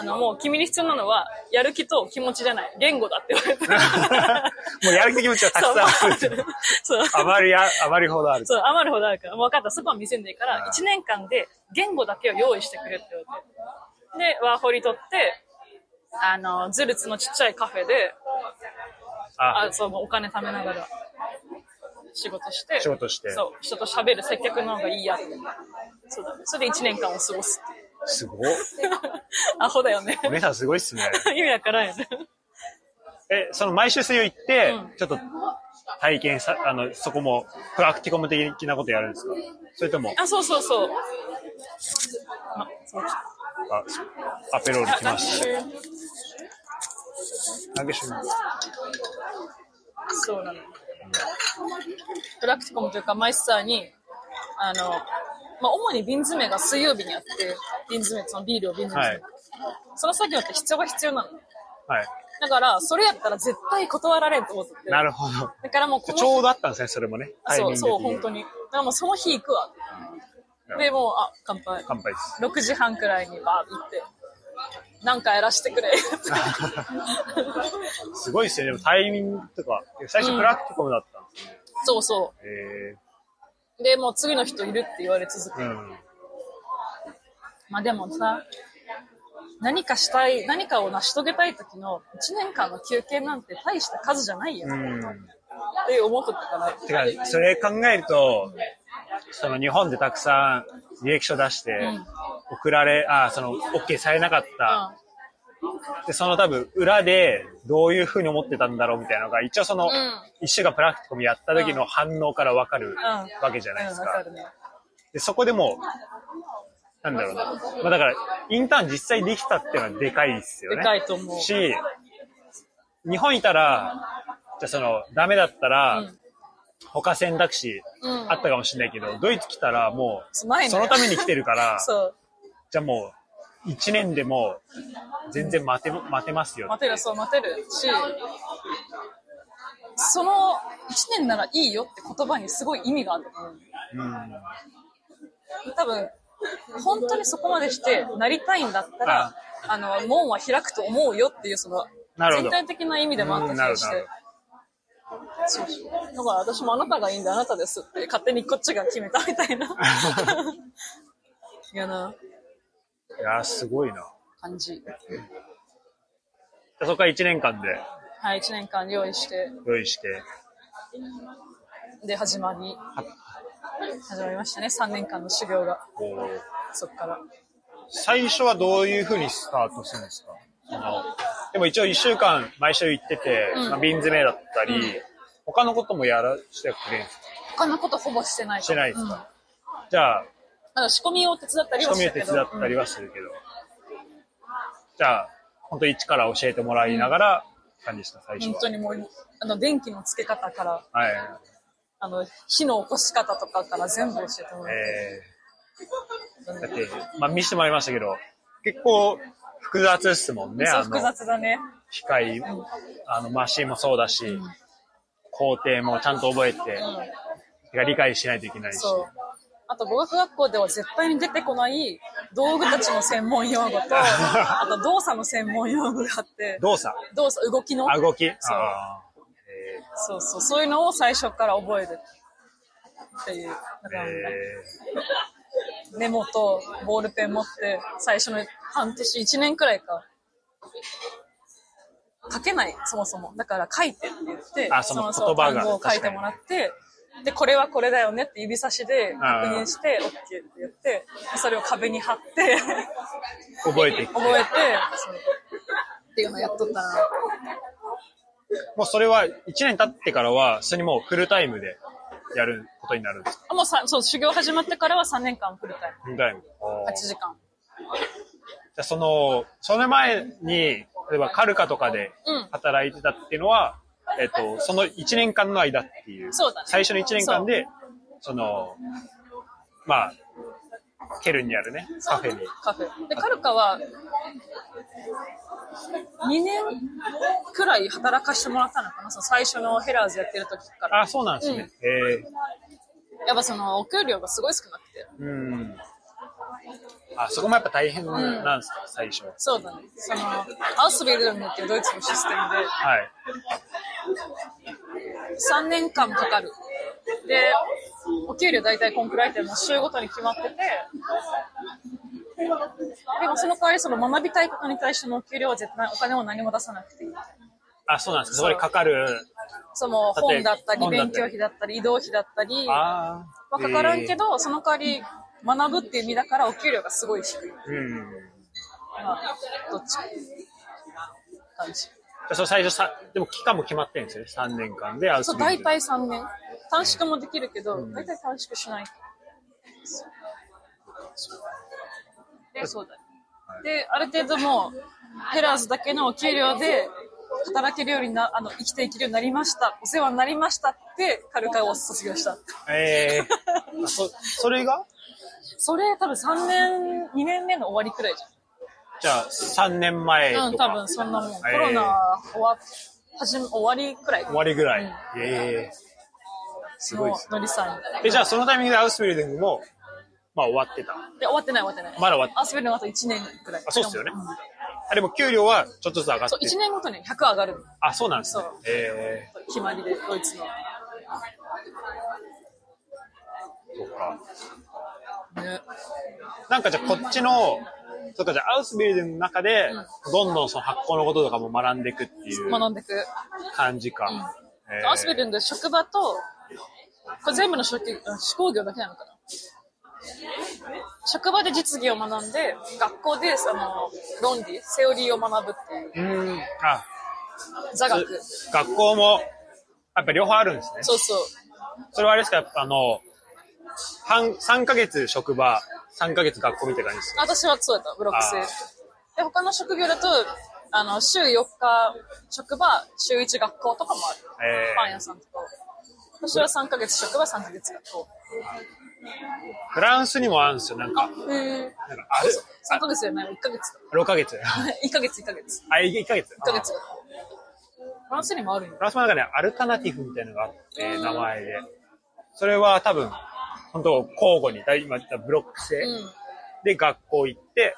S2: あのもう君に必要なのは、やる気と気持ちじゃない、言語だって言 われて。
S1: もうやる気持ちはたくさんある。
S2: そう
S1: あまりあ、あまりほどある。
S2: そう、余るほどあるから、もう分かった、そこは見せんでいいから、1年間で言語だけを用意してくれって言われて。で、ワーホリ取って、あの、ズルツのちっちゃいカフェで、
S1: あ、
S2: あ、そう、もうお金貯めながら仕事して、
S1: 仕事して
S2: そう、人と喋る接客の方がいいやって。そうだね。それで1年間を過ごす っていう。
S1: すご。
S2: アホだよね。
S1: お姉さんすごいっすね。
S2: 意味わからんよね。
S1: え、その毎週水曜行って、
S2: うん
S1: ちょっと体験さ、あの、そこも、プラクティコム的なことやるんですかそれとも、
S2: あ、そうそうそう。あ、そう
S1: あ、アペロール
S2: あ
S1: 来
S2: ダ
S1: ま
S2: ン
S1: し
S2: シュ
S1: た。なんでしょう
S2: そうなの。プラクティコムというか、マイスターに、あの、まあ、主に瓶詰めが水曜日にあって、瓶詰め、そのビールを瓶詰めする、
S1: は
S2: その作業って必要が必要なの。
S1: はい。
S2: だから、それやったら絶対断られんと思って。
S1: なるほど。
S2: だからもうこの
S1: ちょうどあったんですね、それもね。タイミン
S2: そ
S1: グ
S2: う、
S1: 的
S2: そう、本当に。だからもうその日行くわ。で、もう、あ、乾杯。
S1: 乾杯です。
S2: 6時半くらいにバーって行って、なんかやらして くれ。
S1: すごいですよね。でもタイミングとか、最初プラクティコムだったんですね。
S2: そうそ
S1: え
S2: う。で、もう次の人いるって言われ続け
S1: ー、うん。
S2: まあでもさ、何かしたい、何かを成し遂げたい時の1年間の休憩なんて大した数じゃないよ、っ
S1: うん。
S2: て思っとったから。
S1: てか、それ考えると、その日本でたくさん履歴書出して
S2: ん、
S1: 送られ、あ、その、OK されなかった
S2: う
S1: で、その多分裏でどういうふうに思ってたんだろうみたいなのが、一応その、一週間プラクティコムやった時の反応からわかるわけじゃないです
S2: うんわか
S1: か
S2: る。ね。
S1: で、そこでもう、なんだろうな。まあだから、インターン実際できたっていうのはでかいですよね。
S2: でかいと思う
S1: し、日本いたら、じゃあその、ダメだったら、
S2: うん
S1: 他選択肢
S2: うん
S1: あったかもしれないけど、ドイツ来たらもう、
S2: ないの
S1: そ
S2: よ
S1: のために来てるから、
S2: そう。
S1: じゃあもう、1年でもう、全然待て、待てますよ。
S2: 待てる、そう、待てるし、その1年ならいいよって言葉にすごい意味がある。
S1: うん。
S2: 多分、本当にそこまでしてなりたいんだったら、あの、門は開くと思うよっていう、その、
S1: なるほど
S2: 全体的な意味でもあった気がし
S1: うんなる
S2: て。そうそう。だから私もあなたがいいんであなたですって勝手にこっちが決めたみた いな。いやない
S1: やー、すごいな。
S2: 感じ。
S1: そこから1年間で
S2: はい、1年間用意して、
S1: 用意して、
S2: で、始まり、始まりましたね、3年間の修行が。
S1: こう、
S2: そっから。
S1: 最初はどういうふうにスタートするんですかそのでも一応1週間毎週行ってて、
S2: うん
S1: まあ、瓶詰めだったり、
S2: うん
S1: 他のこともやらしてくれるんですか
S2: 他のことほぼしてない
S1: してないです
S2: うん
S1: か、じゃあ、
S2: まだ仕込みを手伝ったり
S1: 仕
S2: は
S1: 込
S2: し
S1: みを
S2: た
S1: 手
S2: けど。
S1: 伝ったりはするけど、じゃあ、本当一から教えてもらいながら、感じですか、最
S2: う
S1: 初
S2: ん本当
S1: は。
S2: にもう、あの、電気のつけ方から、
S1: はい。
S2: あの、火の起こし方とかから全部教えてもらって。
S1: えー、だって、まあ見せてもらいましたけど、結構複雑ですもんね、
S2: そう、
S1: あ
S2: 複
S1: の、
S2: 雑だね。
S1: 機械、あの、マシンもそうだし、工程もちゃんと覚えて、
S2: う
S1: が理解しないといけない
S2: ん。
S1: し。
S2: そう。あと、語学学校では絶対に出てこない道具たちの専門 用語と、あと動作の専門用語があって、
S1: 動作
S2: 動作、動きの。
S1: あ、動き
S2: そう
S1: あー
S2: そうそう、そういうのを最初から覚えるっていう。だから、
S1: え
S2: メモとボールペン持って、最初の半年、1年くらいか。書けない、そもそも。だから書いてって言って、
S1: あその言葉が
S2: 単語を書いてもらって、で、これはこれだよねって指差しで確認して、OK って言って、それを壁に貼って、
S1: ー覚えていく。
S2: 覚えて、そうっていうのをやっとったな。
S1: もうそれは1年経ってからは、それにもうフルタイムでやることになるんですか
S2: あもうさ、そう、修行始まってからは3年間フルタイ
S1: フルタイム。
S2: ム。
S1: あー
S2: 8時間。
S1: じゃあその、その前に、例えばカルカとかで
S2: うん
S1: 働いてたっていうのは、えっと、その1年間の間っていう。
S2: そうだね
S1: 最初の1年間で、その、まあ、ケルンにあるね、カフェに。
S2: カフェ。で、カルカは、2年くらい働かしてもらったのかな、その最初のヘラーズやってる時から。
S1: あ、そうなんですね。えー
S2: やっぱその、お給料がすごい少なくて。
S1: うん。あ、そこもやっぱ大変なんですか、最初。
S2: そうだね。その、アウスビルムっていうドイツのシステムで、
S1: はい。
S2: 3年間かかる。で、お給料大体こんくらいってもう週ごとに決まってて、でもその代わりその学びたいことに対してのお給料は絶対お金を何も出さなくていい。
S1: あ、そうなんですか。そこにかかる。
S2: そ
S1: だ
S2: の
S1: って
S2: 本だったり、
S1: 本だったり
S2: 勉強費だったり、移動費だったり、
S1: ああ。
S2: はかからんけど、その代わり学ぶっていう意味だからお給料がすごい低い。ま
S1: えー。うん。じ
S2: あ、どっちか。感じ。
S1: ゃあそれ最初さ、でも期間も決まってるんですよね。三年間でアウス
S2: そう、
S1: ビル
S2: 大体3年。短縮もできるけど、大体短縮しない。で、そうだね。で、ある程度もう、ヘラーズだけのお給料で、働けるようにな、あの、生きていけるようになりました。お世話になりましたって、カルカを卒業した。
S1: ええー。あそ、それが
S2: それ多分3年、2年目の終わりくらいじゃん。
S1: じゃあ、三年前
S2: うん、
S1: とか。
S2: 多分そんなもん。
S1: えー
S2: コロナ終わっ、始め終わりくらい。
S1: 終わりぐらい。
S2: うん
S1: ええー。すごいですね。
S2: のりさん。
S1: え、じゃあそのタイミングでアウスビルディングも、まあ終わってた。
S2: で、終わってない終わってない。
S1: まだ終わって
S2: アスベルのあと1年くらい。
S1: あ、そうっすよね
S2: ん。
S1: あ、でも給料はちょっとずつ上がっ
S2: そう、
S1: て
S2: 1。年ごとに100上がる。
S1: あ、そうなんですね
S2: そう。
S1: ええ
S2: 決まりで、ドイツの。
S1: ー。そうか。
S2: ね。
S1: なんかじゃあこっちの、とかじゃあアウスビルディングの中で、どんどんその発酵のこととかも学んでいくっていう
S2: 学んでく。
S1: 感じか。えー
S2: アスベルの職場と、これ全部の職、あ手工業だけなのかな職場で実技を学んで、学校でその論理、セオリーを学ぶっていう、
S1: うん。あ、
S2: 座学。
S1: 学校も、やっぱ両方あるんですね。
S2: そうそう。
S1: それはあれですか、やっぱあの、半、3ヶ月職場、3ヶ月学校みたいな感じですか
S2: 私はそうやった、ブロック制
S1: あー。
S2: で、他の職業だと、あの、週4日職場、週1学校とかもある。
S1: えー
S2: パン屋さんとか。私は3ヶ月職場、3ヶ月学校。
S1: フランスにもあるんですよ、なんか。
S2: へえ。
S1: なんかある
S2: 3ヶ月じゃない、1ヶ 月。
S1: 6ヶ月。
S2: 1ヶ月、1ヶ月。
S1: あ、1ヶ月。
S2: 1ヶ月学校。フランスにもあるよ
S1: フ。ランスの中でアルタナティフみたいなのがあって、名前で。それは多分、本当交互に、だい今言ったブロック制。
S2: うん。
S1: で、学校行って、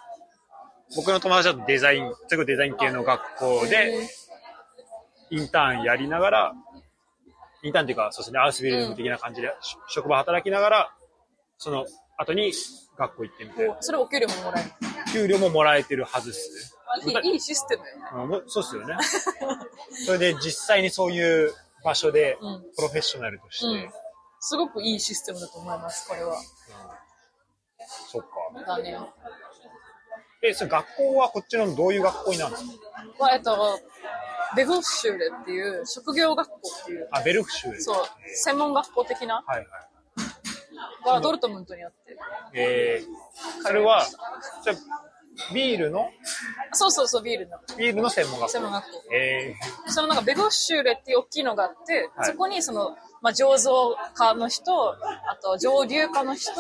S1: 僕の友達だとデザイン、すぐデザイン系の学校
S2: へ
S1: で、インターンやりながら、インターンっていうか、そうですね、アウスビルディング的な感じで、し職場働きながら、その後に学校行ってみたい
S2: え
S1: な。
S2: それお給料もも らえる。
S1: 給料ももらえてるはずっす。
S2: いいいいシステムだよね。
S1: うんもそうっすよ ね。それで実際にそういう場所で
S2: うん、
S1: プロフェッショナルとして、
S2: うん。すごくいいシステムだと思います、これは。
S1: そっか。
S2: だね。
S1: え、それ学校はこっちのどういう学校になるんですか
S2: は、えっと、ベフシューレっていう職業学校っていう、
S1: あ、ベルフ州
S2: そう、専門学校的な、
S1: はいはい。
S2: がドルトムントにあって。
S1: えー、それは、それビールの、
S2: そうそうそう、ビールの
S1: ビールの専門学
S2: 専
S1: 校。
S2: 門学校。
S1: え
S2: そのなんかベフシューレっていう大きいのがあって、
S1: はい
S2: そこにその、まあ、醸造家の人、あと蒸留家の人、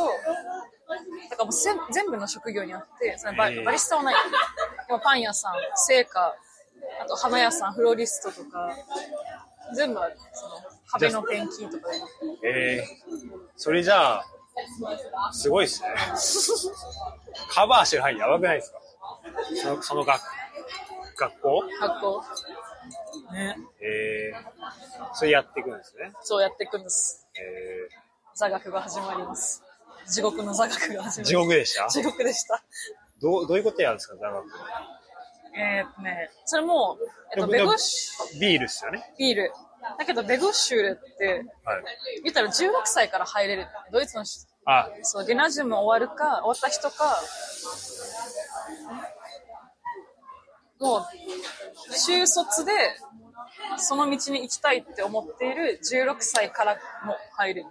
S2: だからもう全全部の職業にあって、そのバ,、
S1: えー
S2: バリスタはない。でもパン屋さん、製菓、あと花屋さん、フロリストとか、全部ある。その壁のペンキとかで。
S1: ー、えー、それじゃあ、すごいっすね。カバーしてる範囲やばくないですかその、その学、学校
S2: 学校。ね。
S1: えー、それやっていくんですね。
S2: そうやっていくんです。
S1: え
S2: 座学が始まります。地獄の座学が始
S1: ー、
S2: ま
S1: 地
S2: りま
S1: 獄でした
S2: す。地獄でした。
S1: どう、どういうことやるんですか座学。
S2: えーっとね、それも、えっと、
S1: で
S2: ベ
S1: も
S2: ゴッシ
S1: ビールっすよね。
S2: ュビール。だけど、ベゴッシューレって、
S1: はい。
S2: 言ったら16歳から入れる。ドイツのし、
S1: あ、
S2: そう、ゲナジウム終わるか、終わった人か、もう、中卒で、その道に行きたいって思っている16歳からも入れる。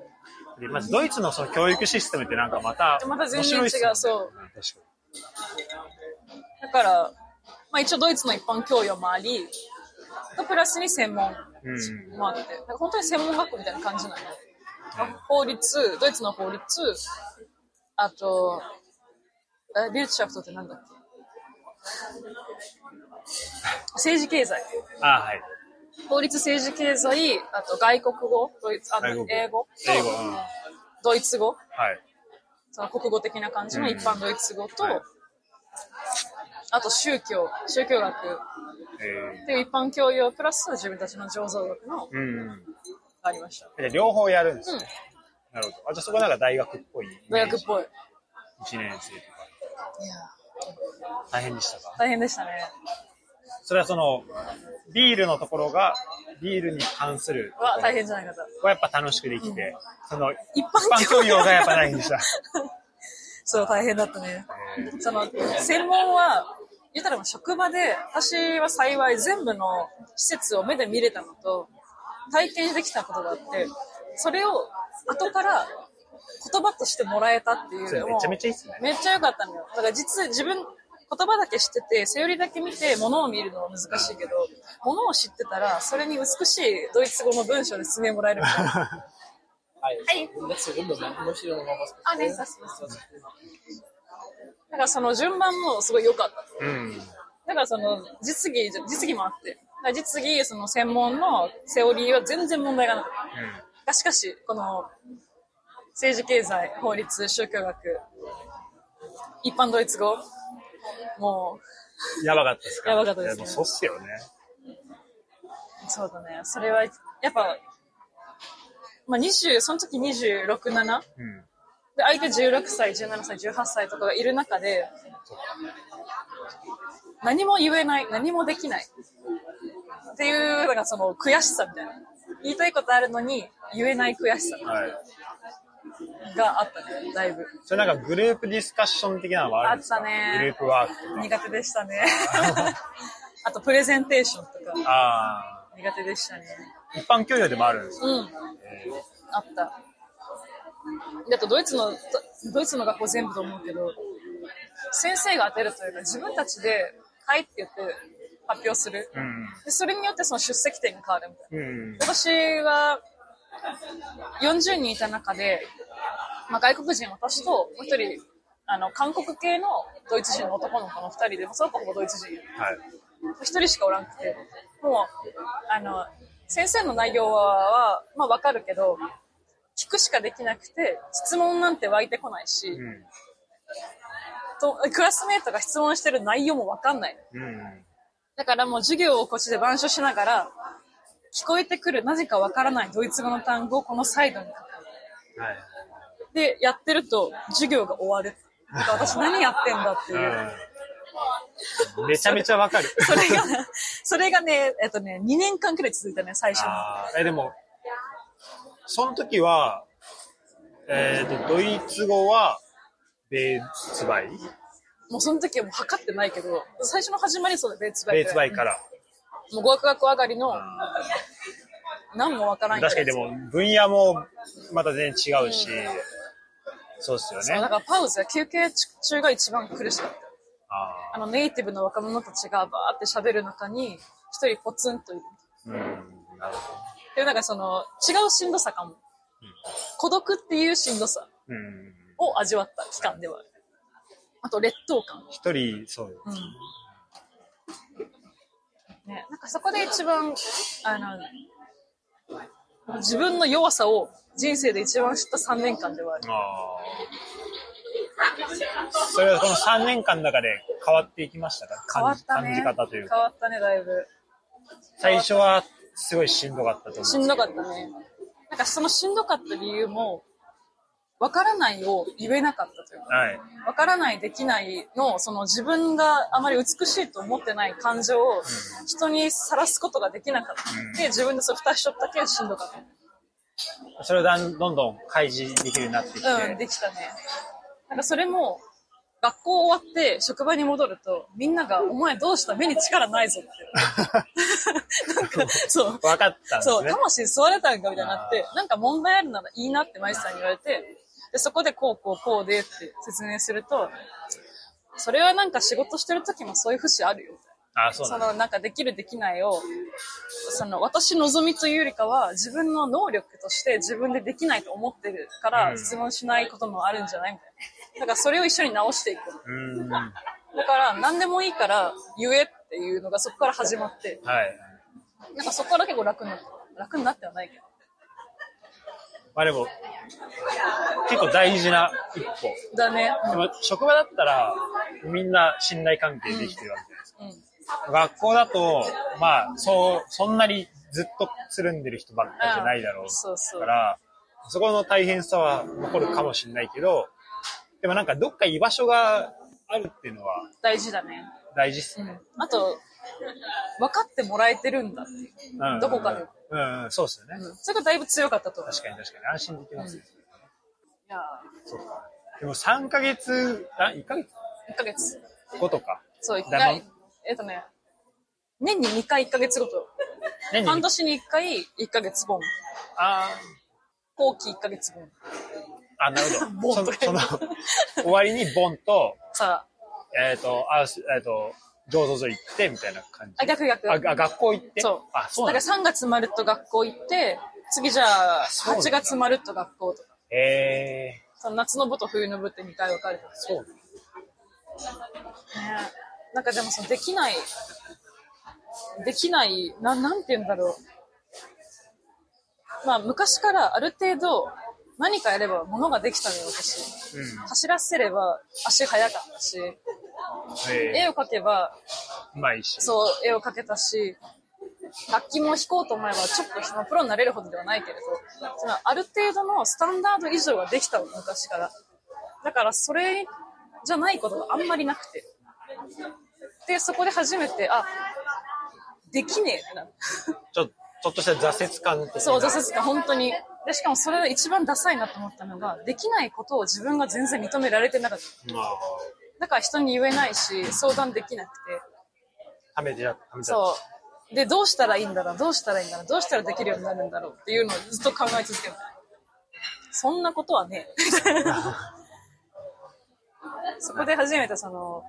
S1: でまずドイツのその教育システムってなんかまた
S2: また全然
S1: 面白いっすよね
S2: 違うそう
S1: 確かに
S2: だから、まあ一応ドイツの一般教養もあり、とプラスに専門
S1: う
S2: もあって、なんか本当に専門学校みたいな感じなの。法律、ドイツの法律、あと、えビルチャフトってなんだっけ政治経済。
S1: あはい
S2: 法律、政治経済、あと外国語、ドイツ、あ
S1: 外国語
S2: 英語と
S1: 英語、うん、は
S2: ドイツ語、
S1: い
S2: その国語的な感じの一般ドイツ語と、
S1: はい
S2: あと宗教、宗教学。
S1: え
S2: で、一般教養プラス自分たちの醸造学
S1: ー、
S2: の
S1: うん
S2: ありました。
S1: で両方やるんです
S2: う
S1: ね、
S2: ん、
S1: なるほどあじゃあそこなんか大学っぽい
S2: 大学っぽい。い
S1: 1年生と
S2: や
S1: か大変でしたか
S2: ー、大変でしたね。
S1: それはそのビールのところがビールに関する
S2: うわ、大変じゃないかった。
S1: はやっぱ楽しくできて、その
S2: 一
S1: 一
S2: 般
S1: 般教
S2: 教養
S1: 養がやっぱないんで した、
S2: そう、大変だったね。
S1: えー
S2: その、専門は、言ったらもう職場で、私は幸い全部の施設を目で見れたのと、体験できたことがあって、それを後から言葉としてもらえたってい
S1: それ
S2: う。
S1: めちゃめちゃいいっすね
S2: めっちゃ良かったのよ。だから実、自分、言葉だけ知ってて、セオリーだけ見て、物を見るのは難しいけど、物を知ってたら、それに美しいドイツ語の文章で説明もらえるみたいな。
S3: Hi.
S2: Hi.
S3: Also, Letzte Runde, man. Möchte ich noch mal was
S2: Ah, nee, das ist- だからその順番もすごい良かった。
S1: うん
S2: だからその、実技、実技もあって。だから実技、その専門のセオリーは全然問題がなかった。がしかし、この、政治経済、法律、宗教学、一般ドイツ語、もう、
S1: やばかったですか
S2: やばかったですね
S1: いやもうそうっすよね
S2: そうだね。それは、やっぱ、まあ、20、その時26、7?
S1: うん
S2: で、相手16歳、17歳、18歳とかがいる中で、何も言えない、何もできない。っていう、なんかその悔しさみたいな。言いたいことあるのに言えない悔しさ。
S1: はい
S2: があったね、だいぶ。
S1: それなんかグループディスカッション的なのはあるんですか
S2: あったね
S1: グループワークとか。
S2: 苦手でし たね。あと、プレゼンテーションとか、
S1: あ
S2: 苦手でしたね。
S1: あ。一般教養でもあるんですか
S2: うん。あった。で、あと、ドイツの、ドドイツの学校全部と思うけど、先生が当てるというか、自分たちで、はいって言って発表する。
S1: うん。
S2: で、それによってその出席点が変わるみたいな。
S1: うん。
S2: 私は40人いた中で、まあ、外国人私ともう一人あの韓国系のドイツ人の男の子の2人でもうその子もドイツ人
S1: はい。
S2: 1人しかおらんくてもうあの先生の内容は、まあ、分かるけど聞くしかできなくて質問なんて湧いてこないし、
S1: うん。
S2: とクラスメートが質問してる内容も分かんない
S1: うん。
S2: だからもう授業をこっちで板書しながら、聞こえてくるなぜかわからないドイツ語の単語をこのサイドに書く。
S1: はい。
S2: で、やってると授業が終わる。なんか私何やってんだって いう。
S1: うんめちゃめちゃわかる。
S2: それが、それがね、えっとね、2年間くらい続いたね、最初の。
S1: あーえ、でも、その時は、えっ、と、ドイツ語は、ベーツバイ
S2: もうその時はもう測ってないけど、最初の始まりそうで、ベーツバイ
S1: ベ
S2: ク。
S1: ーツバイから。
S2: もう語学学校上がりの、何もわからん
S1: 確かにでも、分野もまた全然違うし、そうっすよ
S2: そうだ
S1: ね。
S2: からパウズや休憩中が一番苦しかった。
S1: あ
S2: あのネイティブの若者たちがバーって喋る中に、一人ポツンといる。
S1: ーうん、なるほ
S2: で、なんかその、違うしんどさかも。孤独っていうしんどさ
S1: ど。うん。
S2: を味わった期間ではある。あと、劣等感。
S1: 一人、そう。
S2: うん。ね、なんかそこで一番、あの、自分の弱さを人生で一番知った3年間ではある。
S1: ああ。それはこの3年間の中で変わっていきましたか
S2: 変わった
S1: 感
S2: ね。
S1: じ感じ方という
S2: 変
S1: か。
S2: わったね、だいぶ。
S1: 最初はすごいしんどかったと思う。
S2: しんどかったね。なんかそのしんどかった理由も、わからないを言えなかったというか、
S1: はい。
S2: わからない、できないの、その自分があまり美しいと思ってない感情を人にさらすことができなかった。で、自分でそれ蓋しちゃったけはしんどかっ
S1: それをだんどんどん開示できるようになってきて。
S2: た。うん、できたね。なんかそれも、学校終わって職場に戻ると、みんなが、お前どうした目に力ないぞ って。なんか、そう。
S1: 分かったんですね。
S2: そう、魂座れたんかみたいになって、なんか問題あるならいいなってマイスさんに言われて、で、そこでこうこうこうでって説明すると、それはなんか仕事してる時もそういう節あるよ。
S1: あ、そう
S2: そ
S1: なんだ。
S2: のなんかできるできないを、その私望みというよりかは自分の能力として自分でできないと思ってるか
S1: う
S2: ら
S1: ん
S2: 質問しないこともあるんじゃないみたいな。だからそれを一緒に直していく。
S1: うーん。は
S2: だから何でもいいから言えっていうのがそこから始まっ
S1: い。
S2: て、なんかそこから結構楽になった。楽になってはないけど。
S1: まあでも、結構大事な一歩。
S2: だね。
S1: でも、職場だったら、みんな信頼関係できてるわけじゃないですか。
S2: うん。
S1: 学校だと、まあ、そう、そんなにずっとつるんでる人ばっかりじゃないだろう。
S2: うんそうそう
S1: から、そこの大変さは残るかもしれないけど、でもなんかどっか居場所があるっていうのは
S2: 大事だね。
S1: 大事っす
S2: う
S1: ね。
S2: ん。あと、分かってもらえてるんだっていう。
S1: うん
S2: どこかで。
S1: うん、うん、そうっすよね。
S2: うん。それがだいぶ強かったと思う。
S1: 確かに確かに。安心できますよ。
S2: いや
S1: そうか。でも3ヶ月、あ、1ヶ月
S2: ー、1ヶ月。
S1: 後とか。
S2: そう、1
S1: だま
S2: 回。えっとね、年に2回1ヶ月ごと。
S1: 年に
S2: 半年に1回1ヶ月分。
S1: あ
S2: 後期1ヶ月分。
S1: あ、あ、なる ほど。
S2: ボ
S1: そ
S2: ンと
S1: の、
S2: か
S1: その、終わりにボンと、
S2: さあ、
S1: えっ、と、あ、すえっ、と、醸造所行って、みたいな感じ。
S2: あ、逆逆。
S1: あ、あ学校行って
S2: そう。
S1: あ、そうなん
S2: だ
S1: だ。
S2: から3月まるっと学校行って、次じゃあ、
S1: そうなんだ
S2: 8月まるっと学校とか。
S1: えー、
S2: その夏の部と冬の部って2回分かれてる。
S1: そうなんだ。
S2: ねなんかでもそのできない、できない、ななんて言うんだろう。まあ昔からある程度何かやれば物ができたのよ、私。
S1: うん。
S2: 走らせれば足早かったし、絵
S1: え
S2: を描けば、
S1: ー、うまいし。
S2: そう、絵を描けたし、楽器も弾こうと思えば、ちょっとそのプロになれるほどではないけれど、そのある程度のスタンダード以上ができたの、昔から。だから、それじゃないことがあんまりなくて。で、そこで初めて、あ、できねえってなって
S1: ちょ、ちょっとした挫折感と
S2: そう、挫折感、本当に。で、しかもそれが一番ダサいなと思ったのが、できないことを自分が全然認められてなかった。
S1: まあ、
S2: だから人に言えないし、相談できなくて。
S1: はめてや、はめてや
S2: そう。で、どうしたらいいんだろうどうしたらいいんだろうどうしたらできるようになるんだろうっていうのをずっと考え続ける。そんなことは ね。そこで初めてその、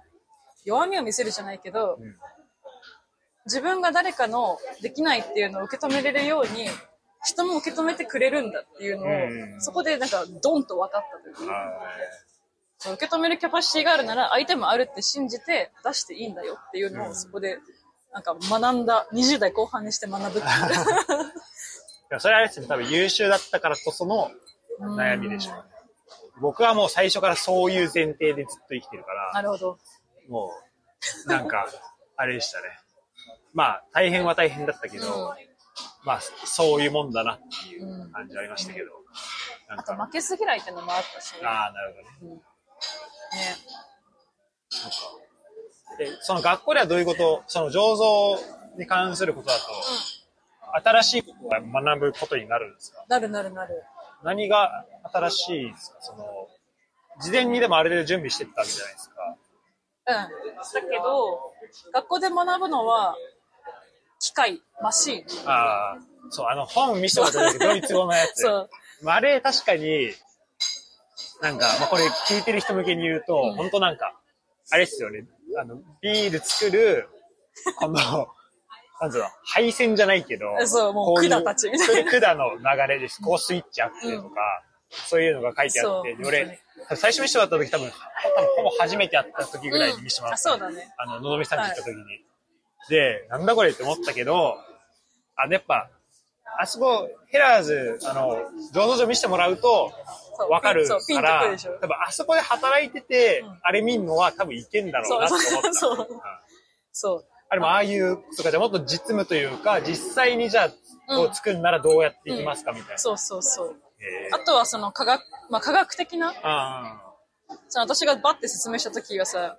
S2: 弱みを見せるじゃないけ
S1: ん
S2: ど、自分が誰かのできないっていうのを受け止めれるように、人も受け止めてくれるんだっていうのを、
S1: うん
S2: そこでなんかドンと分かったというか
S1: は
S2: 受け止めるキャパシティがあるなら相手もあるって信じて出していいんだよっていうのをそこでなんか学んだ20代後半にして学ぶって いう
S1: いいやそれはあれですね、多分優秀だったからこその悩みでしょうね。僕はもう最初からそういう前提でずっと生きてるから。
S2: なるほど
S1: もう、なんか、あれでしたね。まあ、大変は大変だったけど、まあ、そういうもんだなっていう感じありましたけど。な
S2: あ
S1: ん
S2: と
S1: か、
S2: 負けず嫌いってのもあったしね
S1: ああ、なるほどね。
S2: ね
S1: で、その学校ではどういうこと、その醸造に関することだと、新しいことは学ぶことになるんですか
S2: なるなるなる
S1: 何が新しいんですかその、事前にでもあれで準備してったんじゃないですか
S2: うんだけど学校で学ぶのは機械マシーン
S1: ああ、そう、あの、本見せてもらった時ドイツ語のやつ。
S2: そう
S1: まあ、あれ確かに、なんか、まあ、これ聞いてる人向けに言うと、本当なんか、あれっすよね。あの、ビール作る、この、 なんつうの、配線じゃないけど、
S2: そうもう
S1: こい
S2: 管たちみたいな
S1: そうう管の流れです。こうスイッチあってとか、そういうのが書いてあって、
S2: そう
S1: で俺、最初見せてもらった時多分、多分ほぼ初めて会った時ぐらいに見せてもらった、
S2: うんあそうだね。
S1: あの、のぞみさんに行った時に。で、なんだこれって思ったけど、あの、やっぱ、あそこ、ヘラーズ、あの、醸造所見せてもらうと
S2: そ、う
S1: わかる
S2: そうピン
S1: か
S2: とくる
S1: ら、
S2: でしょ
S1: 多分あそこで働いてて、
S2: ん
S1: あれ見んのは多分いけんだろうなって思った。
S2: そうそう
S1: うん
S2: そう
S1: あれもああいう、とかじゃあもっと実務というか、実際にじゃあ、こ
S2: うん
S1: う作るならどうやっていきますかみたいな。
S2: そうそうそう
S1: へー
S2: あとはその科学、まあ、科学的な
S1: あ
S2: その私がバッて説明した時はさ、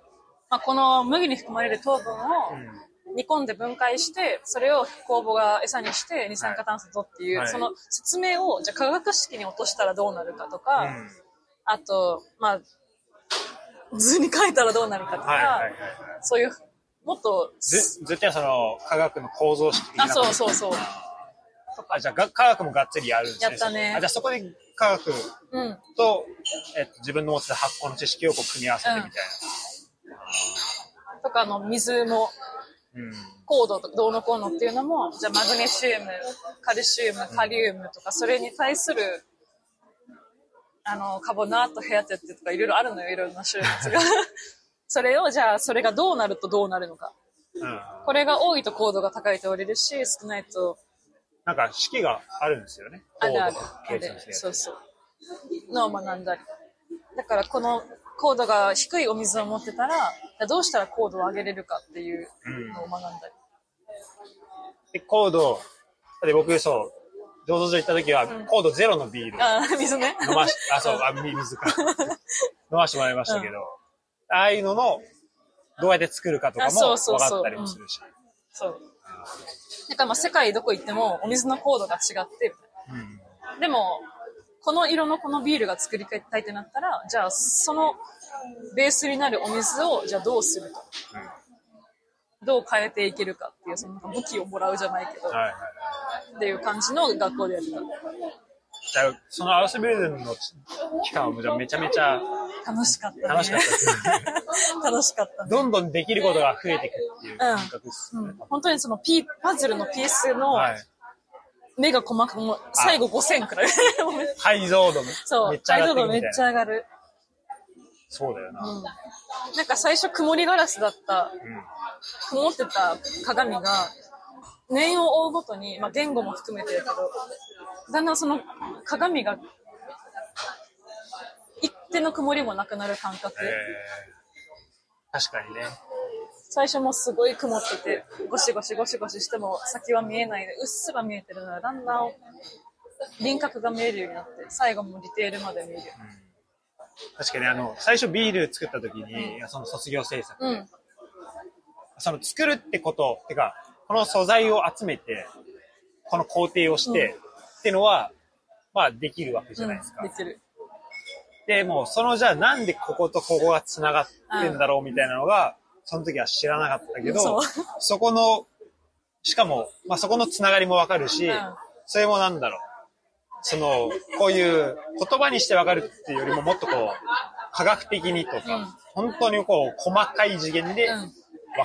S2: まあ、この麦に含まれる糖分
S1: あ、う
S2: を
S1: ん。
S2: 煮込んで分解して、それを酵母が餌にして二酸化炭素とっていう、
S1: はい
S2: その説明を、じゃあ化学式に落としたらどうなるかとか、
S1: うん
S2: あと、まあ、図に書いたらどうなるかとか、
S1: はいはいはいはい。
S2: そういう、もっと、
S1: ず、ずっとやその、科学の構造式的な
S2: あ、そうそうそう。
S1: あ、じゃあが科学もがっつりやるんですね。
S2: やったね
S1: あ、じゃあそこで科学
S2: うん。
S1: と、えっと、自分の持ってた発酵の知識をこう組み合わせてみたい
S2: とか、あの、水も
S1: な。うん。
S2: 高度とかどうのこうのっていうのも、じゃあマグネシウム、カルシウム、カリウムとか、それに対する、あの、カボナート、ヘアテッテとかいろいろあるのよ、いろんな種 類が。それを、じゃあ、それがどうなるとどうなるのか。
S1: うん。
S2: これが多いと高度が高いと折れるし、少ないと、
S1: なんか式があるんですよね。
S2: あるある
S1: 高度とか。
S2: あ
S1: 計算
S2: る
S1: してるやつ
S2: そうそう。のを学んだり。だから、この高度が低いお水を持ってたら、じゃあどうしたら高度を上げれるかっていうのを学んだり。
S1: で、高度、で僕、そう、醸造所行った時は、高度ゼロのビール
S2: ああ、水ね。
S1: 飲ま し、あ、そう、あ、み水か。飲ましてもらいましたけど、ああいうのの、どうやって作るかとか
S2: あ
S1: も
S2: そうそう
S1: 分
S2: そう
S1: かったりもするし。
S2: そう。なんかまあ世界どこ行ってもお水の高度が違って、
S1: うん。
S2: でも、この色のこのビールが作りたいってなったら、じゃあそのベースになるお水をじゃあどうするか。どう変えていけるかっていう、そのなんか武器をもらうじゃないけど、
S1: はいはい。
S2: っていう感じの学校でやって
S1: じゃあ、そのアウスビルデンの期間はもうじゃあめちゃめちゃ
S2: た。楽しかったね。
S1: 楽しかったですね。
S2: 楽しかったね。
S1: どんどんできることが増えていくっていう感覚です
S2: う
S1: ね
S2: ん、。本当にそのピーパズルのピースの
S1: はい。
S2: 目が細かく、もう最後5000くらい。
S1: 解像度
S2: そう。
S1: めっちゃ上が
S2: 解像
S1: って
S2: 度
S1: る
S2: め
S1: み
S2: った
S1: い
S2: ち
S1: な。
S2: ゃ上がる。
S1: そうだよな。
S2: なんか最初曇りガラスだった
S1: うん。
S2: 曇ってた鏡が、年を追うごとに、まあ、言語も含めてだけど、だんだんその鏡が、一定の曇りもなくなる感覚。
S1: えー、確かにね。
S2: 最初もすごい曇ってて、ゴシゴシゴシゴシしても先は見えないで、うっすら見えてるのがだんだん輪郭が見えるようになって、最後もディテールまで見える。
S1: 確かにあの、最初ビール作った時に、その卒業制作、
S2: うん。
S1: その作るってこと、てか、この素材を集めて、この工程をして、ってのは、まあ、できるわけじゃないですか。
S2: うん、できる。
S1: で、もう、その、じゃあ、なんでこことここが繋がってんだろうみたいなのが、その時は知らなかったけど、
S2: そう
S1: そこの、しかも、まあ、そこの繋がりもわかるし、
S2: うん
S1: それもなんだろう。その、こういう言葉にしてわかるっていうよりももっとこう、科学的にとか、本当にこう、細かい次元で
S2: う
S1: 分
S2: ん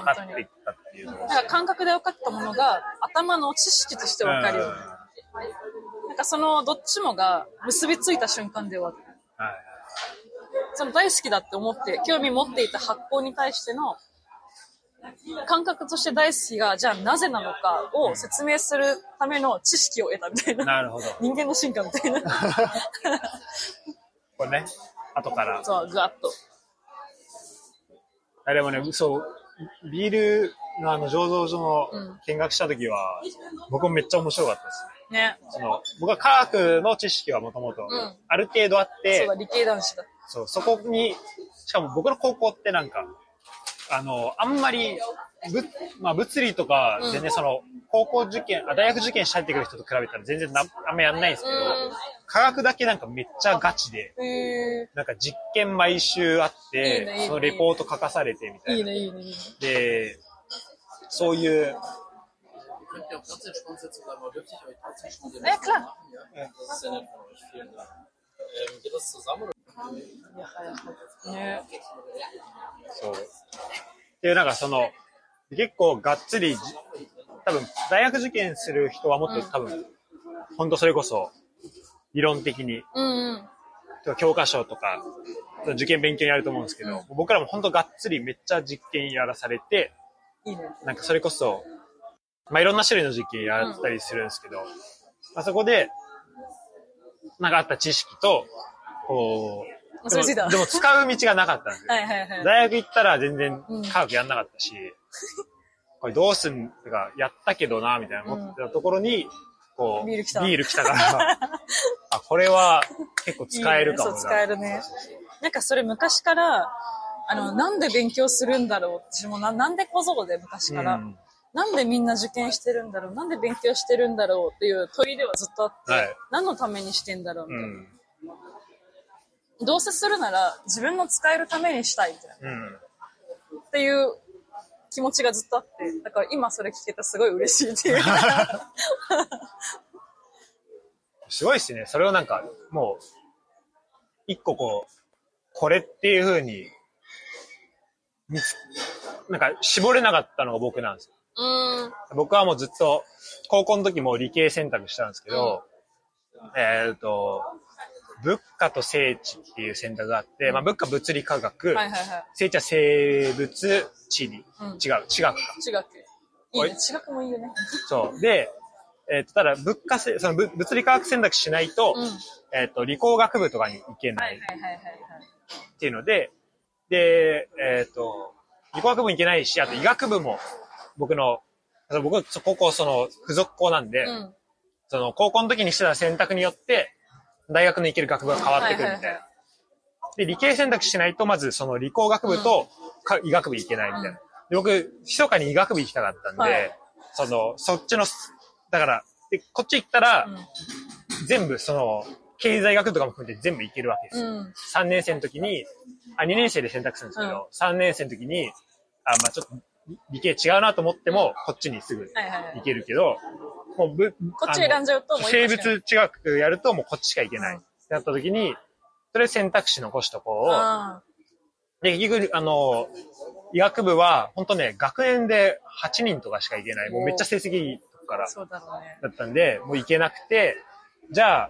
S1: かっていったっていうの
S2: なんか感覚で分かったものが、頭の知識として分かるようになる。なんかそのどっちもが結びついた瞬間で終わる。
S1: うんはい
S2: その大好きだって思って、興味持っていた発行に対しての、感覚として大好きが、じゃあなぜなのかを説明するための知識を得たみたいな。
S1: なるほど
S2: 人間の進化みたいな。
S1: これね、後から。
S2: そう、ぐわっと。
S1: あれもね、そう、ビールのあの醸造所
S2: う
S1: の
S2: ん
S1: 見学した時は、僕もめっちゃ面白かったですね。
S2: ね。
S1: その、僕は科学の知識はもともと
S2: うん、
S1: ある程度あっ
S2: そう
S1: て
S2: だ、、理系男子だ。
S1: そう、そこに、しかも僕の高校ってなんか、あの、あんまり、ぶまあ、物理とかでね、その、高校受験、あ大学受験して入ってくる人と比べたら全然なあんまやんないんですけど、科学だけなんかめっちゃガチで、
S2: へ
S1: なんか実験毎週あって、
S2: いいねいいね
S1: そのレポート書かされてみた
S2: え
S1: い
S2: い
S1: な。
S2: いね、いいね、いいね。
S1: で、そういう、
S3: Ihr könnt ja auch 14 Stunden sitzen bleiben, aber dürft ihr euch 13 Stunden
S2: Ja, klar.
S3: machen, ja? Das ist ja nett von euch. Vielen Dank. Ähm, geht das zusammen oder?
S2: ね
S1: そう。っていう、なんかその、結構がっつり、多分、大学受験する人はもっと多分、ほんとそれこそ、理論的に、
S2: うんうん。
S1: 教科書とか、受験勉強にあると思うんですけど、僕らもほんとがっつりめっちゃ実験やらされて、
S2: いいね。
S1: なんかそれこそ、まあ、いろんな種類の実験やったりするんですけど、まあ、そこで、なんかあった知識と、こう、
S2: そ
S1: で
S2: れついた
S1: もでも使う道がなかったんですよ。
S2: はいはいはい。
S1: 大学行ったら全然
S2: うん
S1: 科学やんなかったし、 これどうすんとか、やったけどな、みたいな思ってたところに、こう、
S2: ビール来た
S1: から、あ、これは結構使えるかも
S2: いいね
S1: な。
S2: そう、使えるね。なんかそれ昔から、あの、なんで勉強するんだろう私もな、なんで小僧で昔から、
S1: うん
S2: なんでみんな受験してるんだろうなんで勉強してるんだろうっていう問いではずっとあって、
S1: はい
S2: 何のためにしてんだろうみ
S1: う
S2: たいな、
S1: ん。
S2: どうせするなら自分の使えるためにしたいみたいな。
S1: うん。
S2: っていう気持ちがずっとあって、だから今それ聞けたすごい嬉し いっていう。
S1: すごいっすね。それをなんか、もう、一個こう、これっていう風に、見つ、なんか絞れなかったのが僕なんですよ
S2: うん。
S1: 僕はもうずっと、高校の時も理系選択したんですけど、えっ、と、物価と聖地っていう選択があって、まあ物価物理科学、
S2: はいはいは
S1: 聖地は生物地理、
S2: うん
S1: 違う、地学か。
S2: い。地学。いいね。地学もいいよね。
S1: そう。で、えっ、と、ただ物価せ、その物物理科学選択しないと、
S2: うん。はい
S1: えっ、と、理工学部とかに行けな
S2: はいいはいはいはい。
S1: っていうので、で、えっ、と、理工学部も行けないし、あと医学部も、僕の、僕、そ高校その、付属校なんで、
S2: うん。
S1: その、高校の時にしてた選択によって、大学の行ける学部が変わってくるみたいな。
S2: はいはいは
S1: で、理系選択しないと、まずその理工学部とか、医学部行けないみたいな。で僕、密かに医学部行きたかったんで、
S2: はい
S1: その、そっちの、だから、でこっち行ったら、全部その、経済学部とかも含めて全部行けるわけです
S2: う
S1: よ。
S2: ん。うん。
S1: 3年生の時に、あ、2年生で選択するんですけ
S2: う
S1: ど、3年生の時に、あ、まあちょっと理系違うなと思っても、こっちにすぐ
S2: はいはいはい
S1: 行けるけど、もうぶ、
S2: こっち選んじゃうと
S1: あの
S2: もう
S1: 生物地学やるともうこっちしか行けない。
S2: うん
S1: ってなった時に、それ選択肢残しとこう。
S2: あ
S1: で、結局、あの、医学部は、本当ね、学年で8人とかしか行けない。もうめっちゃ成績いいとこか
S2: あ
S1: ら。
S2: そうだろうね。
S1: だったんで、もう行けなくて、じゃ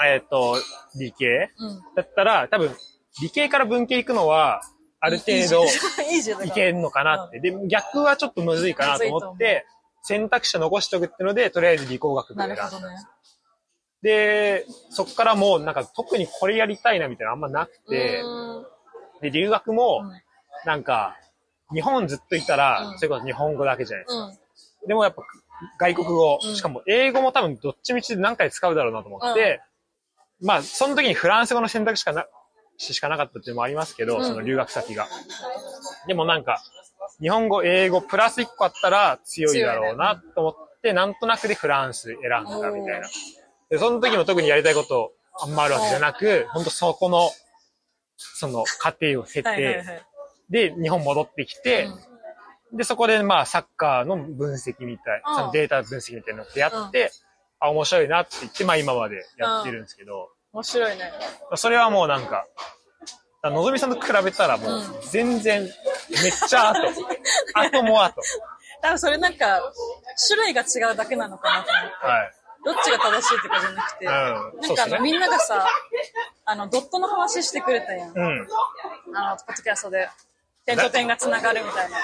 S1: あ、えっ、と、理系
S2: うん。
S1: だったら、多分、理系から文系行くのは、ある程度、
S2: いいじゃん。
S1: いけんのかなって。で、逆はちょっとむずいかなと思って、選択肢を残しておくってので、とりあえず理工学部を選ん
S2: なる
S1: だん
S2: ほど
S1: で
S2: ね
S1: す。。で、そこからもうなんか特にこれやりたいなみたいなのあんまなくて、
S2: うん
S1: で、留学も
S2: うん、
S1: なんか、日本ずっといたら、
S2: うん
S1: それこそ日本語だけじゃないですか。
S2: うん。
S1: でもやっぱ外国語、
S2: うん
S1: しかも英語も多分どっちみちで何回使うだろうなと思って、まあその時にフランス語の選択しかな、しかなかったっていうのもありますけど、
S2: うん
S1: その留学先が。でもなんか、日本語、英語、プラス1個あったら強いだろうなと思って、なんとなくでフランス選んだみたいな。で、その時も特にやりたいことあんまあるわけじゃなく、本当そこの、その過程を経
S2: はいはいは
S1: て、
S2: い。
S1: で、日本戻ってきて、で、そこでまあサッカーの分析みたい、
S2: うん
S1: そのデータ分析みたいなのってやって、あ、面白いなって言って、まあ今までやってるんですけど、
S2: 面白いね。
S1: それはもうなんか、だからのぞみさんと比べたらもう全然めっちゃ 後、後も後。
S2: 多分それなんか、種類が違うだけなのかなと思って。
S1: はい。
S2: どっちが正しいとかじゃなくて、
S1: うん
S2: な
S1: そ
S2: ん
S1: うっ
S2: かあ
S1: すね
S2: の、みんながさ、あの、ドットの話してくれたやん。
S1: うん。
S2: あの、ポッドキャストで。点と点がつながるみたいな。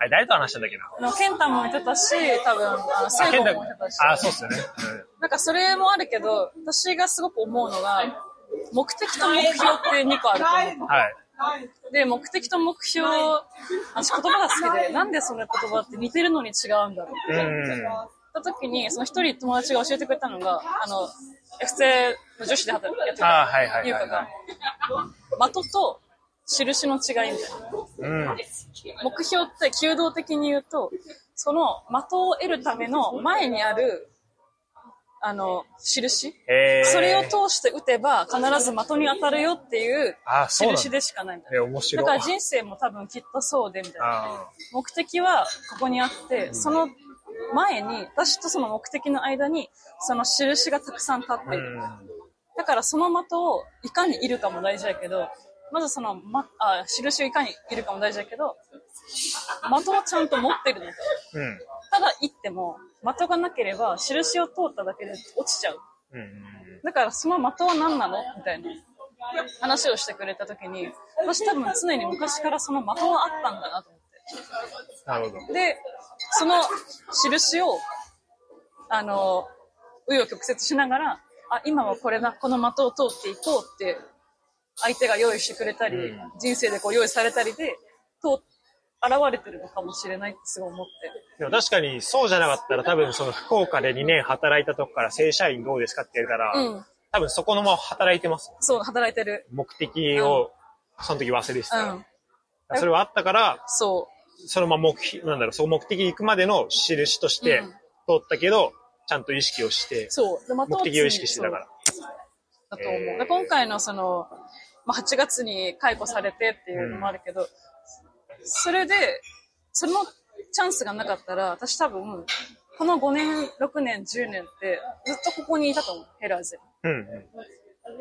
S1: あれ誰と話したんだっけな。
S2: の、ケンタも言ってたし、多分、あの、セイ
S1: 健
S2: ゴ
S1: 太
S2: も言ってたし。
S1: あ、そうっすよね。
S2: なんかそれもあるけど、私がすごく思うのが、目的と目標って2個あると
S1: う
S2: 思
S1: ん。はい。
S2: う。で、目的と目標、私言葉が好きで、なんでそんな言葉って似てるのに違うんだろう。
S1: うん。
S2: った時に、その一人友達が教えてくれたのが、あの、学生の女子で働いて
S1: ああ
S2: た
S1: はいはいはい
S2: 優香が、的と印の違いみたいな。
S1: うん。
S2: 目標って弓道的に言うと、その的を得るための前にある、あの、印
S1: えー、
S2: それを通して打てば必ず的に当たるよっていう
S1: あそうなんだ
S2: 印でしかないみたい
S1: え
S2: な。
S1: ー、面白
S2: だ
S1: い。
S2: から人生も多分きっとそうでみたいな。
S1: あ
S2: 目的はここにあって、その前に、私とその目的の間に、その印がたくさん立っ
S1: ーう
S2: ている。
S1: ん。
S2: だからその的をいかにいるかも大事だけど、まずその、ま、あ、印をいかにいるかも大事だけど、的をちゃんと持ってるのか。
S1: うん。
S2: ただ行っても、的がなければ、印を通っただけで落ちちゃう。
S1: うん
S2: だからその的は何なのみたいな話をしてくれた時に、私多分常に昔からその的はあったんだなと思って。
S1: なるほど。
S2: で、その印を、あの、紆余曲折しながら、あ、今はこれだ、この的を通っていこうって、相手が用意してくれたり、
S1: うん
S2: 人生でこう用意されたりで、と、現れてるのかもしれないってすごい思って。
S1: でも確かにそうじゃなかったら多分その福岡で2年働いたとこから正社員どうですかって言われたら、
S2: うん。
S1: 多分そこのまま働いてます。
S2: そう、働いてる。
S1: 目的を、その時忘れてた
S2: う
S1: ら。
S2: ん。
S1: それはあったから、
S2: そ
S1: そのまま目標、なんだろう、その目的に行くまでの印として
S2: うん
S1: 通ったけど、ちゃんと意識をして
S2: う。、そう。で、的
S1: 目的を意識してたから。。
S2: だと思う。
S1: えー
S2: で今回のその、まあ、8月に解雇されてっていうのもあるけど、それで、そのチャンスがなかったら、私多分、この5年、6年、10年って、ずっとここにいたと思う、ヘラーゼ。
S1: うんう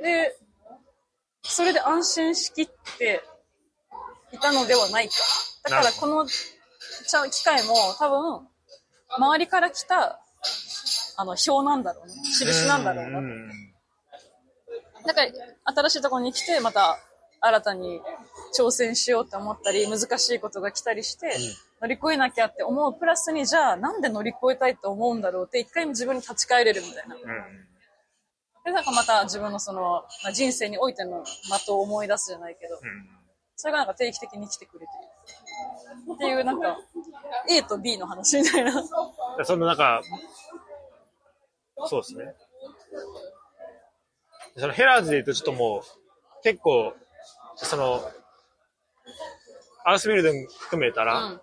S2: で、それで安心しきっていたのではないか。だか
S1: な
S2: ら
S1: る
S2: こ
S1: ほ
S2: のちゃ機会も多分、周りから来た、あの、表なんだろうね。印
S1: ん。
S2: なんだろうなって
S1: ん
S2: なんか新しいところに来てまた新たに挑戦しようって思ったり難しいことが来たりして、乗り越えなきゃって思うプラスにじゃあなんで乗り越えたいって思うんだろうって一回も自分に立ち返れるみたいな。
S1: うんうん。
S2: でなんかまた自分のその、まあ、人生においての的を思い出すじゃないけど、
S1: うん
S2: それがなんか定期的に来てくれてる。っていうなんか A と B の話みたいな。
S1: だからそのなんか、そうですね。そのヘラーズで言うとちょっともう、結構、その、アウスビルディング含めた
S2: う
S1: ら
S2: ん、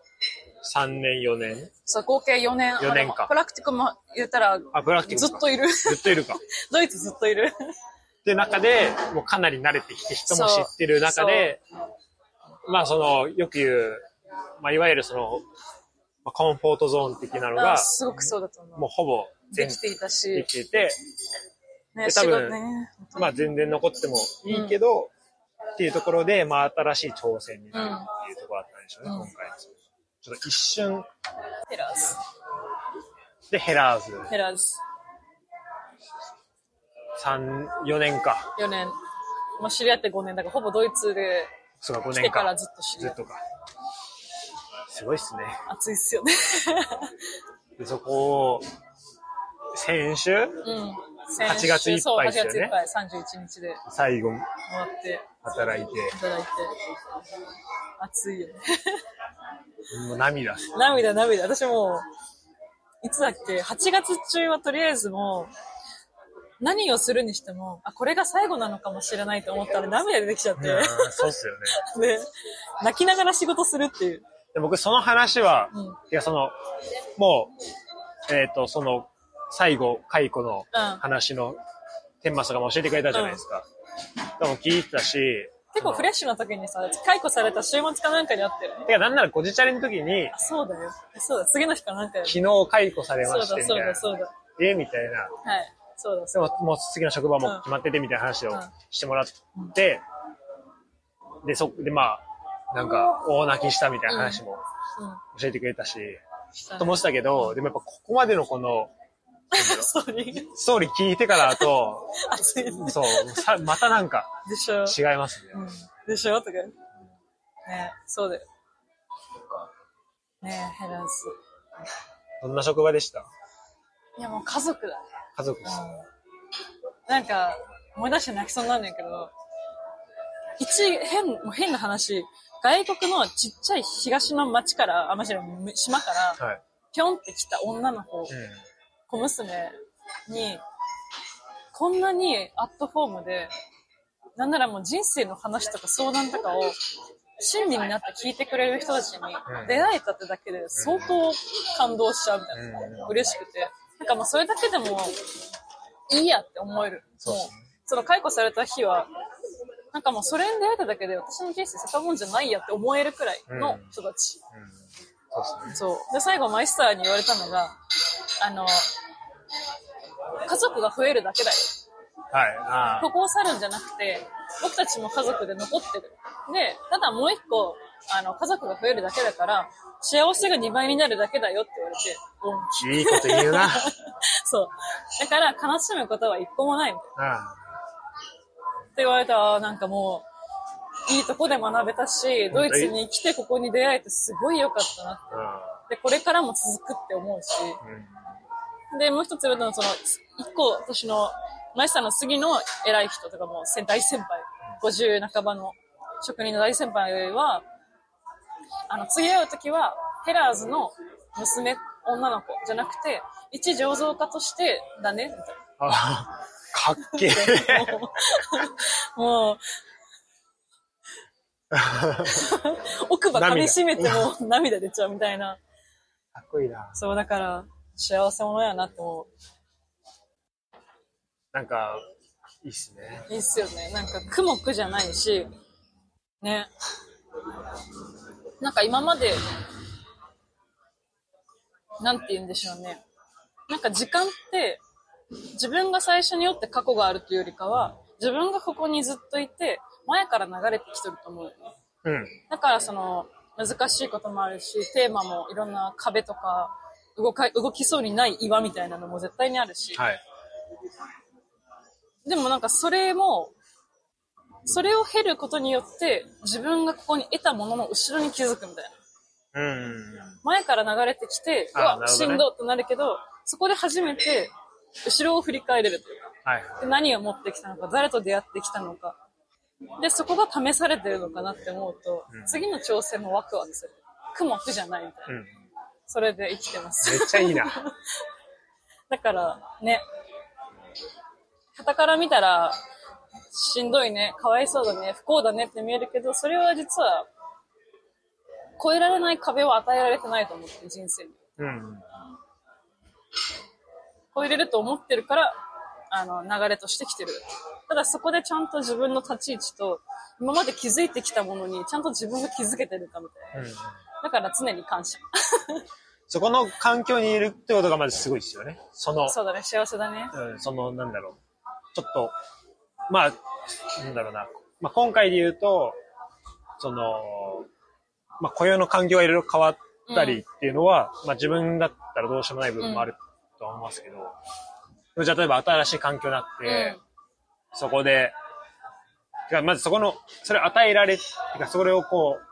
S1: 3年、4年。
S2: そう、合計4年。
S1: 4年か
S2: あでもプラクティックも言ったら、
S1: あ、プラクティック
S2: ずっといる。
S1: ずっといるか。
S2: ドイツずっといる。
S1: で、中で、もうかなり慣れてきて、人も知ってる中で、まあその、よく言う、まあいわゆるその、まあコンフォートゾーン的なのが
S2: あ、すごくそうだと思う。
S1: もうほぼ
S2: で
S1: 全
S2: き
S1: 部
S2: ていた
S1: で
S2: し、
S1: きていて、
S2: ね、
S1: で
S2: 仕
S1: 多分
S2: 事ね。
S1: まあ全然残ってもいいけど、っていうところで、まあ新しい挑戦になるっていうところだったんでしょうね、
S2: うん
S1: 今回の。ちょっと一瞬
S2: ヘラーズ。
S1: でヘラーズ、
S2: ヘラーズ。
S1: 3、4年か、
S2: 4年。まあ、知り合って5年だから、ほぼドイツで
S1: そうか5
S2: 来
S1: 年
S2: てか
S1: か、
S2: らずっと知り
S1: ず
S2: 合
S1: っ
S2: い
S1: とか。すごいっすね。
S2: 熱いっすよね。
S1: で、そこを、先週
S2: う
S1: 8
S2: ん。
S1: 月いっぱいですよね
S2: そう、8月いっぱい、31日で
S1: 最後
S2: 終わって
S1: 働いて、
S2: いただいて。熱いよね。
S1: もう涙っす。
S2: 涙涙。私もう、いつだっけ ?8 月中はとりあえずもう、何をするにしても、あ、これが最後なのかもしれないと思ったら涙出てきちゃって。
S1: うんそうっすよね。
S2: で、泣きながら仕事するっていう。
S1: で僕、その話は、
S2: うん
S1: いや、その、もう、えっ、と、その、最後、解雇の
S2: うん
S1: 話の、天マスがも教えてくれたじゃないですか。でも聞いてたし、
S2: 結構フレッシュな時にさ、解雇された週末かなんかにあってるね。
S1: てか、なんならこじチャレの時に、
S2: あ、そうだよ。そうだ、次の日かなんかよ。
S1: 昨日解雇され
S2: そ
S1: ま
S2: う
S1: して、
S2: だ、
S1: みた
S2: そう
S1: いな
S2: だ、。そうだ。
S1: えみたいな。
S2: はい。そうだ、
S1: で
S2: そう
S1: も、もう次の職場も決まってて、みたいな話を
S2: うん
S1: してもらって、で、そ、で、まあ、なんか、大泣きしたみたいな話も
S2: だ。うん。
S1: 教えてくれたし、
S2: だ
S1: と思ってたけど、でもやっぱここまでのこの、
S2: そうね。
S1: ストーリー聞いてからだと、
S2: 暑いね。
S1: そう、さまたなんか
S2: でしょ。
S1: 違いますね。
S2: うんでしょとか。ねそうだよ。ねえ、減らす。
S1: どんな職場でした
S2: いや、もう家族だね。
S1: 家族です。
S2: なんか、思い出して泣きそうになんねんけど、一、変、もう変な話、外国のちっちゃい東の町から、あ、まじで島から、
S1: はい。
S2: ぴょんって来た女の子、
S1: うん。
S2: 小娘に、こんなにアットホームで、なんならもう人生の話とか相談とかを、親身になって聞いてくれる人たちに
S1: うん
S2: 出会えたってだけで相当感動しちゃうみたいな。
S1: うん
S2: 嬉しくて。なんかもうそれだけでもいいやって思える。
S1: そう
S2: もその解雇された日は、なんかもうそれに出会えただけで私の人生坂もんじゃないやって思えるくらいの人たち。
S1: うん。そうですね。
S2: そう。で、最後、マイスターに言われたのが、あの、家族が増えるだけだよ。
S1: はい。あ
S2: ここを去るんじゃなくて、僕たちも家族で残ってる。で、ただもう一個、あの、家族が増えるだけだから、幸せが2倍になるだけだよって言われて、うん
S1: あ。いいこと言うな。
S2: そう。だから、悲しむことは一個もないみたいな。
S1: あ
S2: って言われたら、あーなんかもう、いいとこで学べたし、ドイツに来てここに出会えてすごい良かったな。
S1: あ。
S2: で、これからも続くって思うし、
S1: うん。うん。
S2: で、もう一つ言われたのは、その、一個、私の、マイスターの次の偉い人とかも、せ大先輩、50半ばの職人の大先輩は、あの、次会うときは、ヘラーズの娘、女の子じゃなくて、一醸造家として、だね、みたいな。
S1: あ あ。かっけえ。
S2: もう、奥歯噛み締めてもう涙出ちゃうみたいな。
S1: かっこいいな。
S2: そう、だから、幸せ者やなって思
S1: なんか、いいっすね。
S2: う。いいっすよね。なんか、苦も苦じゃないし、ね。なんか今まで、なんて言うんでしょうね。なんか時間って、自分が最初によって過去があるというよりかは、自分がここにずっといて、前から流れてきてると思うよね。
S1: うん。
S2: だからその難しいこともあるし、テーマもいろんな壁とか、動か、動きそうにない岩みたいなのも絶対にあるし、
S1: はい。
S2: でもなんかそれも、それを経ることによって自分がここに得たものの後ろに気づくみたいな。
S1: うん。
S2: 前から流れてきて、う
S1: あ
S2: わ、
S1: なるほ
S2: し
S1: どね
S2: んどってなるけど、そこで初めて後ろを振り返れるというか。
S1: はい。
S2: で何を持ってきたのか、誰と出会ってきたのか。で、そこが試されてるのかなって思うと、
S1: うん
S2: 次の挑戦もワクワクする。苦も苦じゃないみたいな。
S1: うん。
S2: それで生きてま
S1: め
S2: す。
S1: っちゃいいな。
S2: だから、ね。傍から見たら、しんどいね、かわいそうだね、不幸だねって見えるけど、それは実は、越えられない壁を与えられてないと思って、人生に。
S1: うん。
S2: 超えれると思ってるから、あの、流れとしてきてる。ただそこでちゃんと自分の立ち位置と、今まで気づいてきたものに、ちゃんと自分が気づけてるかみたい
S1: うん。
S2: な。だから常 に感謝。
S1: そこの環境にいるってことがまずすごいですよね。その、
S2: そうだね、幸せだね。
S1: うん、その、なんだろう。ちょっと、まあ、なんだろうな。まあ、今回で言うと、その、まあ、雇用の環境がいろいろ変わったりっていうのは、まあ、自分だったらどうしようもない部分もあるとは思いますけど、じゃあ、例えば新しい環境になって、そこで、てかまずそこの、それを与えられ、てか、それをこう、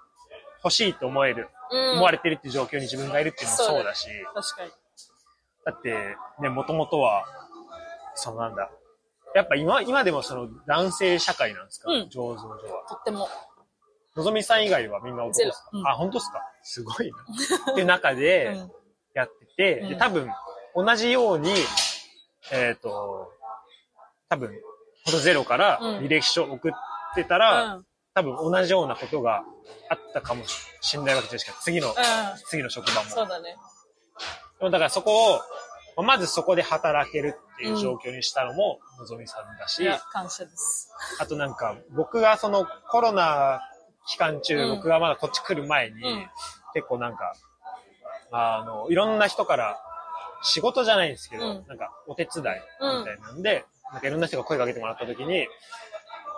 S1: 欲しいと思える、
S2: うん。
S1: 思われてるっていう状況に自分がいるっていうのもそうだし、
S2: 確かに。
S1: だって、ね、もともとは、そのなんだ。やっぱ今、今でもその男性社会なんですか、
S2: うん
S1: 醸造所は。
S2: とっても。
S1: のぞみさん以外はみんな男ですか、
S2: ゼロうん
S1: あ、本当ですかすごい な。っていう中で
S2: うん
S1: やってて、
S2: うん
S1: で、多分、同じように、えっ、と、多分、ほんとゼロから履歴書送ってたら、
S2: うん。うん。
S1: 多分同じようなことがあったかもしんないわけじゃないですか。次の、次の職場も。
S2: そうだね。
S1: でもだからそこを、まあまずそこで働けるっていう状況にしたのものぞみさんだし、
S2: いや、感謝です。
S1: あとなんか、僕がそのコロナ期間中、
S2: うん
S1: 僕がまだこっち来る前に、
S2: うん
S1: 結構なんか、あの、いろんな人から、仕事じゃないんですけど、
S2: うん
S1: なんか、お手伝いみたいなんで、なんかいろんな人が声かけてもらった時に、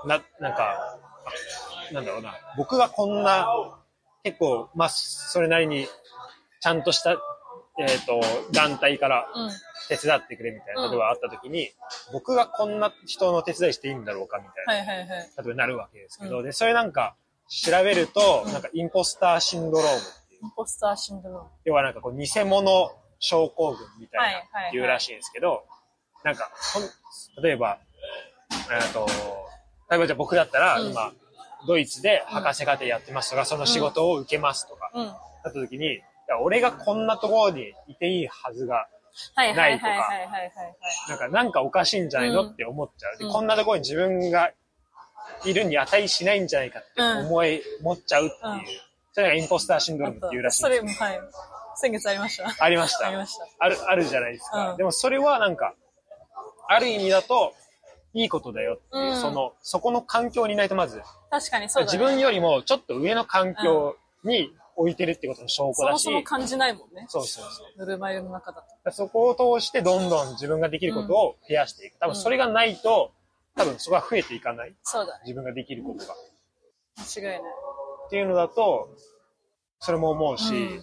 S1: な、なんか、あなんだろうな、僕がこんな、結構、まあ、それなりに、ちゃんとした、えっ、と、団体から
S2: うん。
S1: 手伝ってくれみたいな
S2: うん
S1: ことがあった時に、僕がこんな人の手伝いしていいんだろうかみたいな、
S2: はいはいはい。
S1: 例えばなるわけですけど、
S2: う
S1: で、それなんか調べると、なんかインポスターシンドロームっていう、
S2: インポスターシンドロ
S1: 要はなんかこう偽物症候群みたい
S2: はいはい
S1: な
S2: はい
S1: っていうらしいんですけど、なんかほん、例えば、えっと、例えばじゃあ僕だったら
S2: うん
S1: 今、ドイツで博士課程やってますとか、その仕事を受けますとか、
S2: ーム。うん。は
S1: なった時に、いや俺がこんなところにいていいはずが
S2: いはいはいはいはいはいはい。
S1: なんか、なんかおかしいんじゃないのって思っちゃう。で
S2: うん
S1: こんなところに自分がいるに値しないんじゃないかって思い、持っちゃうっていう。
S2: うん
S1: それがインポスターシンドロームっていうら
S2: あと
S1: しい
S2: そ
S1: んで
S2: れ
S1: す
S2: も、はい。先月ありました。
S1: ありました。
S2: ありました
S1: ある、あるじゃないですか。
S2: うん
S1: でもそれはなんか、ある意味だと、いいことだよっていう、
S2: うん
S1: その、そこの環境にいないとまず、
S2: 確かにそうだ、ね。
S1: 自分よりもちょっと上の環境に置いてるってことの証拠
S2: そ
S1: だ
S2: も
S1: し、
S2: そも感じないもんね。
S1: そうそうそう。
S2: ぬるま湯の中だと。
S1: そこを通してどんどん自分ができることを増やしていく。多分それがないと、多分そこは増えていかない。
S2: そうだね。
S1: 自分ができることが。
S2: 間違いない。
S1: っていうのだと、それも思うし、
S2: うん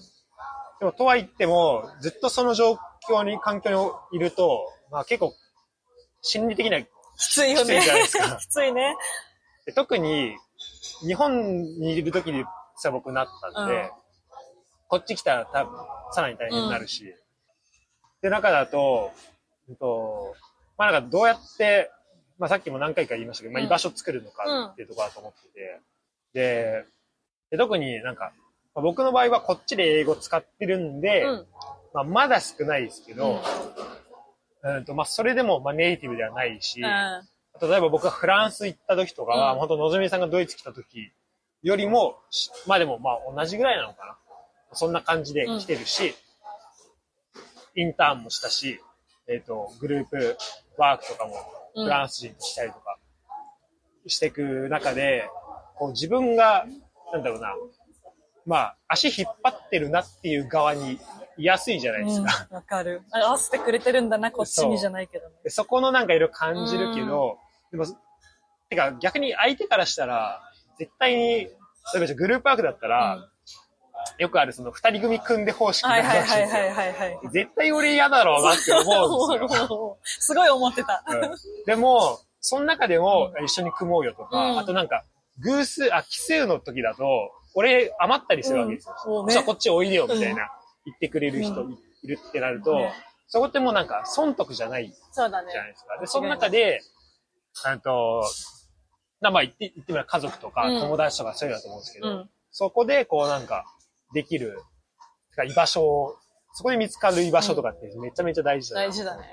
S1: でもとはいっても、ずっとその状況に、環境にいると、まあ結構、心理的な、
S2: きついよ
S1: きつ
S2: ね。
S1: いじゃないです か
S2: きついね。
S1: で特に、日本にいる時にさ、僕なったんで、
S2: うん
S1: こっち来たら多分、さらに大変になるし、で、中だと、うんと、まあなんかどうやって、まあさっきも何回か言いましたけど、まあ
S2: うん
S1: 居場所作るのかっていうところだと思ってて、で、で特になんか、まあ僕の場合はこっちで英語使ってるんで、
S2: うん。
S1: まあまだ少ないですけ
S2: うん
S1: ど、うん、とまあそれでもまあネイティブではないし、
S2: うん。
S1: 例えば僕がフランス行った時とかは、
S2: うん
S1: 本当のぞみさんがドイツ来た時よりも、しまあでもまあ同じぐらいなのかな。そんな感じで来てるし、インターンもしたし、えっ、と、グループワークとかも
S2: うん
S1: フランス人としたりとかしていく中で、こう自分が、なんだろうな、まあ足引っ張ってるなっていう側にいやすいじゃないです
S2: うん
S1: か。
S2: わかる。あ合わせてくれてるんだな、こっち
S1: そう
S2: にじゃないけどね。
S1: でそこのなんかいろいろ感じるけど、でも、てか逆に相手からしたら、絶対に、例えばじゃあグループワークだったら、
S2: うん
S1: よくあるその二人組組んで方式にな
S2: はい
S1: るらし
S2: はいい
S1: んです
S2: は
S1: よ
S2: いはいはいはい。
S1: 絶対俺嫌だろうなって思うんです よ。
S2: よ。すごい思ってた。
S1: うんでも、その中でも一緒に組もうよとか、
S2: うん
S1: あとなんか、偶数、あ、奇数の時だと、俺余ったりするわけですよ。
S2: うんそうね
S1: じゃあこっちおいでよみたいな、言ってくれる人いるってなると、
S2: ね
S1: そこってもうなんか損得じゃない
S2: そうだね
S1: じゃ。ないですか。で、その中で、あと、なまあ言って、言ってみれば家族とか
S2: うん
S1: 友達とかそういうのだと思うんですけど、
S2: うん
S1: そこでこうなんか、できる、てか居場所を、そこで見つかる居場所とかってめちゃめちゃ大事だな
S2: 大事だね。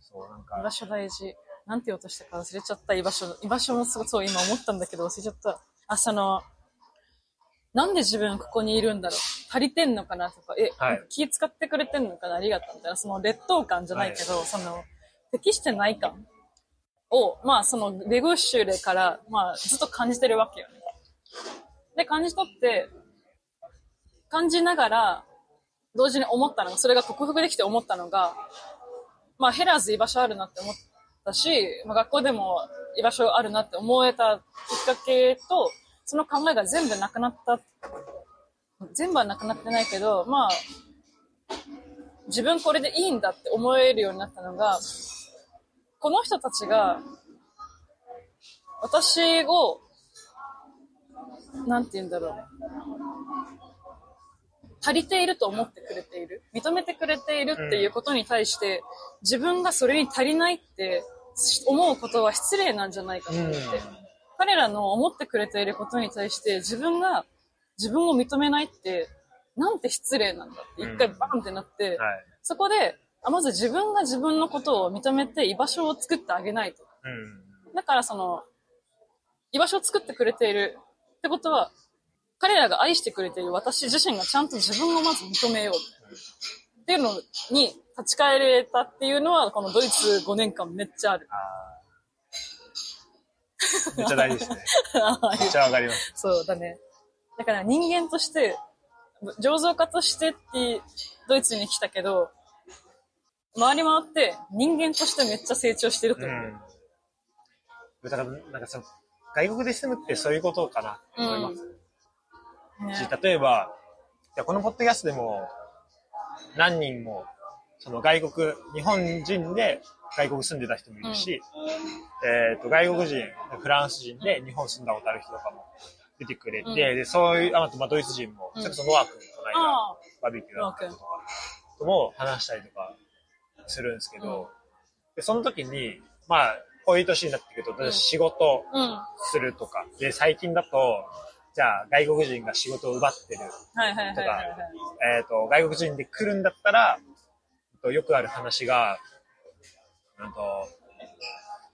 S1: そう、なん
S2: 居
S1: か
S2: 場、所大事。なんて言おうとしたか忘れちゃった居場所。居場所もすごい、そう今思ったんだけど忘れちゃった。あ、その、なんで自分ここにいるんだろう足りてんのかなとか、え、
S1: はい
S2: 気使ってくれてんのかなありがとうみたいな、その劣等感じゃないけど、その、適してない感を、まあその、レゴシュレから、まあずっと感じてるわけよね。で、感じ取って、感じながら、同時に思ったのが、それが克服できて思ったのが、まあ、ヘラーズ居場所あるなって思ったし、まあ、学校でも居場所あるなって思えたきっかけと、その考えが全部なくなった、全部はなくなってないけど、まあ、自分これでいいんだって思えるようになったのが、この人たちが、私を、なんて言うんだろう。足りていると思ってくれている認めてくれているっていうことに対して、自分がそれに足りないって思うことは失礼なんじゃないかと思って、
S1: うん
S2: 彼らの思ってくれていることに対して自分が自分を認めないってなんて失礼なんだって一回バーンってなって、
S1: はい。
S2: そこであまず自分が自分のことを認めて居場所を作ってあげないと
S1: うん。
S2: だからその、居場所を作ってくれているってことは、彼らが愛してくれている私自身がちゃんと自分をまず認めよう。っていうのに立ち返れたっていうのは、このドイツ5年間めっちゃある。
S1: めっちゃ大事 ですね。めっちゃわかります。
S2: そうだね。だから人間として、醸造家としてって、ドイツに来たけど、回り回って人間としてめっちゃ成長してる
S1: う
S2: と思う。
S1: ん。だから、なんかその、外国で住むってそういうことかなと思います。
S2: ね
S1: し例えば、いやこのポッドキャストでも、何人も、その外国、日本人で外国住んでた人もいるし、えっ、と、外国人、フランス人で日本住んだことある人とかも出てくれて、
S2: うん
S1: で、そういう、あと、まあ、ドイツ人も、
S2: うん
S1: それこそノア君、この間、
S2: ああ、
S1: バーベキューだったりとか、とも話したりとかするんですけど、
S2: うん
S1: でその時に、まあ、こういう年になってくる
S2: う
S1: と、
S2: ん
S1: 仕事、
S2: うん。は
S1: するとか。で、最近だと、じゃあ外国人が仕事を奪ってる。
S2: いはいはいはいはい。
S1: えっ、と、外国人で来るんだったら、えっとよくある話が、うんと、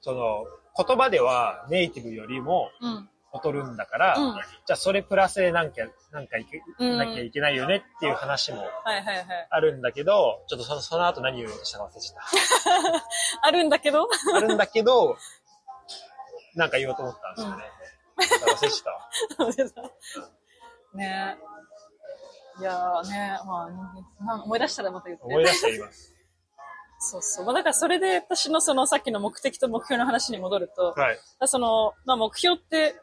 S1: その、言葉ではネイティブよりも
S2: うん。
S1: 劣るんだから、
S2: うん
S1: じゃあそれプラスでなんか、なんかいけ、
S2: うん
S1: なきゃいけないよねっていう話も
S2: はいはいはい。
S1: あるんだけど、ちょっとそのその後何言おうとしたか忘れちゃっ
S2: あるんだけど、
S1: た。あるんだけど、なんか言おうと思ったんですよね。忘れちゃったわ。
S2: ねえ。いやーねまあ人間、な思い出したらまた言って。
S1: 思い出しています。
S2: そうそう。まあだからそれで私のそのさっきの目的と目標の話に戻ると、
S1: はい。
S2: その、まあ、目標って、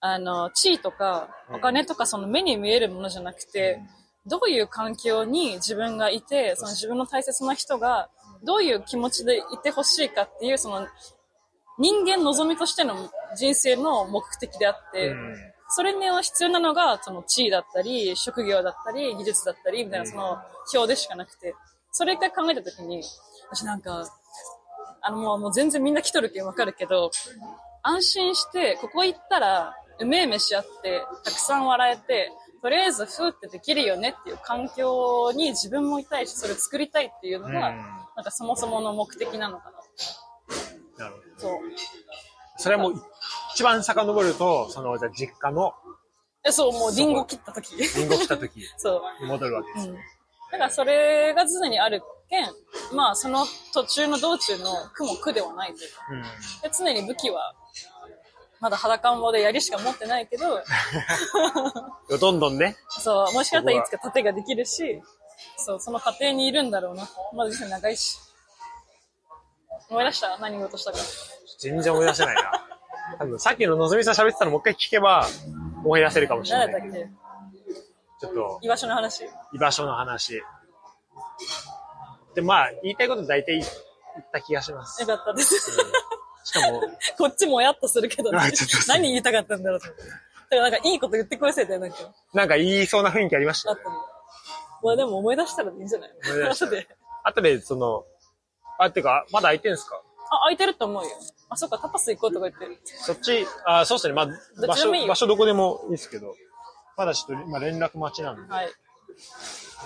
S2: あの、地位とか、
S1: うん
S2: お金とか、その目に見えるものじゃなくて、どういう環境に自分がいて、その自分の大切な人が、どういう気持ちでいてほしいかっていう、その、人間望みとしての人生の目的であって、
S1: うん
S2: それに必要なのが、その地位だったり、職業だったり、技術だったり、みたい
S1: う
S2: な、
S1: ん
S2: その表でしかなくて、それ一回考えたときに、私なんか、あのもうもう全然みんな来とるけんわかるけど、安心して、ここ行ったら、うめえ飯あって、たくさん笑えて、とりあえずふーってできるよねっていう環境に自分もいたいし、それ作りたいっていうの
S1: うん
S2: が、なんかそもそもの目的なのかな。
S1: なるほど。
S2: そう。
S1: それはもう、一番遡ると、その、じゃあ実家の
S2: え、そう、もうリンゴ切った時。
S1: リンゴ来た時に
S2: そう。
S1: 戻るわけです。
S2: うんだからそれが常にあるけん、まあその途中の道中の苦も苦ではないというか、
S1: うん。
S2: で常に武器は、まだ裸んぼで槍しか持ってない けど、
S1: どんどんね、
S2: そう、もしかしたらいつか盾ができるし、そう、その過程にいるんだろうな。まだ人生長いし。思い出した何事したか。
S1: 全然思い出せない な。多分さっきののぞみさん喋ってたのもう一回聞けば、思い出せるかもしれ
S2: 何だ
S1: な
S2: っ
S1: い。
S2: け
S1: ちょっと、
S2: 居場所の話。
S1: 居場所の話。で、まあ、言いたいこと大体言った気がします
S2: よ。かったです。
S1: しかも、
S2: こっちもやっとするけど、ね
S1: あちょっと、
S2: 何言いたかったんだろうと。だからなんかいいこと言ってくれせたよ、なんか。
S1: なんか言いそうな雰囲気ありました
S2: あ
S1: よ
S2: っ
S1: ね。
S2: たの。まあでも思い出したらいいんじゃない
S1: 思い出したら
S2: 後で。
S1: 後で、その、あ、てか、まだ空いてんすか
S2: あ、空いてると思うよ。あ、そっか、タパス行こうとか言ってる。
S1: そっち、あそうですね。まあ、
S2: どっ
S1: 場
S2: ちで
S1: 所
S2: もいい、よ
S1: 場所どこでもいいですけど。まだちょっと、まあ、連絡待ちなんで、
S2: はい。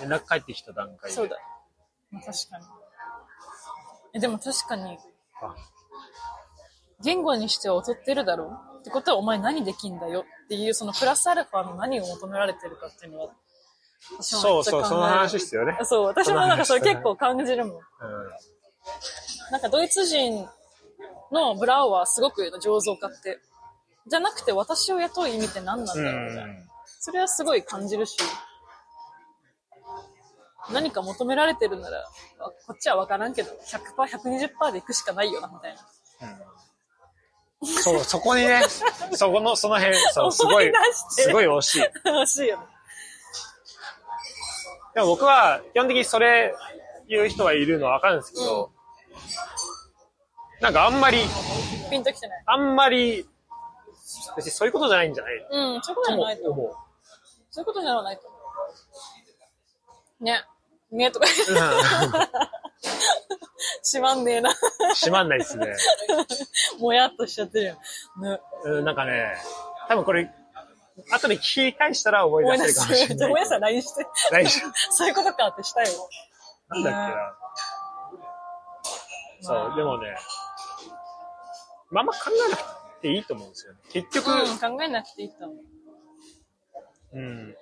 S1: 連絡返ってきた段階で。
S2: そうだ。まあ確かに。え、でも確かに、
S1: あ
S2: 言語にしては劣ってるだろうってことは、お前何できんだよっていう、そのプラスアルファの何を求められてるかっていうのは、私も
S1: そ
S2: めっ
S1: う
S2: ちゃ考
S1: そう、
S2: える
S1: その話です よね。
S2: そう、私もなんかそれ
S1: その話
S2: 結構感じるもん。
S1: うん
S2: なんかドイツ人のブラウはすごく醸造家って。じゃなくて私を雇う意味って何なんだろうみたいな。それはすごい感じるし、何か求められてるなら、あこっちは分からんけど、100%、120%で行くしかないよな、みたいな。
S1: うんそう、そこにね、そこの、その辺、そう、すご
S2: 思い
S1: い
S2: 出、して
S1: すごい惜しい。
S2: 楽しいよね。
S1: でも僕は、基本的にそれ、言う人はいるのはわかるんですけど、なんかあんまり、
S2: ピンときてない。
S1: あんまり、別にそういうことじゃないんじゃない
S2: うん、そういうこと
S1: と
S2: じゃ
S1: も
S2: ないと思う。
S1: 思う。
S2: そういうことじゃないと思う。ね。ねとか言って。しまんねえな。
S1: 閉まんないですね。
S2: もやっとしちゃってるよ。ね。
S1: うん、なんかね、多分これ、後で聞き返したら思い
S2: 思
S1: 出
S2: い
S1: せ
S2: 出
S1: るかもしれ
S2: し
S1: な
S2: て。
S1: い。
S2: もやさん LINE して。
S1: 大丈
S2: そういうことかってしたいよ。
S1: 夫。なんだっけな。そう、でもね、まああんま考えなくていいと思うんですよね。結局、
S2: うん、考えなくていいと思う。
S1: うん。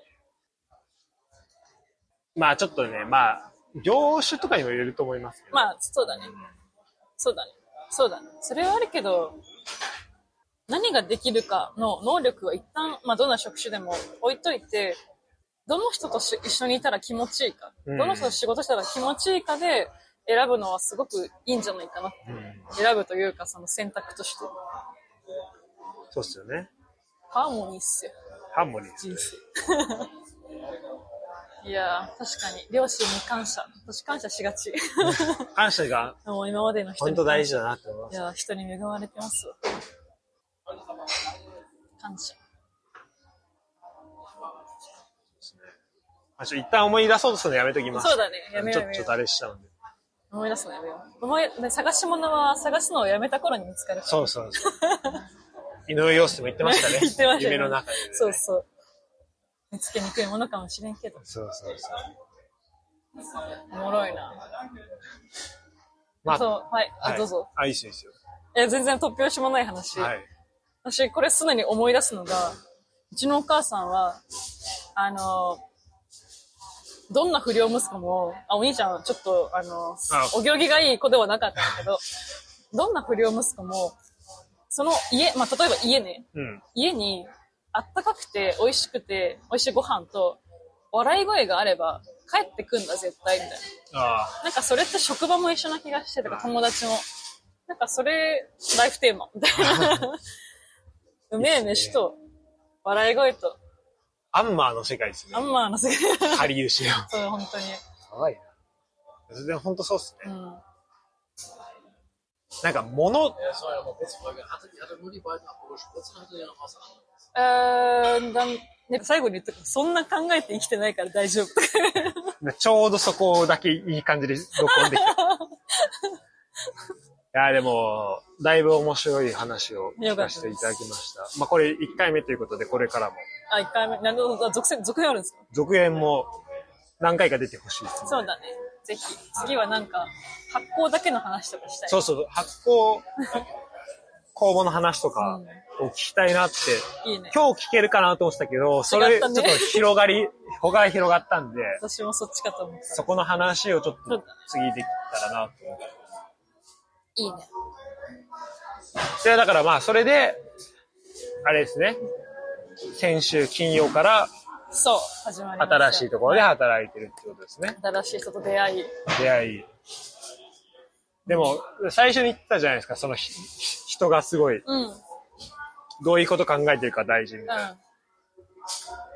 S1: まあちょっとね、まあ、業種とかにも入れると思いますけど。
S2: まあ、そうだね。そうだね。そうだね。それはあるけど、何ができるかの能力は一旦、まあ、どんな職種でも置いといて、どの人とし一緒にいたら気持ちいいか、
S1: うん
S2: どの人と仕事したら気持ちいいかで選ぶのはすごくいいんじゃないかな。
S1: うん
S2: 選ぶというか、その選択として。
S1: そうっすよね。
S2: ハーモニーっすよ、
S1: ハーモニーです
S2: 人生。いやー、確かに、両親に感謝。私感謝しがち。
S1: 感謝が
S2: もう今までの人
S1: 本
S2: に
S1: 当
S2: 感謝
S1: 大事だなって思いま
S2: い
S1: す。
S2: やー、人に恵まれてますわ。感謝。
S1: あちょ一旦思い出そうとするのやめときます。
S2: そうだねやめよう
S1: ち
S2: や
S1: ょ
S2: めよ
S1: ちょ
S2: う
S1: っとあれしたので。
S2: 思い出すのやめよう。思い、ね探し物は探すのをやめた頃に見つかる。
S1: そうそうそう。井上陽介も言ってましたね。
S2: 言ってましたね
S1: 夢の中で、ね。
S2: そうそう。見つけにくいものかもしれんけど。
S1: そうそうそう。
S2: おもろいな。
S1: まあ
S2: そう、はい。あ、
S1: はい
S2: どうぞ。。
S1: あ、いいっすよ、いいっすよ。
S2: え、全然突拍子もない話。
S1: はい。
S2: 私、これ素直に思い出すのが、うちのお母さんは、あの、どんな不良息子も、あ、お兄ちゃんはちょっと、あの、
S1: あ
S2: お行儀がいい子ではなかったんだけど、どんな不良息子も、その家、まあ、例えば家ね、
S1: うん。
S2: 家にあったかくて美味しくて美味しいご飯と笑い声があれば帰ってくんだ絶対みたいな
S1: あ
S2: なんかそれって職場も一緒な気がしてとか友達もなんかそれライフテーマみたい なうめえ飯と笑い声と
S1: あ。アンマーの世界ですね
S2: ア。ンマーの世界
S1: ハリウシ の。
S2: そう本当に
S1: かわいいな。全然ほんとそうっす
S2: う
S1: ね。
S2: ん
S1: なんか物、
S3: Ja, sorry, aber kurze Frage. Hatte, die hatte nur die beiden Abholspritzen, hatte die noch was anderes?
S2: えー、だんなんか最後に言ったけどそんな考えて生きてないから大丈夫
S1: ちょうどそこだけいい感じで録音でき た。いや、でも、だいぶ面白い話を聞かせていただきました。まあ、これ1回目ということで、これからも、
S2: あ一回目なんで続編続編あるんですか
S1: 続編も何回か出てほしいですね。
S2: そうだねぜひ次はなんか発酵だけの話とかしたい
S1: そうそう、発酵、公募の話とかを聞きたいなって、
S2: いいね。
S1: 今日聞けるかなと思ってたけど、そ
S2: 違
S1: れ、
S2: っ
S1: ちょ
S2: た
S1: っ
S2: ね
S1: と広がり、穂が広がったんで、
S2: 私もそっちかと思った。
S1: そこの話をちょっ
S2: そう
S1: と
S2: だ
S1: 次できたらなと思って。
S2: いいね。
S1: いや、だからまあ、それで、あれですね。先週金曜から
S2: そう、始まりました。
S1: 新しいところで働いてるってことですね。
S2: 新しい人と出会い。
S1: 出会い。でも、最初に言ってたじゃないですか、そのひひ人がすごい、
S2: うん。うん。
S1: どういうこと考えてるか大事みたいな。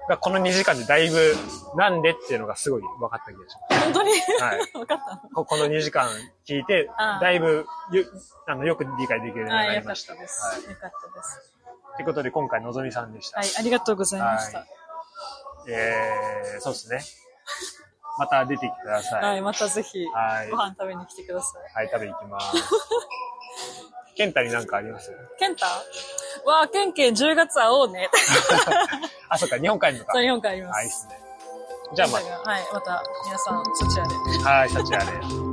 S1: がこの2時間でだいぶ、なんでっていうのがすごい分かった気がしま
S2: 本当に、
S1: はい
S2: 分かった
S1: す。こ この2時間聞いて
S2: あ、あ
S1: だいぶよあのよく理解できるように
S2: のあ
S1: な
S2: よ
S1: り
S2: か
S1: ま
S2: っ
S1: したた。と、
S2: です、
S1: は
S2: よかったです。
S1: い、ということで、今回、のぞみさんでした。
S2: はい、ありがとうございました。
S1: は
S2: はい
S1: えー、そうですね。また出てきてください。
S2: い、またぜひ、
S1: はい
S2: ご飯食べに来てください。
S1: はい、食べに行きます。 ケンタになんかあります
S2: ケンタわあ、ケンケン10月会おう ね。
S1: あ、そっか、日本帰るのか。
S2: そう、
S1: はい、
S2: 日本からありま。
S1: ですすね。じゃあま
S2: はい、また皆さんそちらで。
S1: た、はい、幸あれ。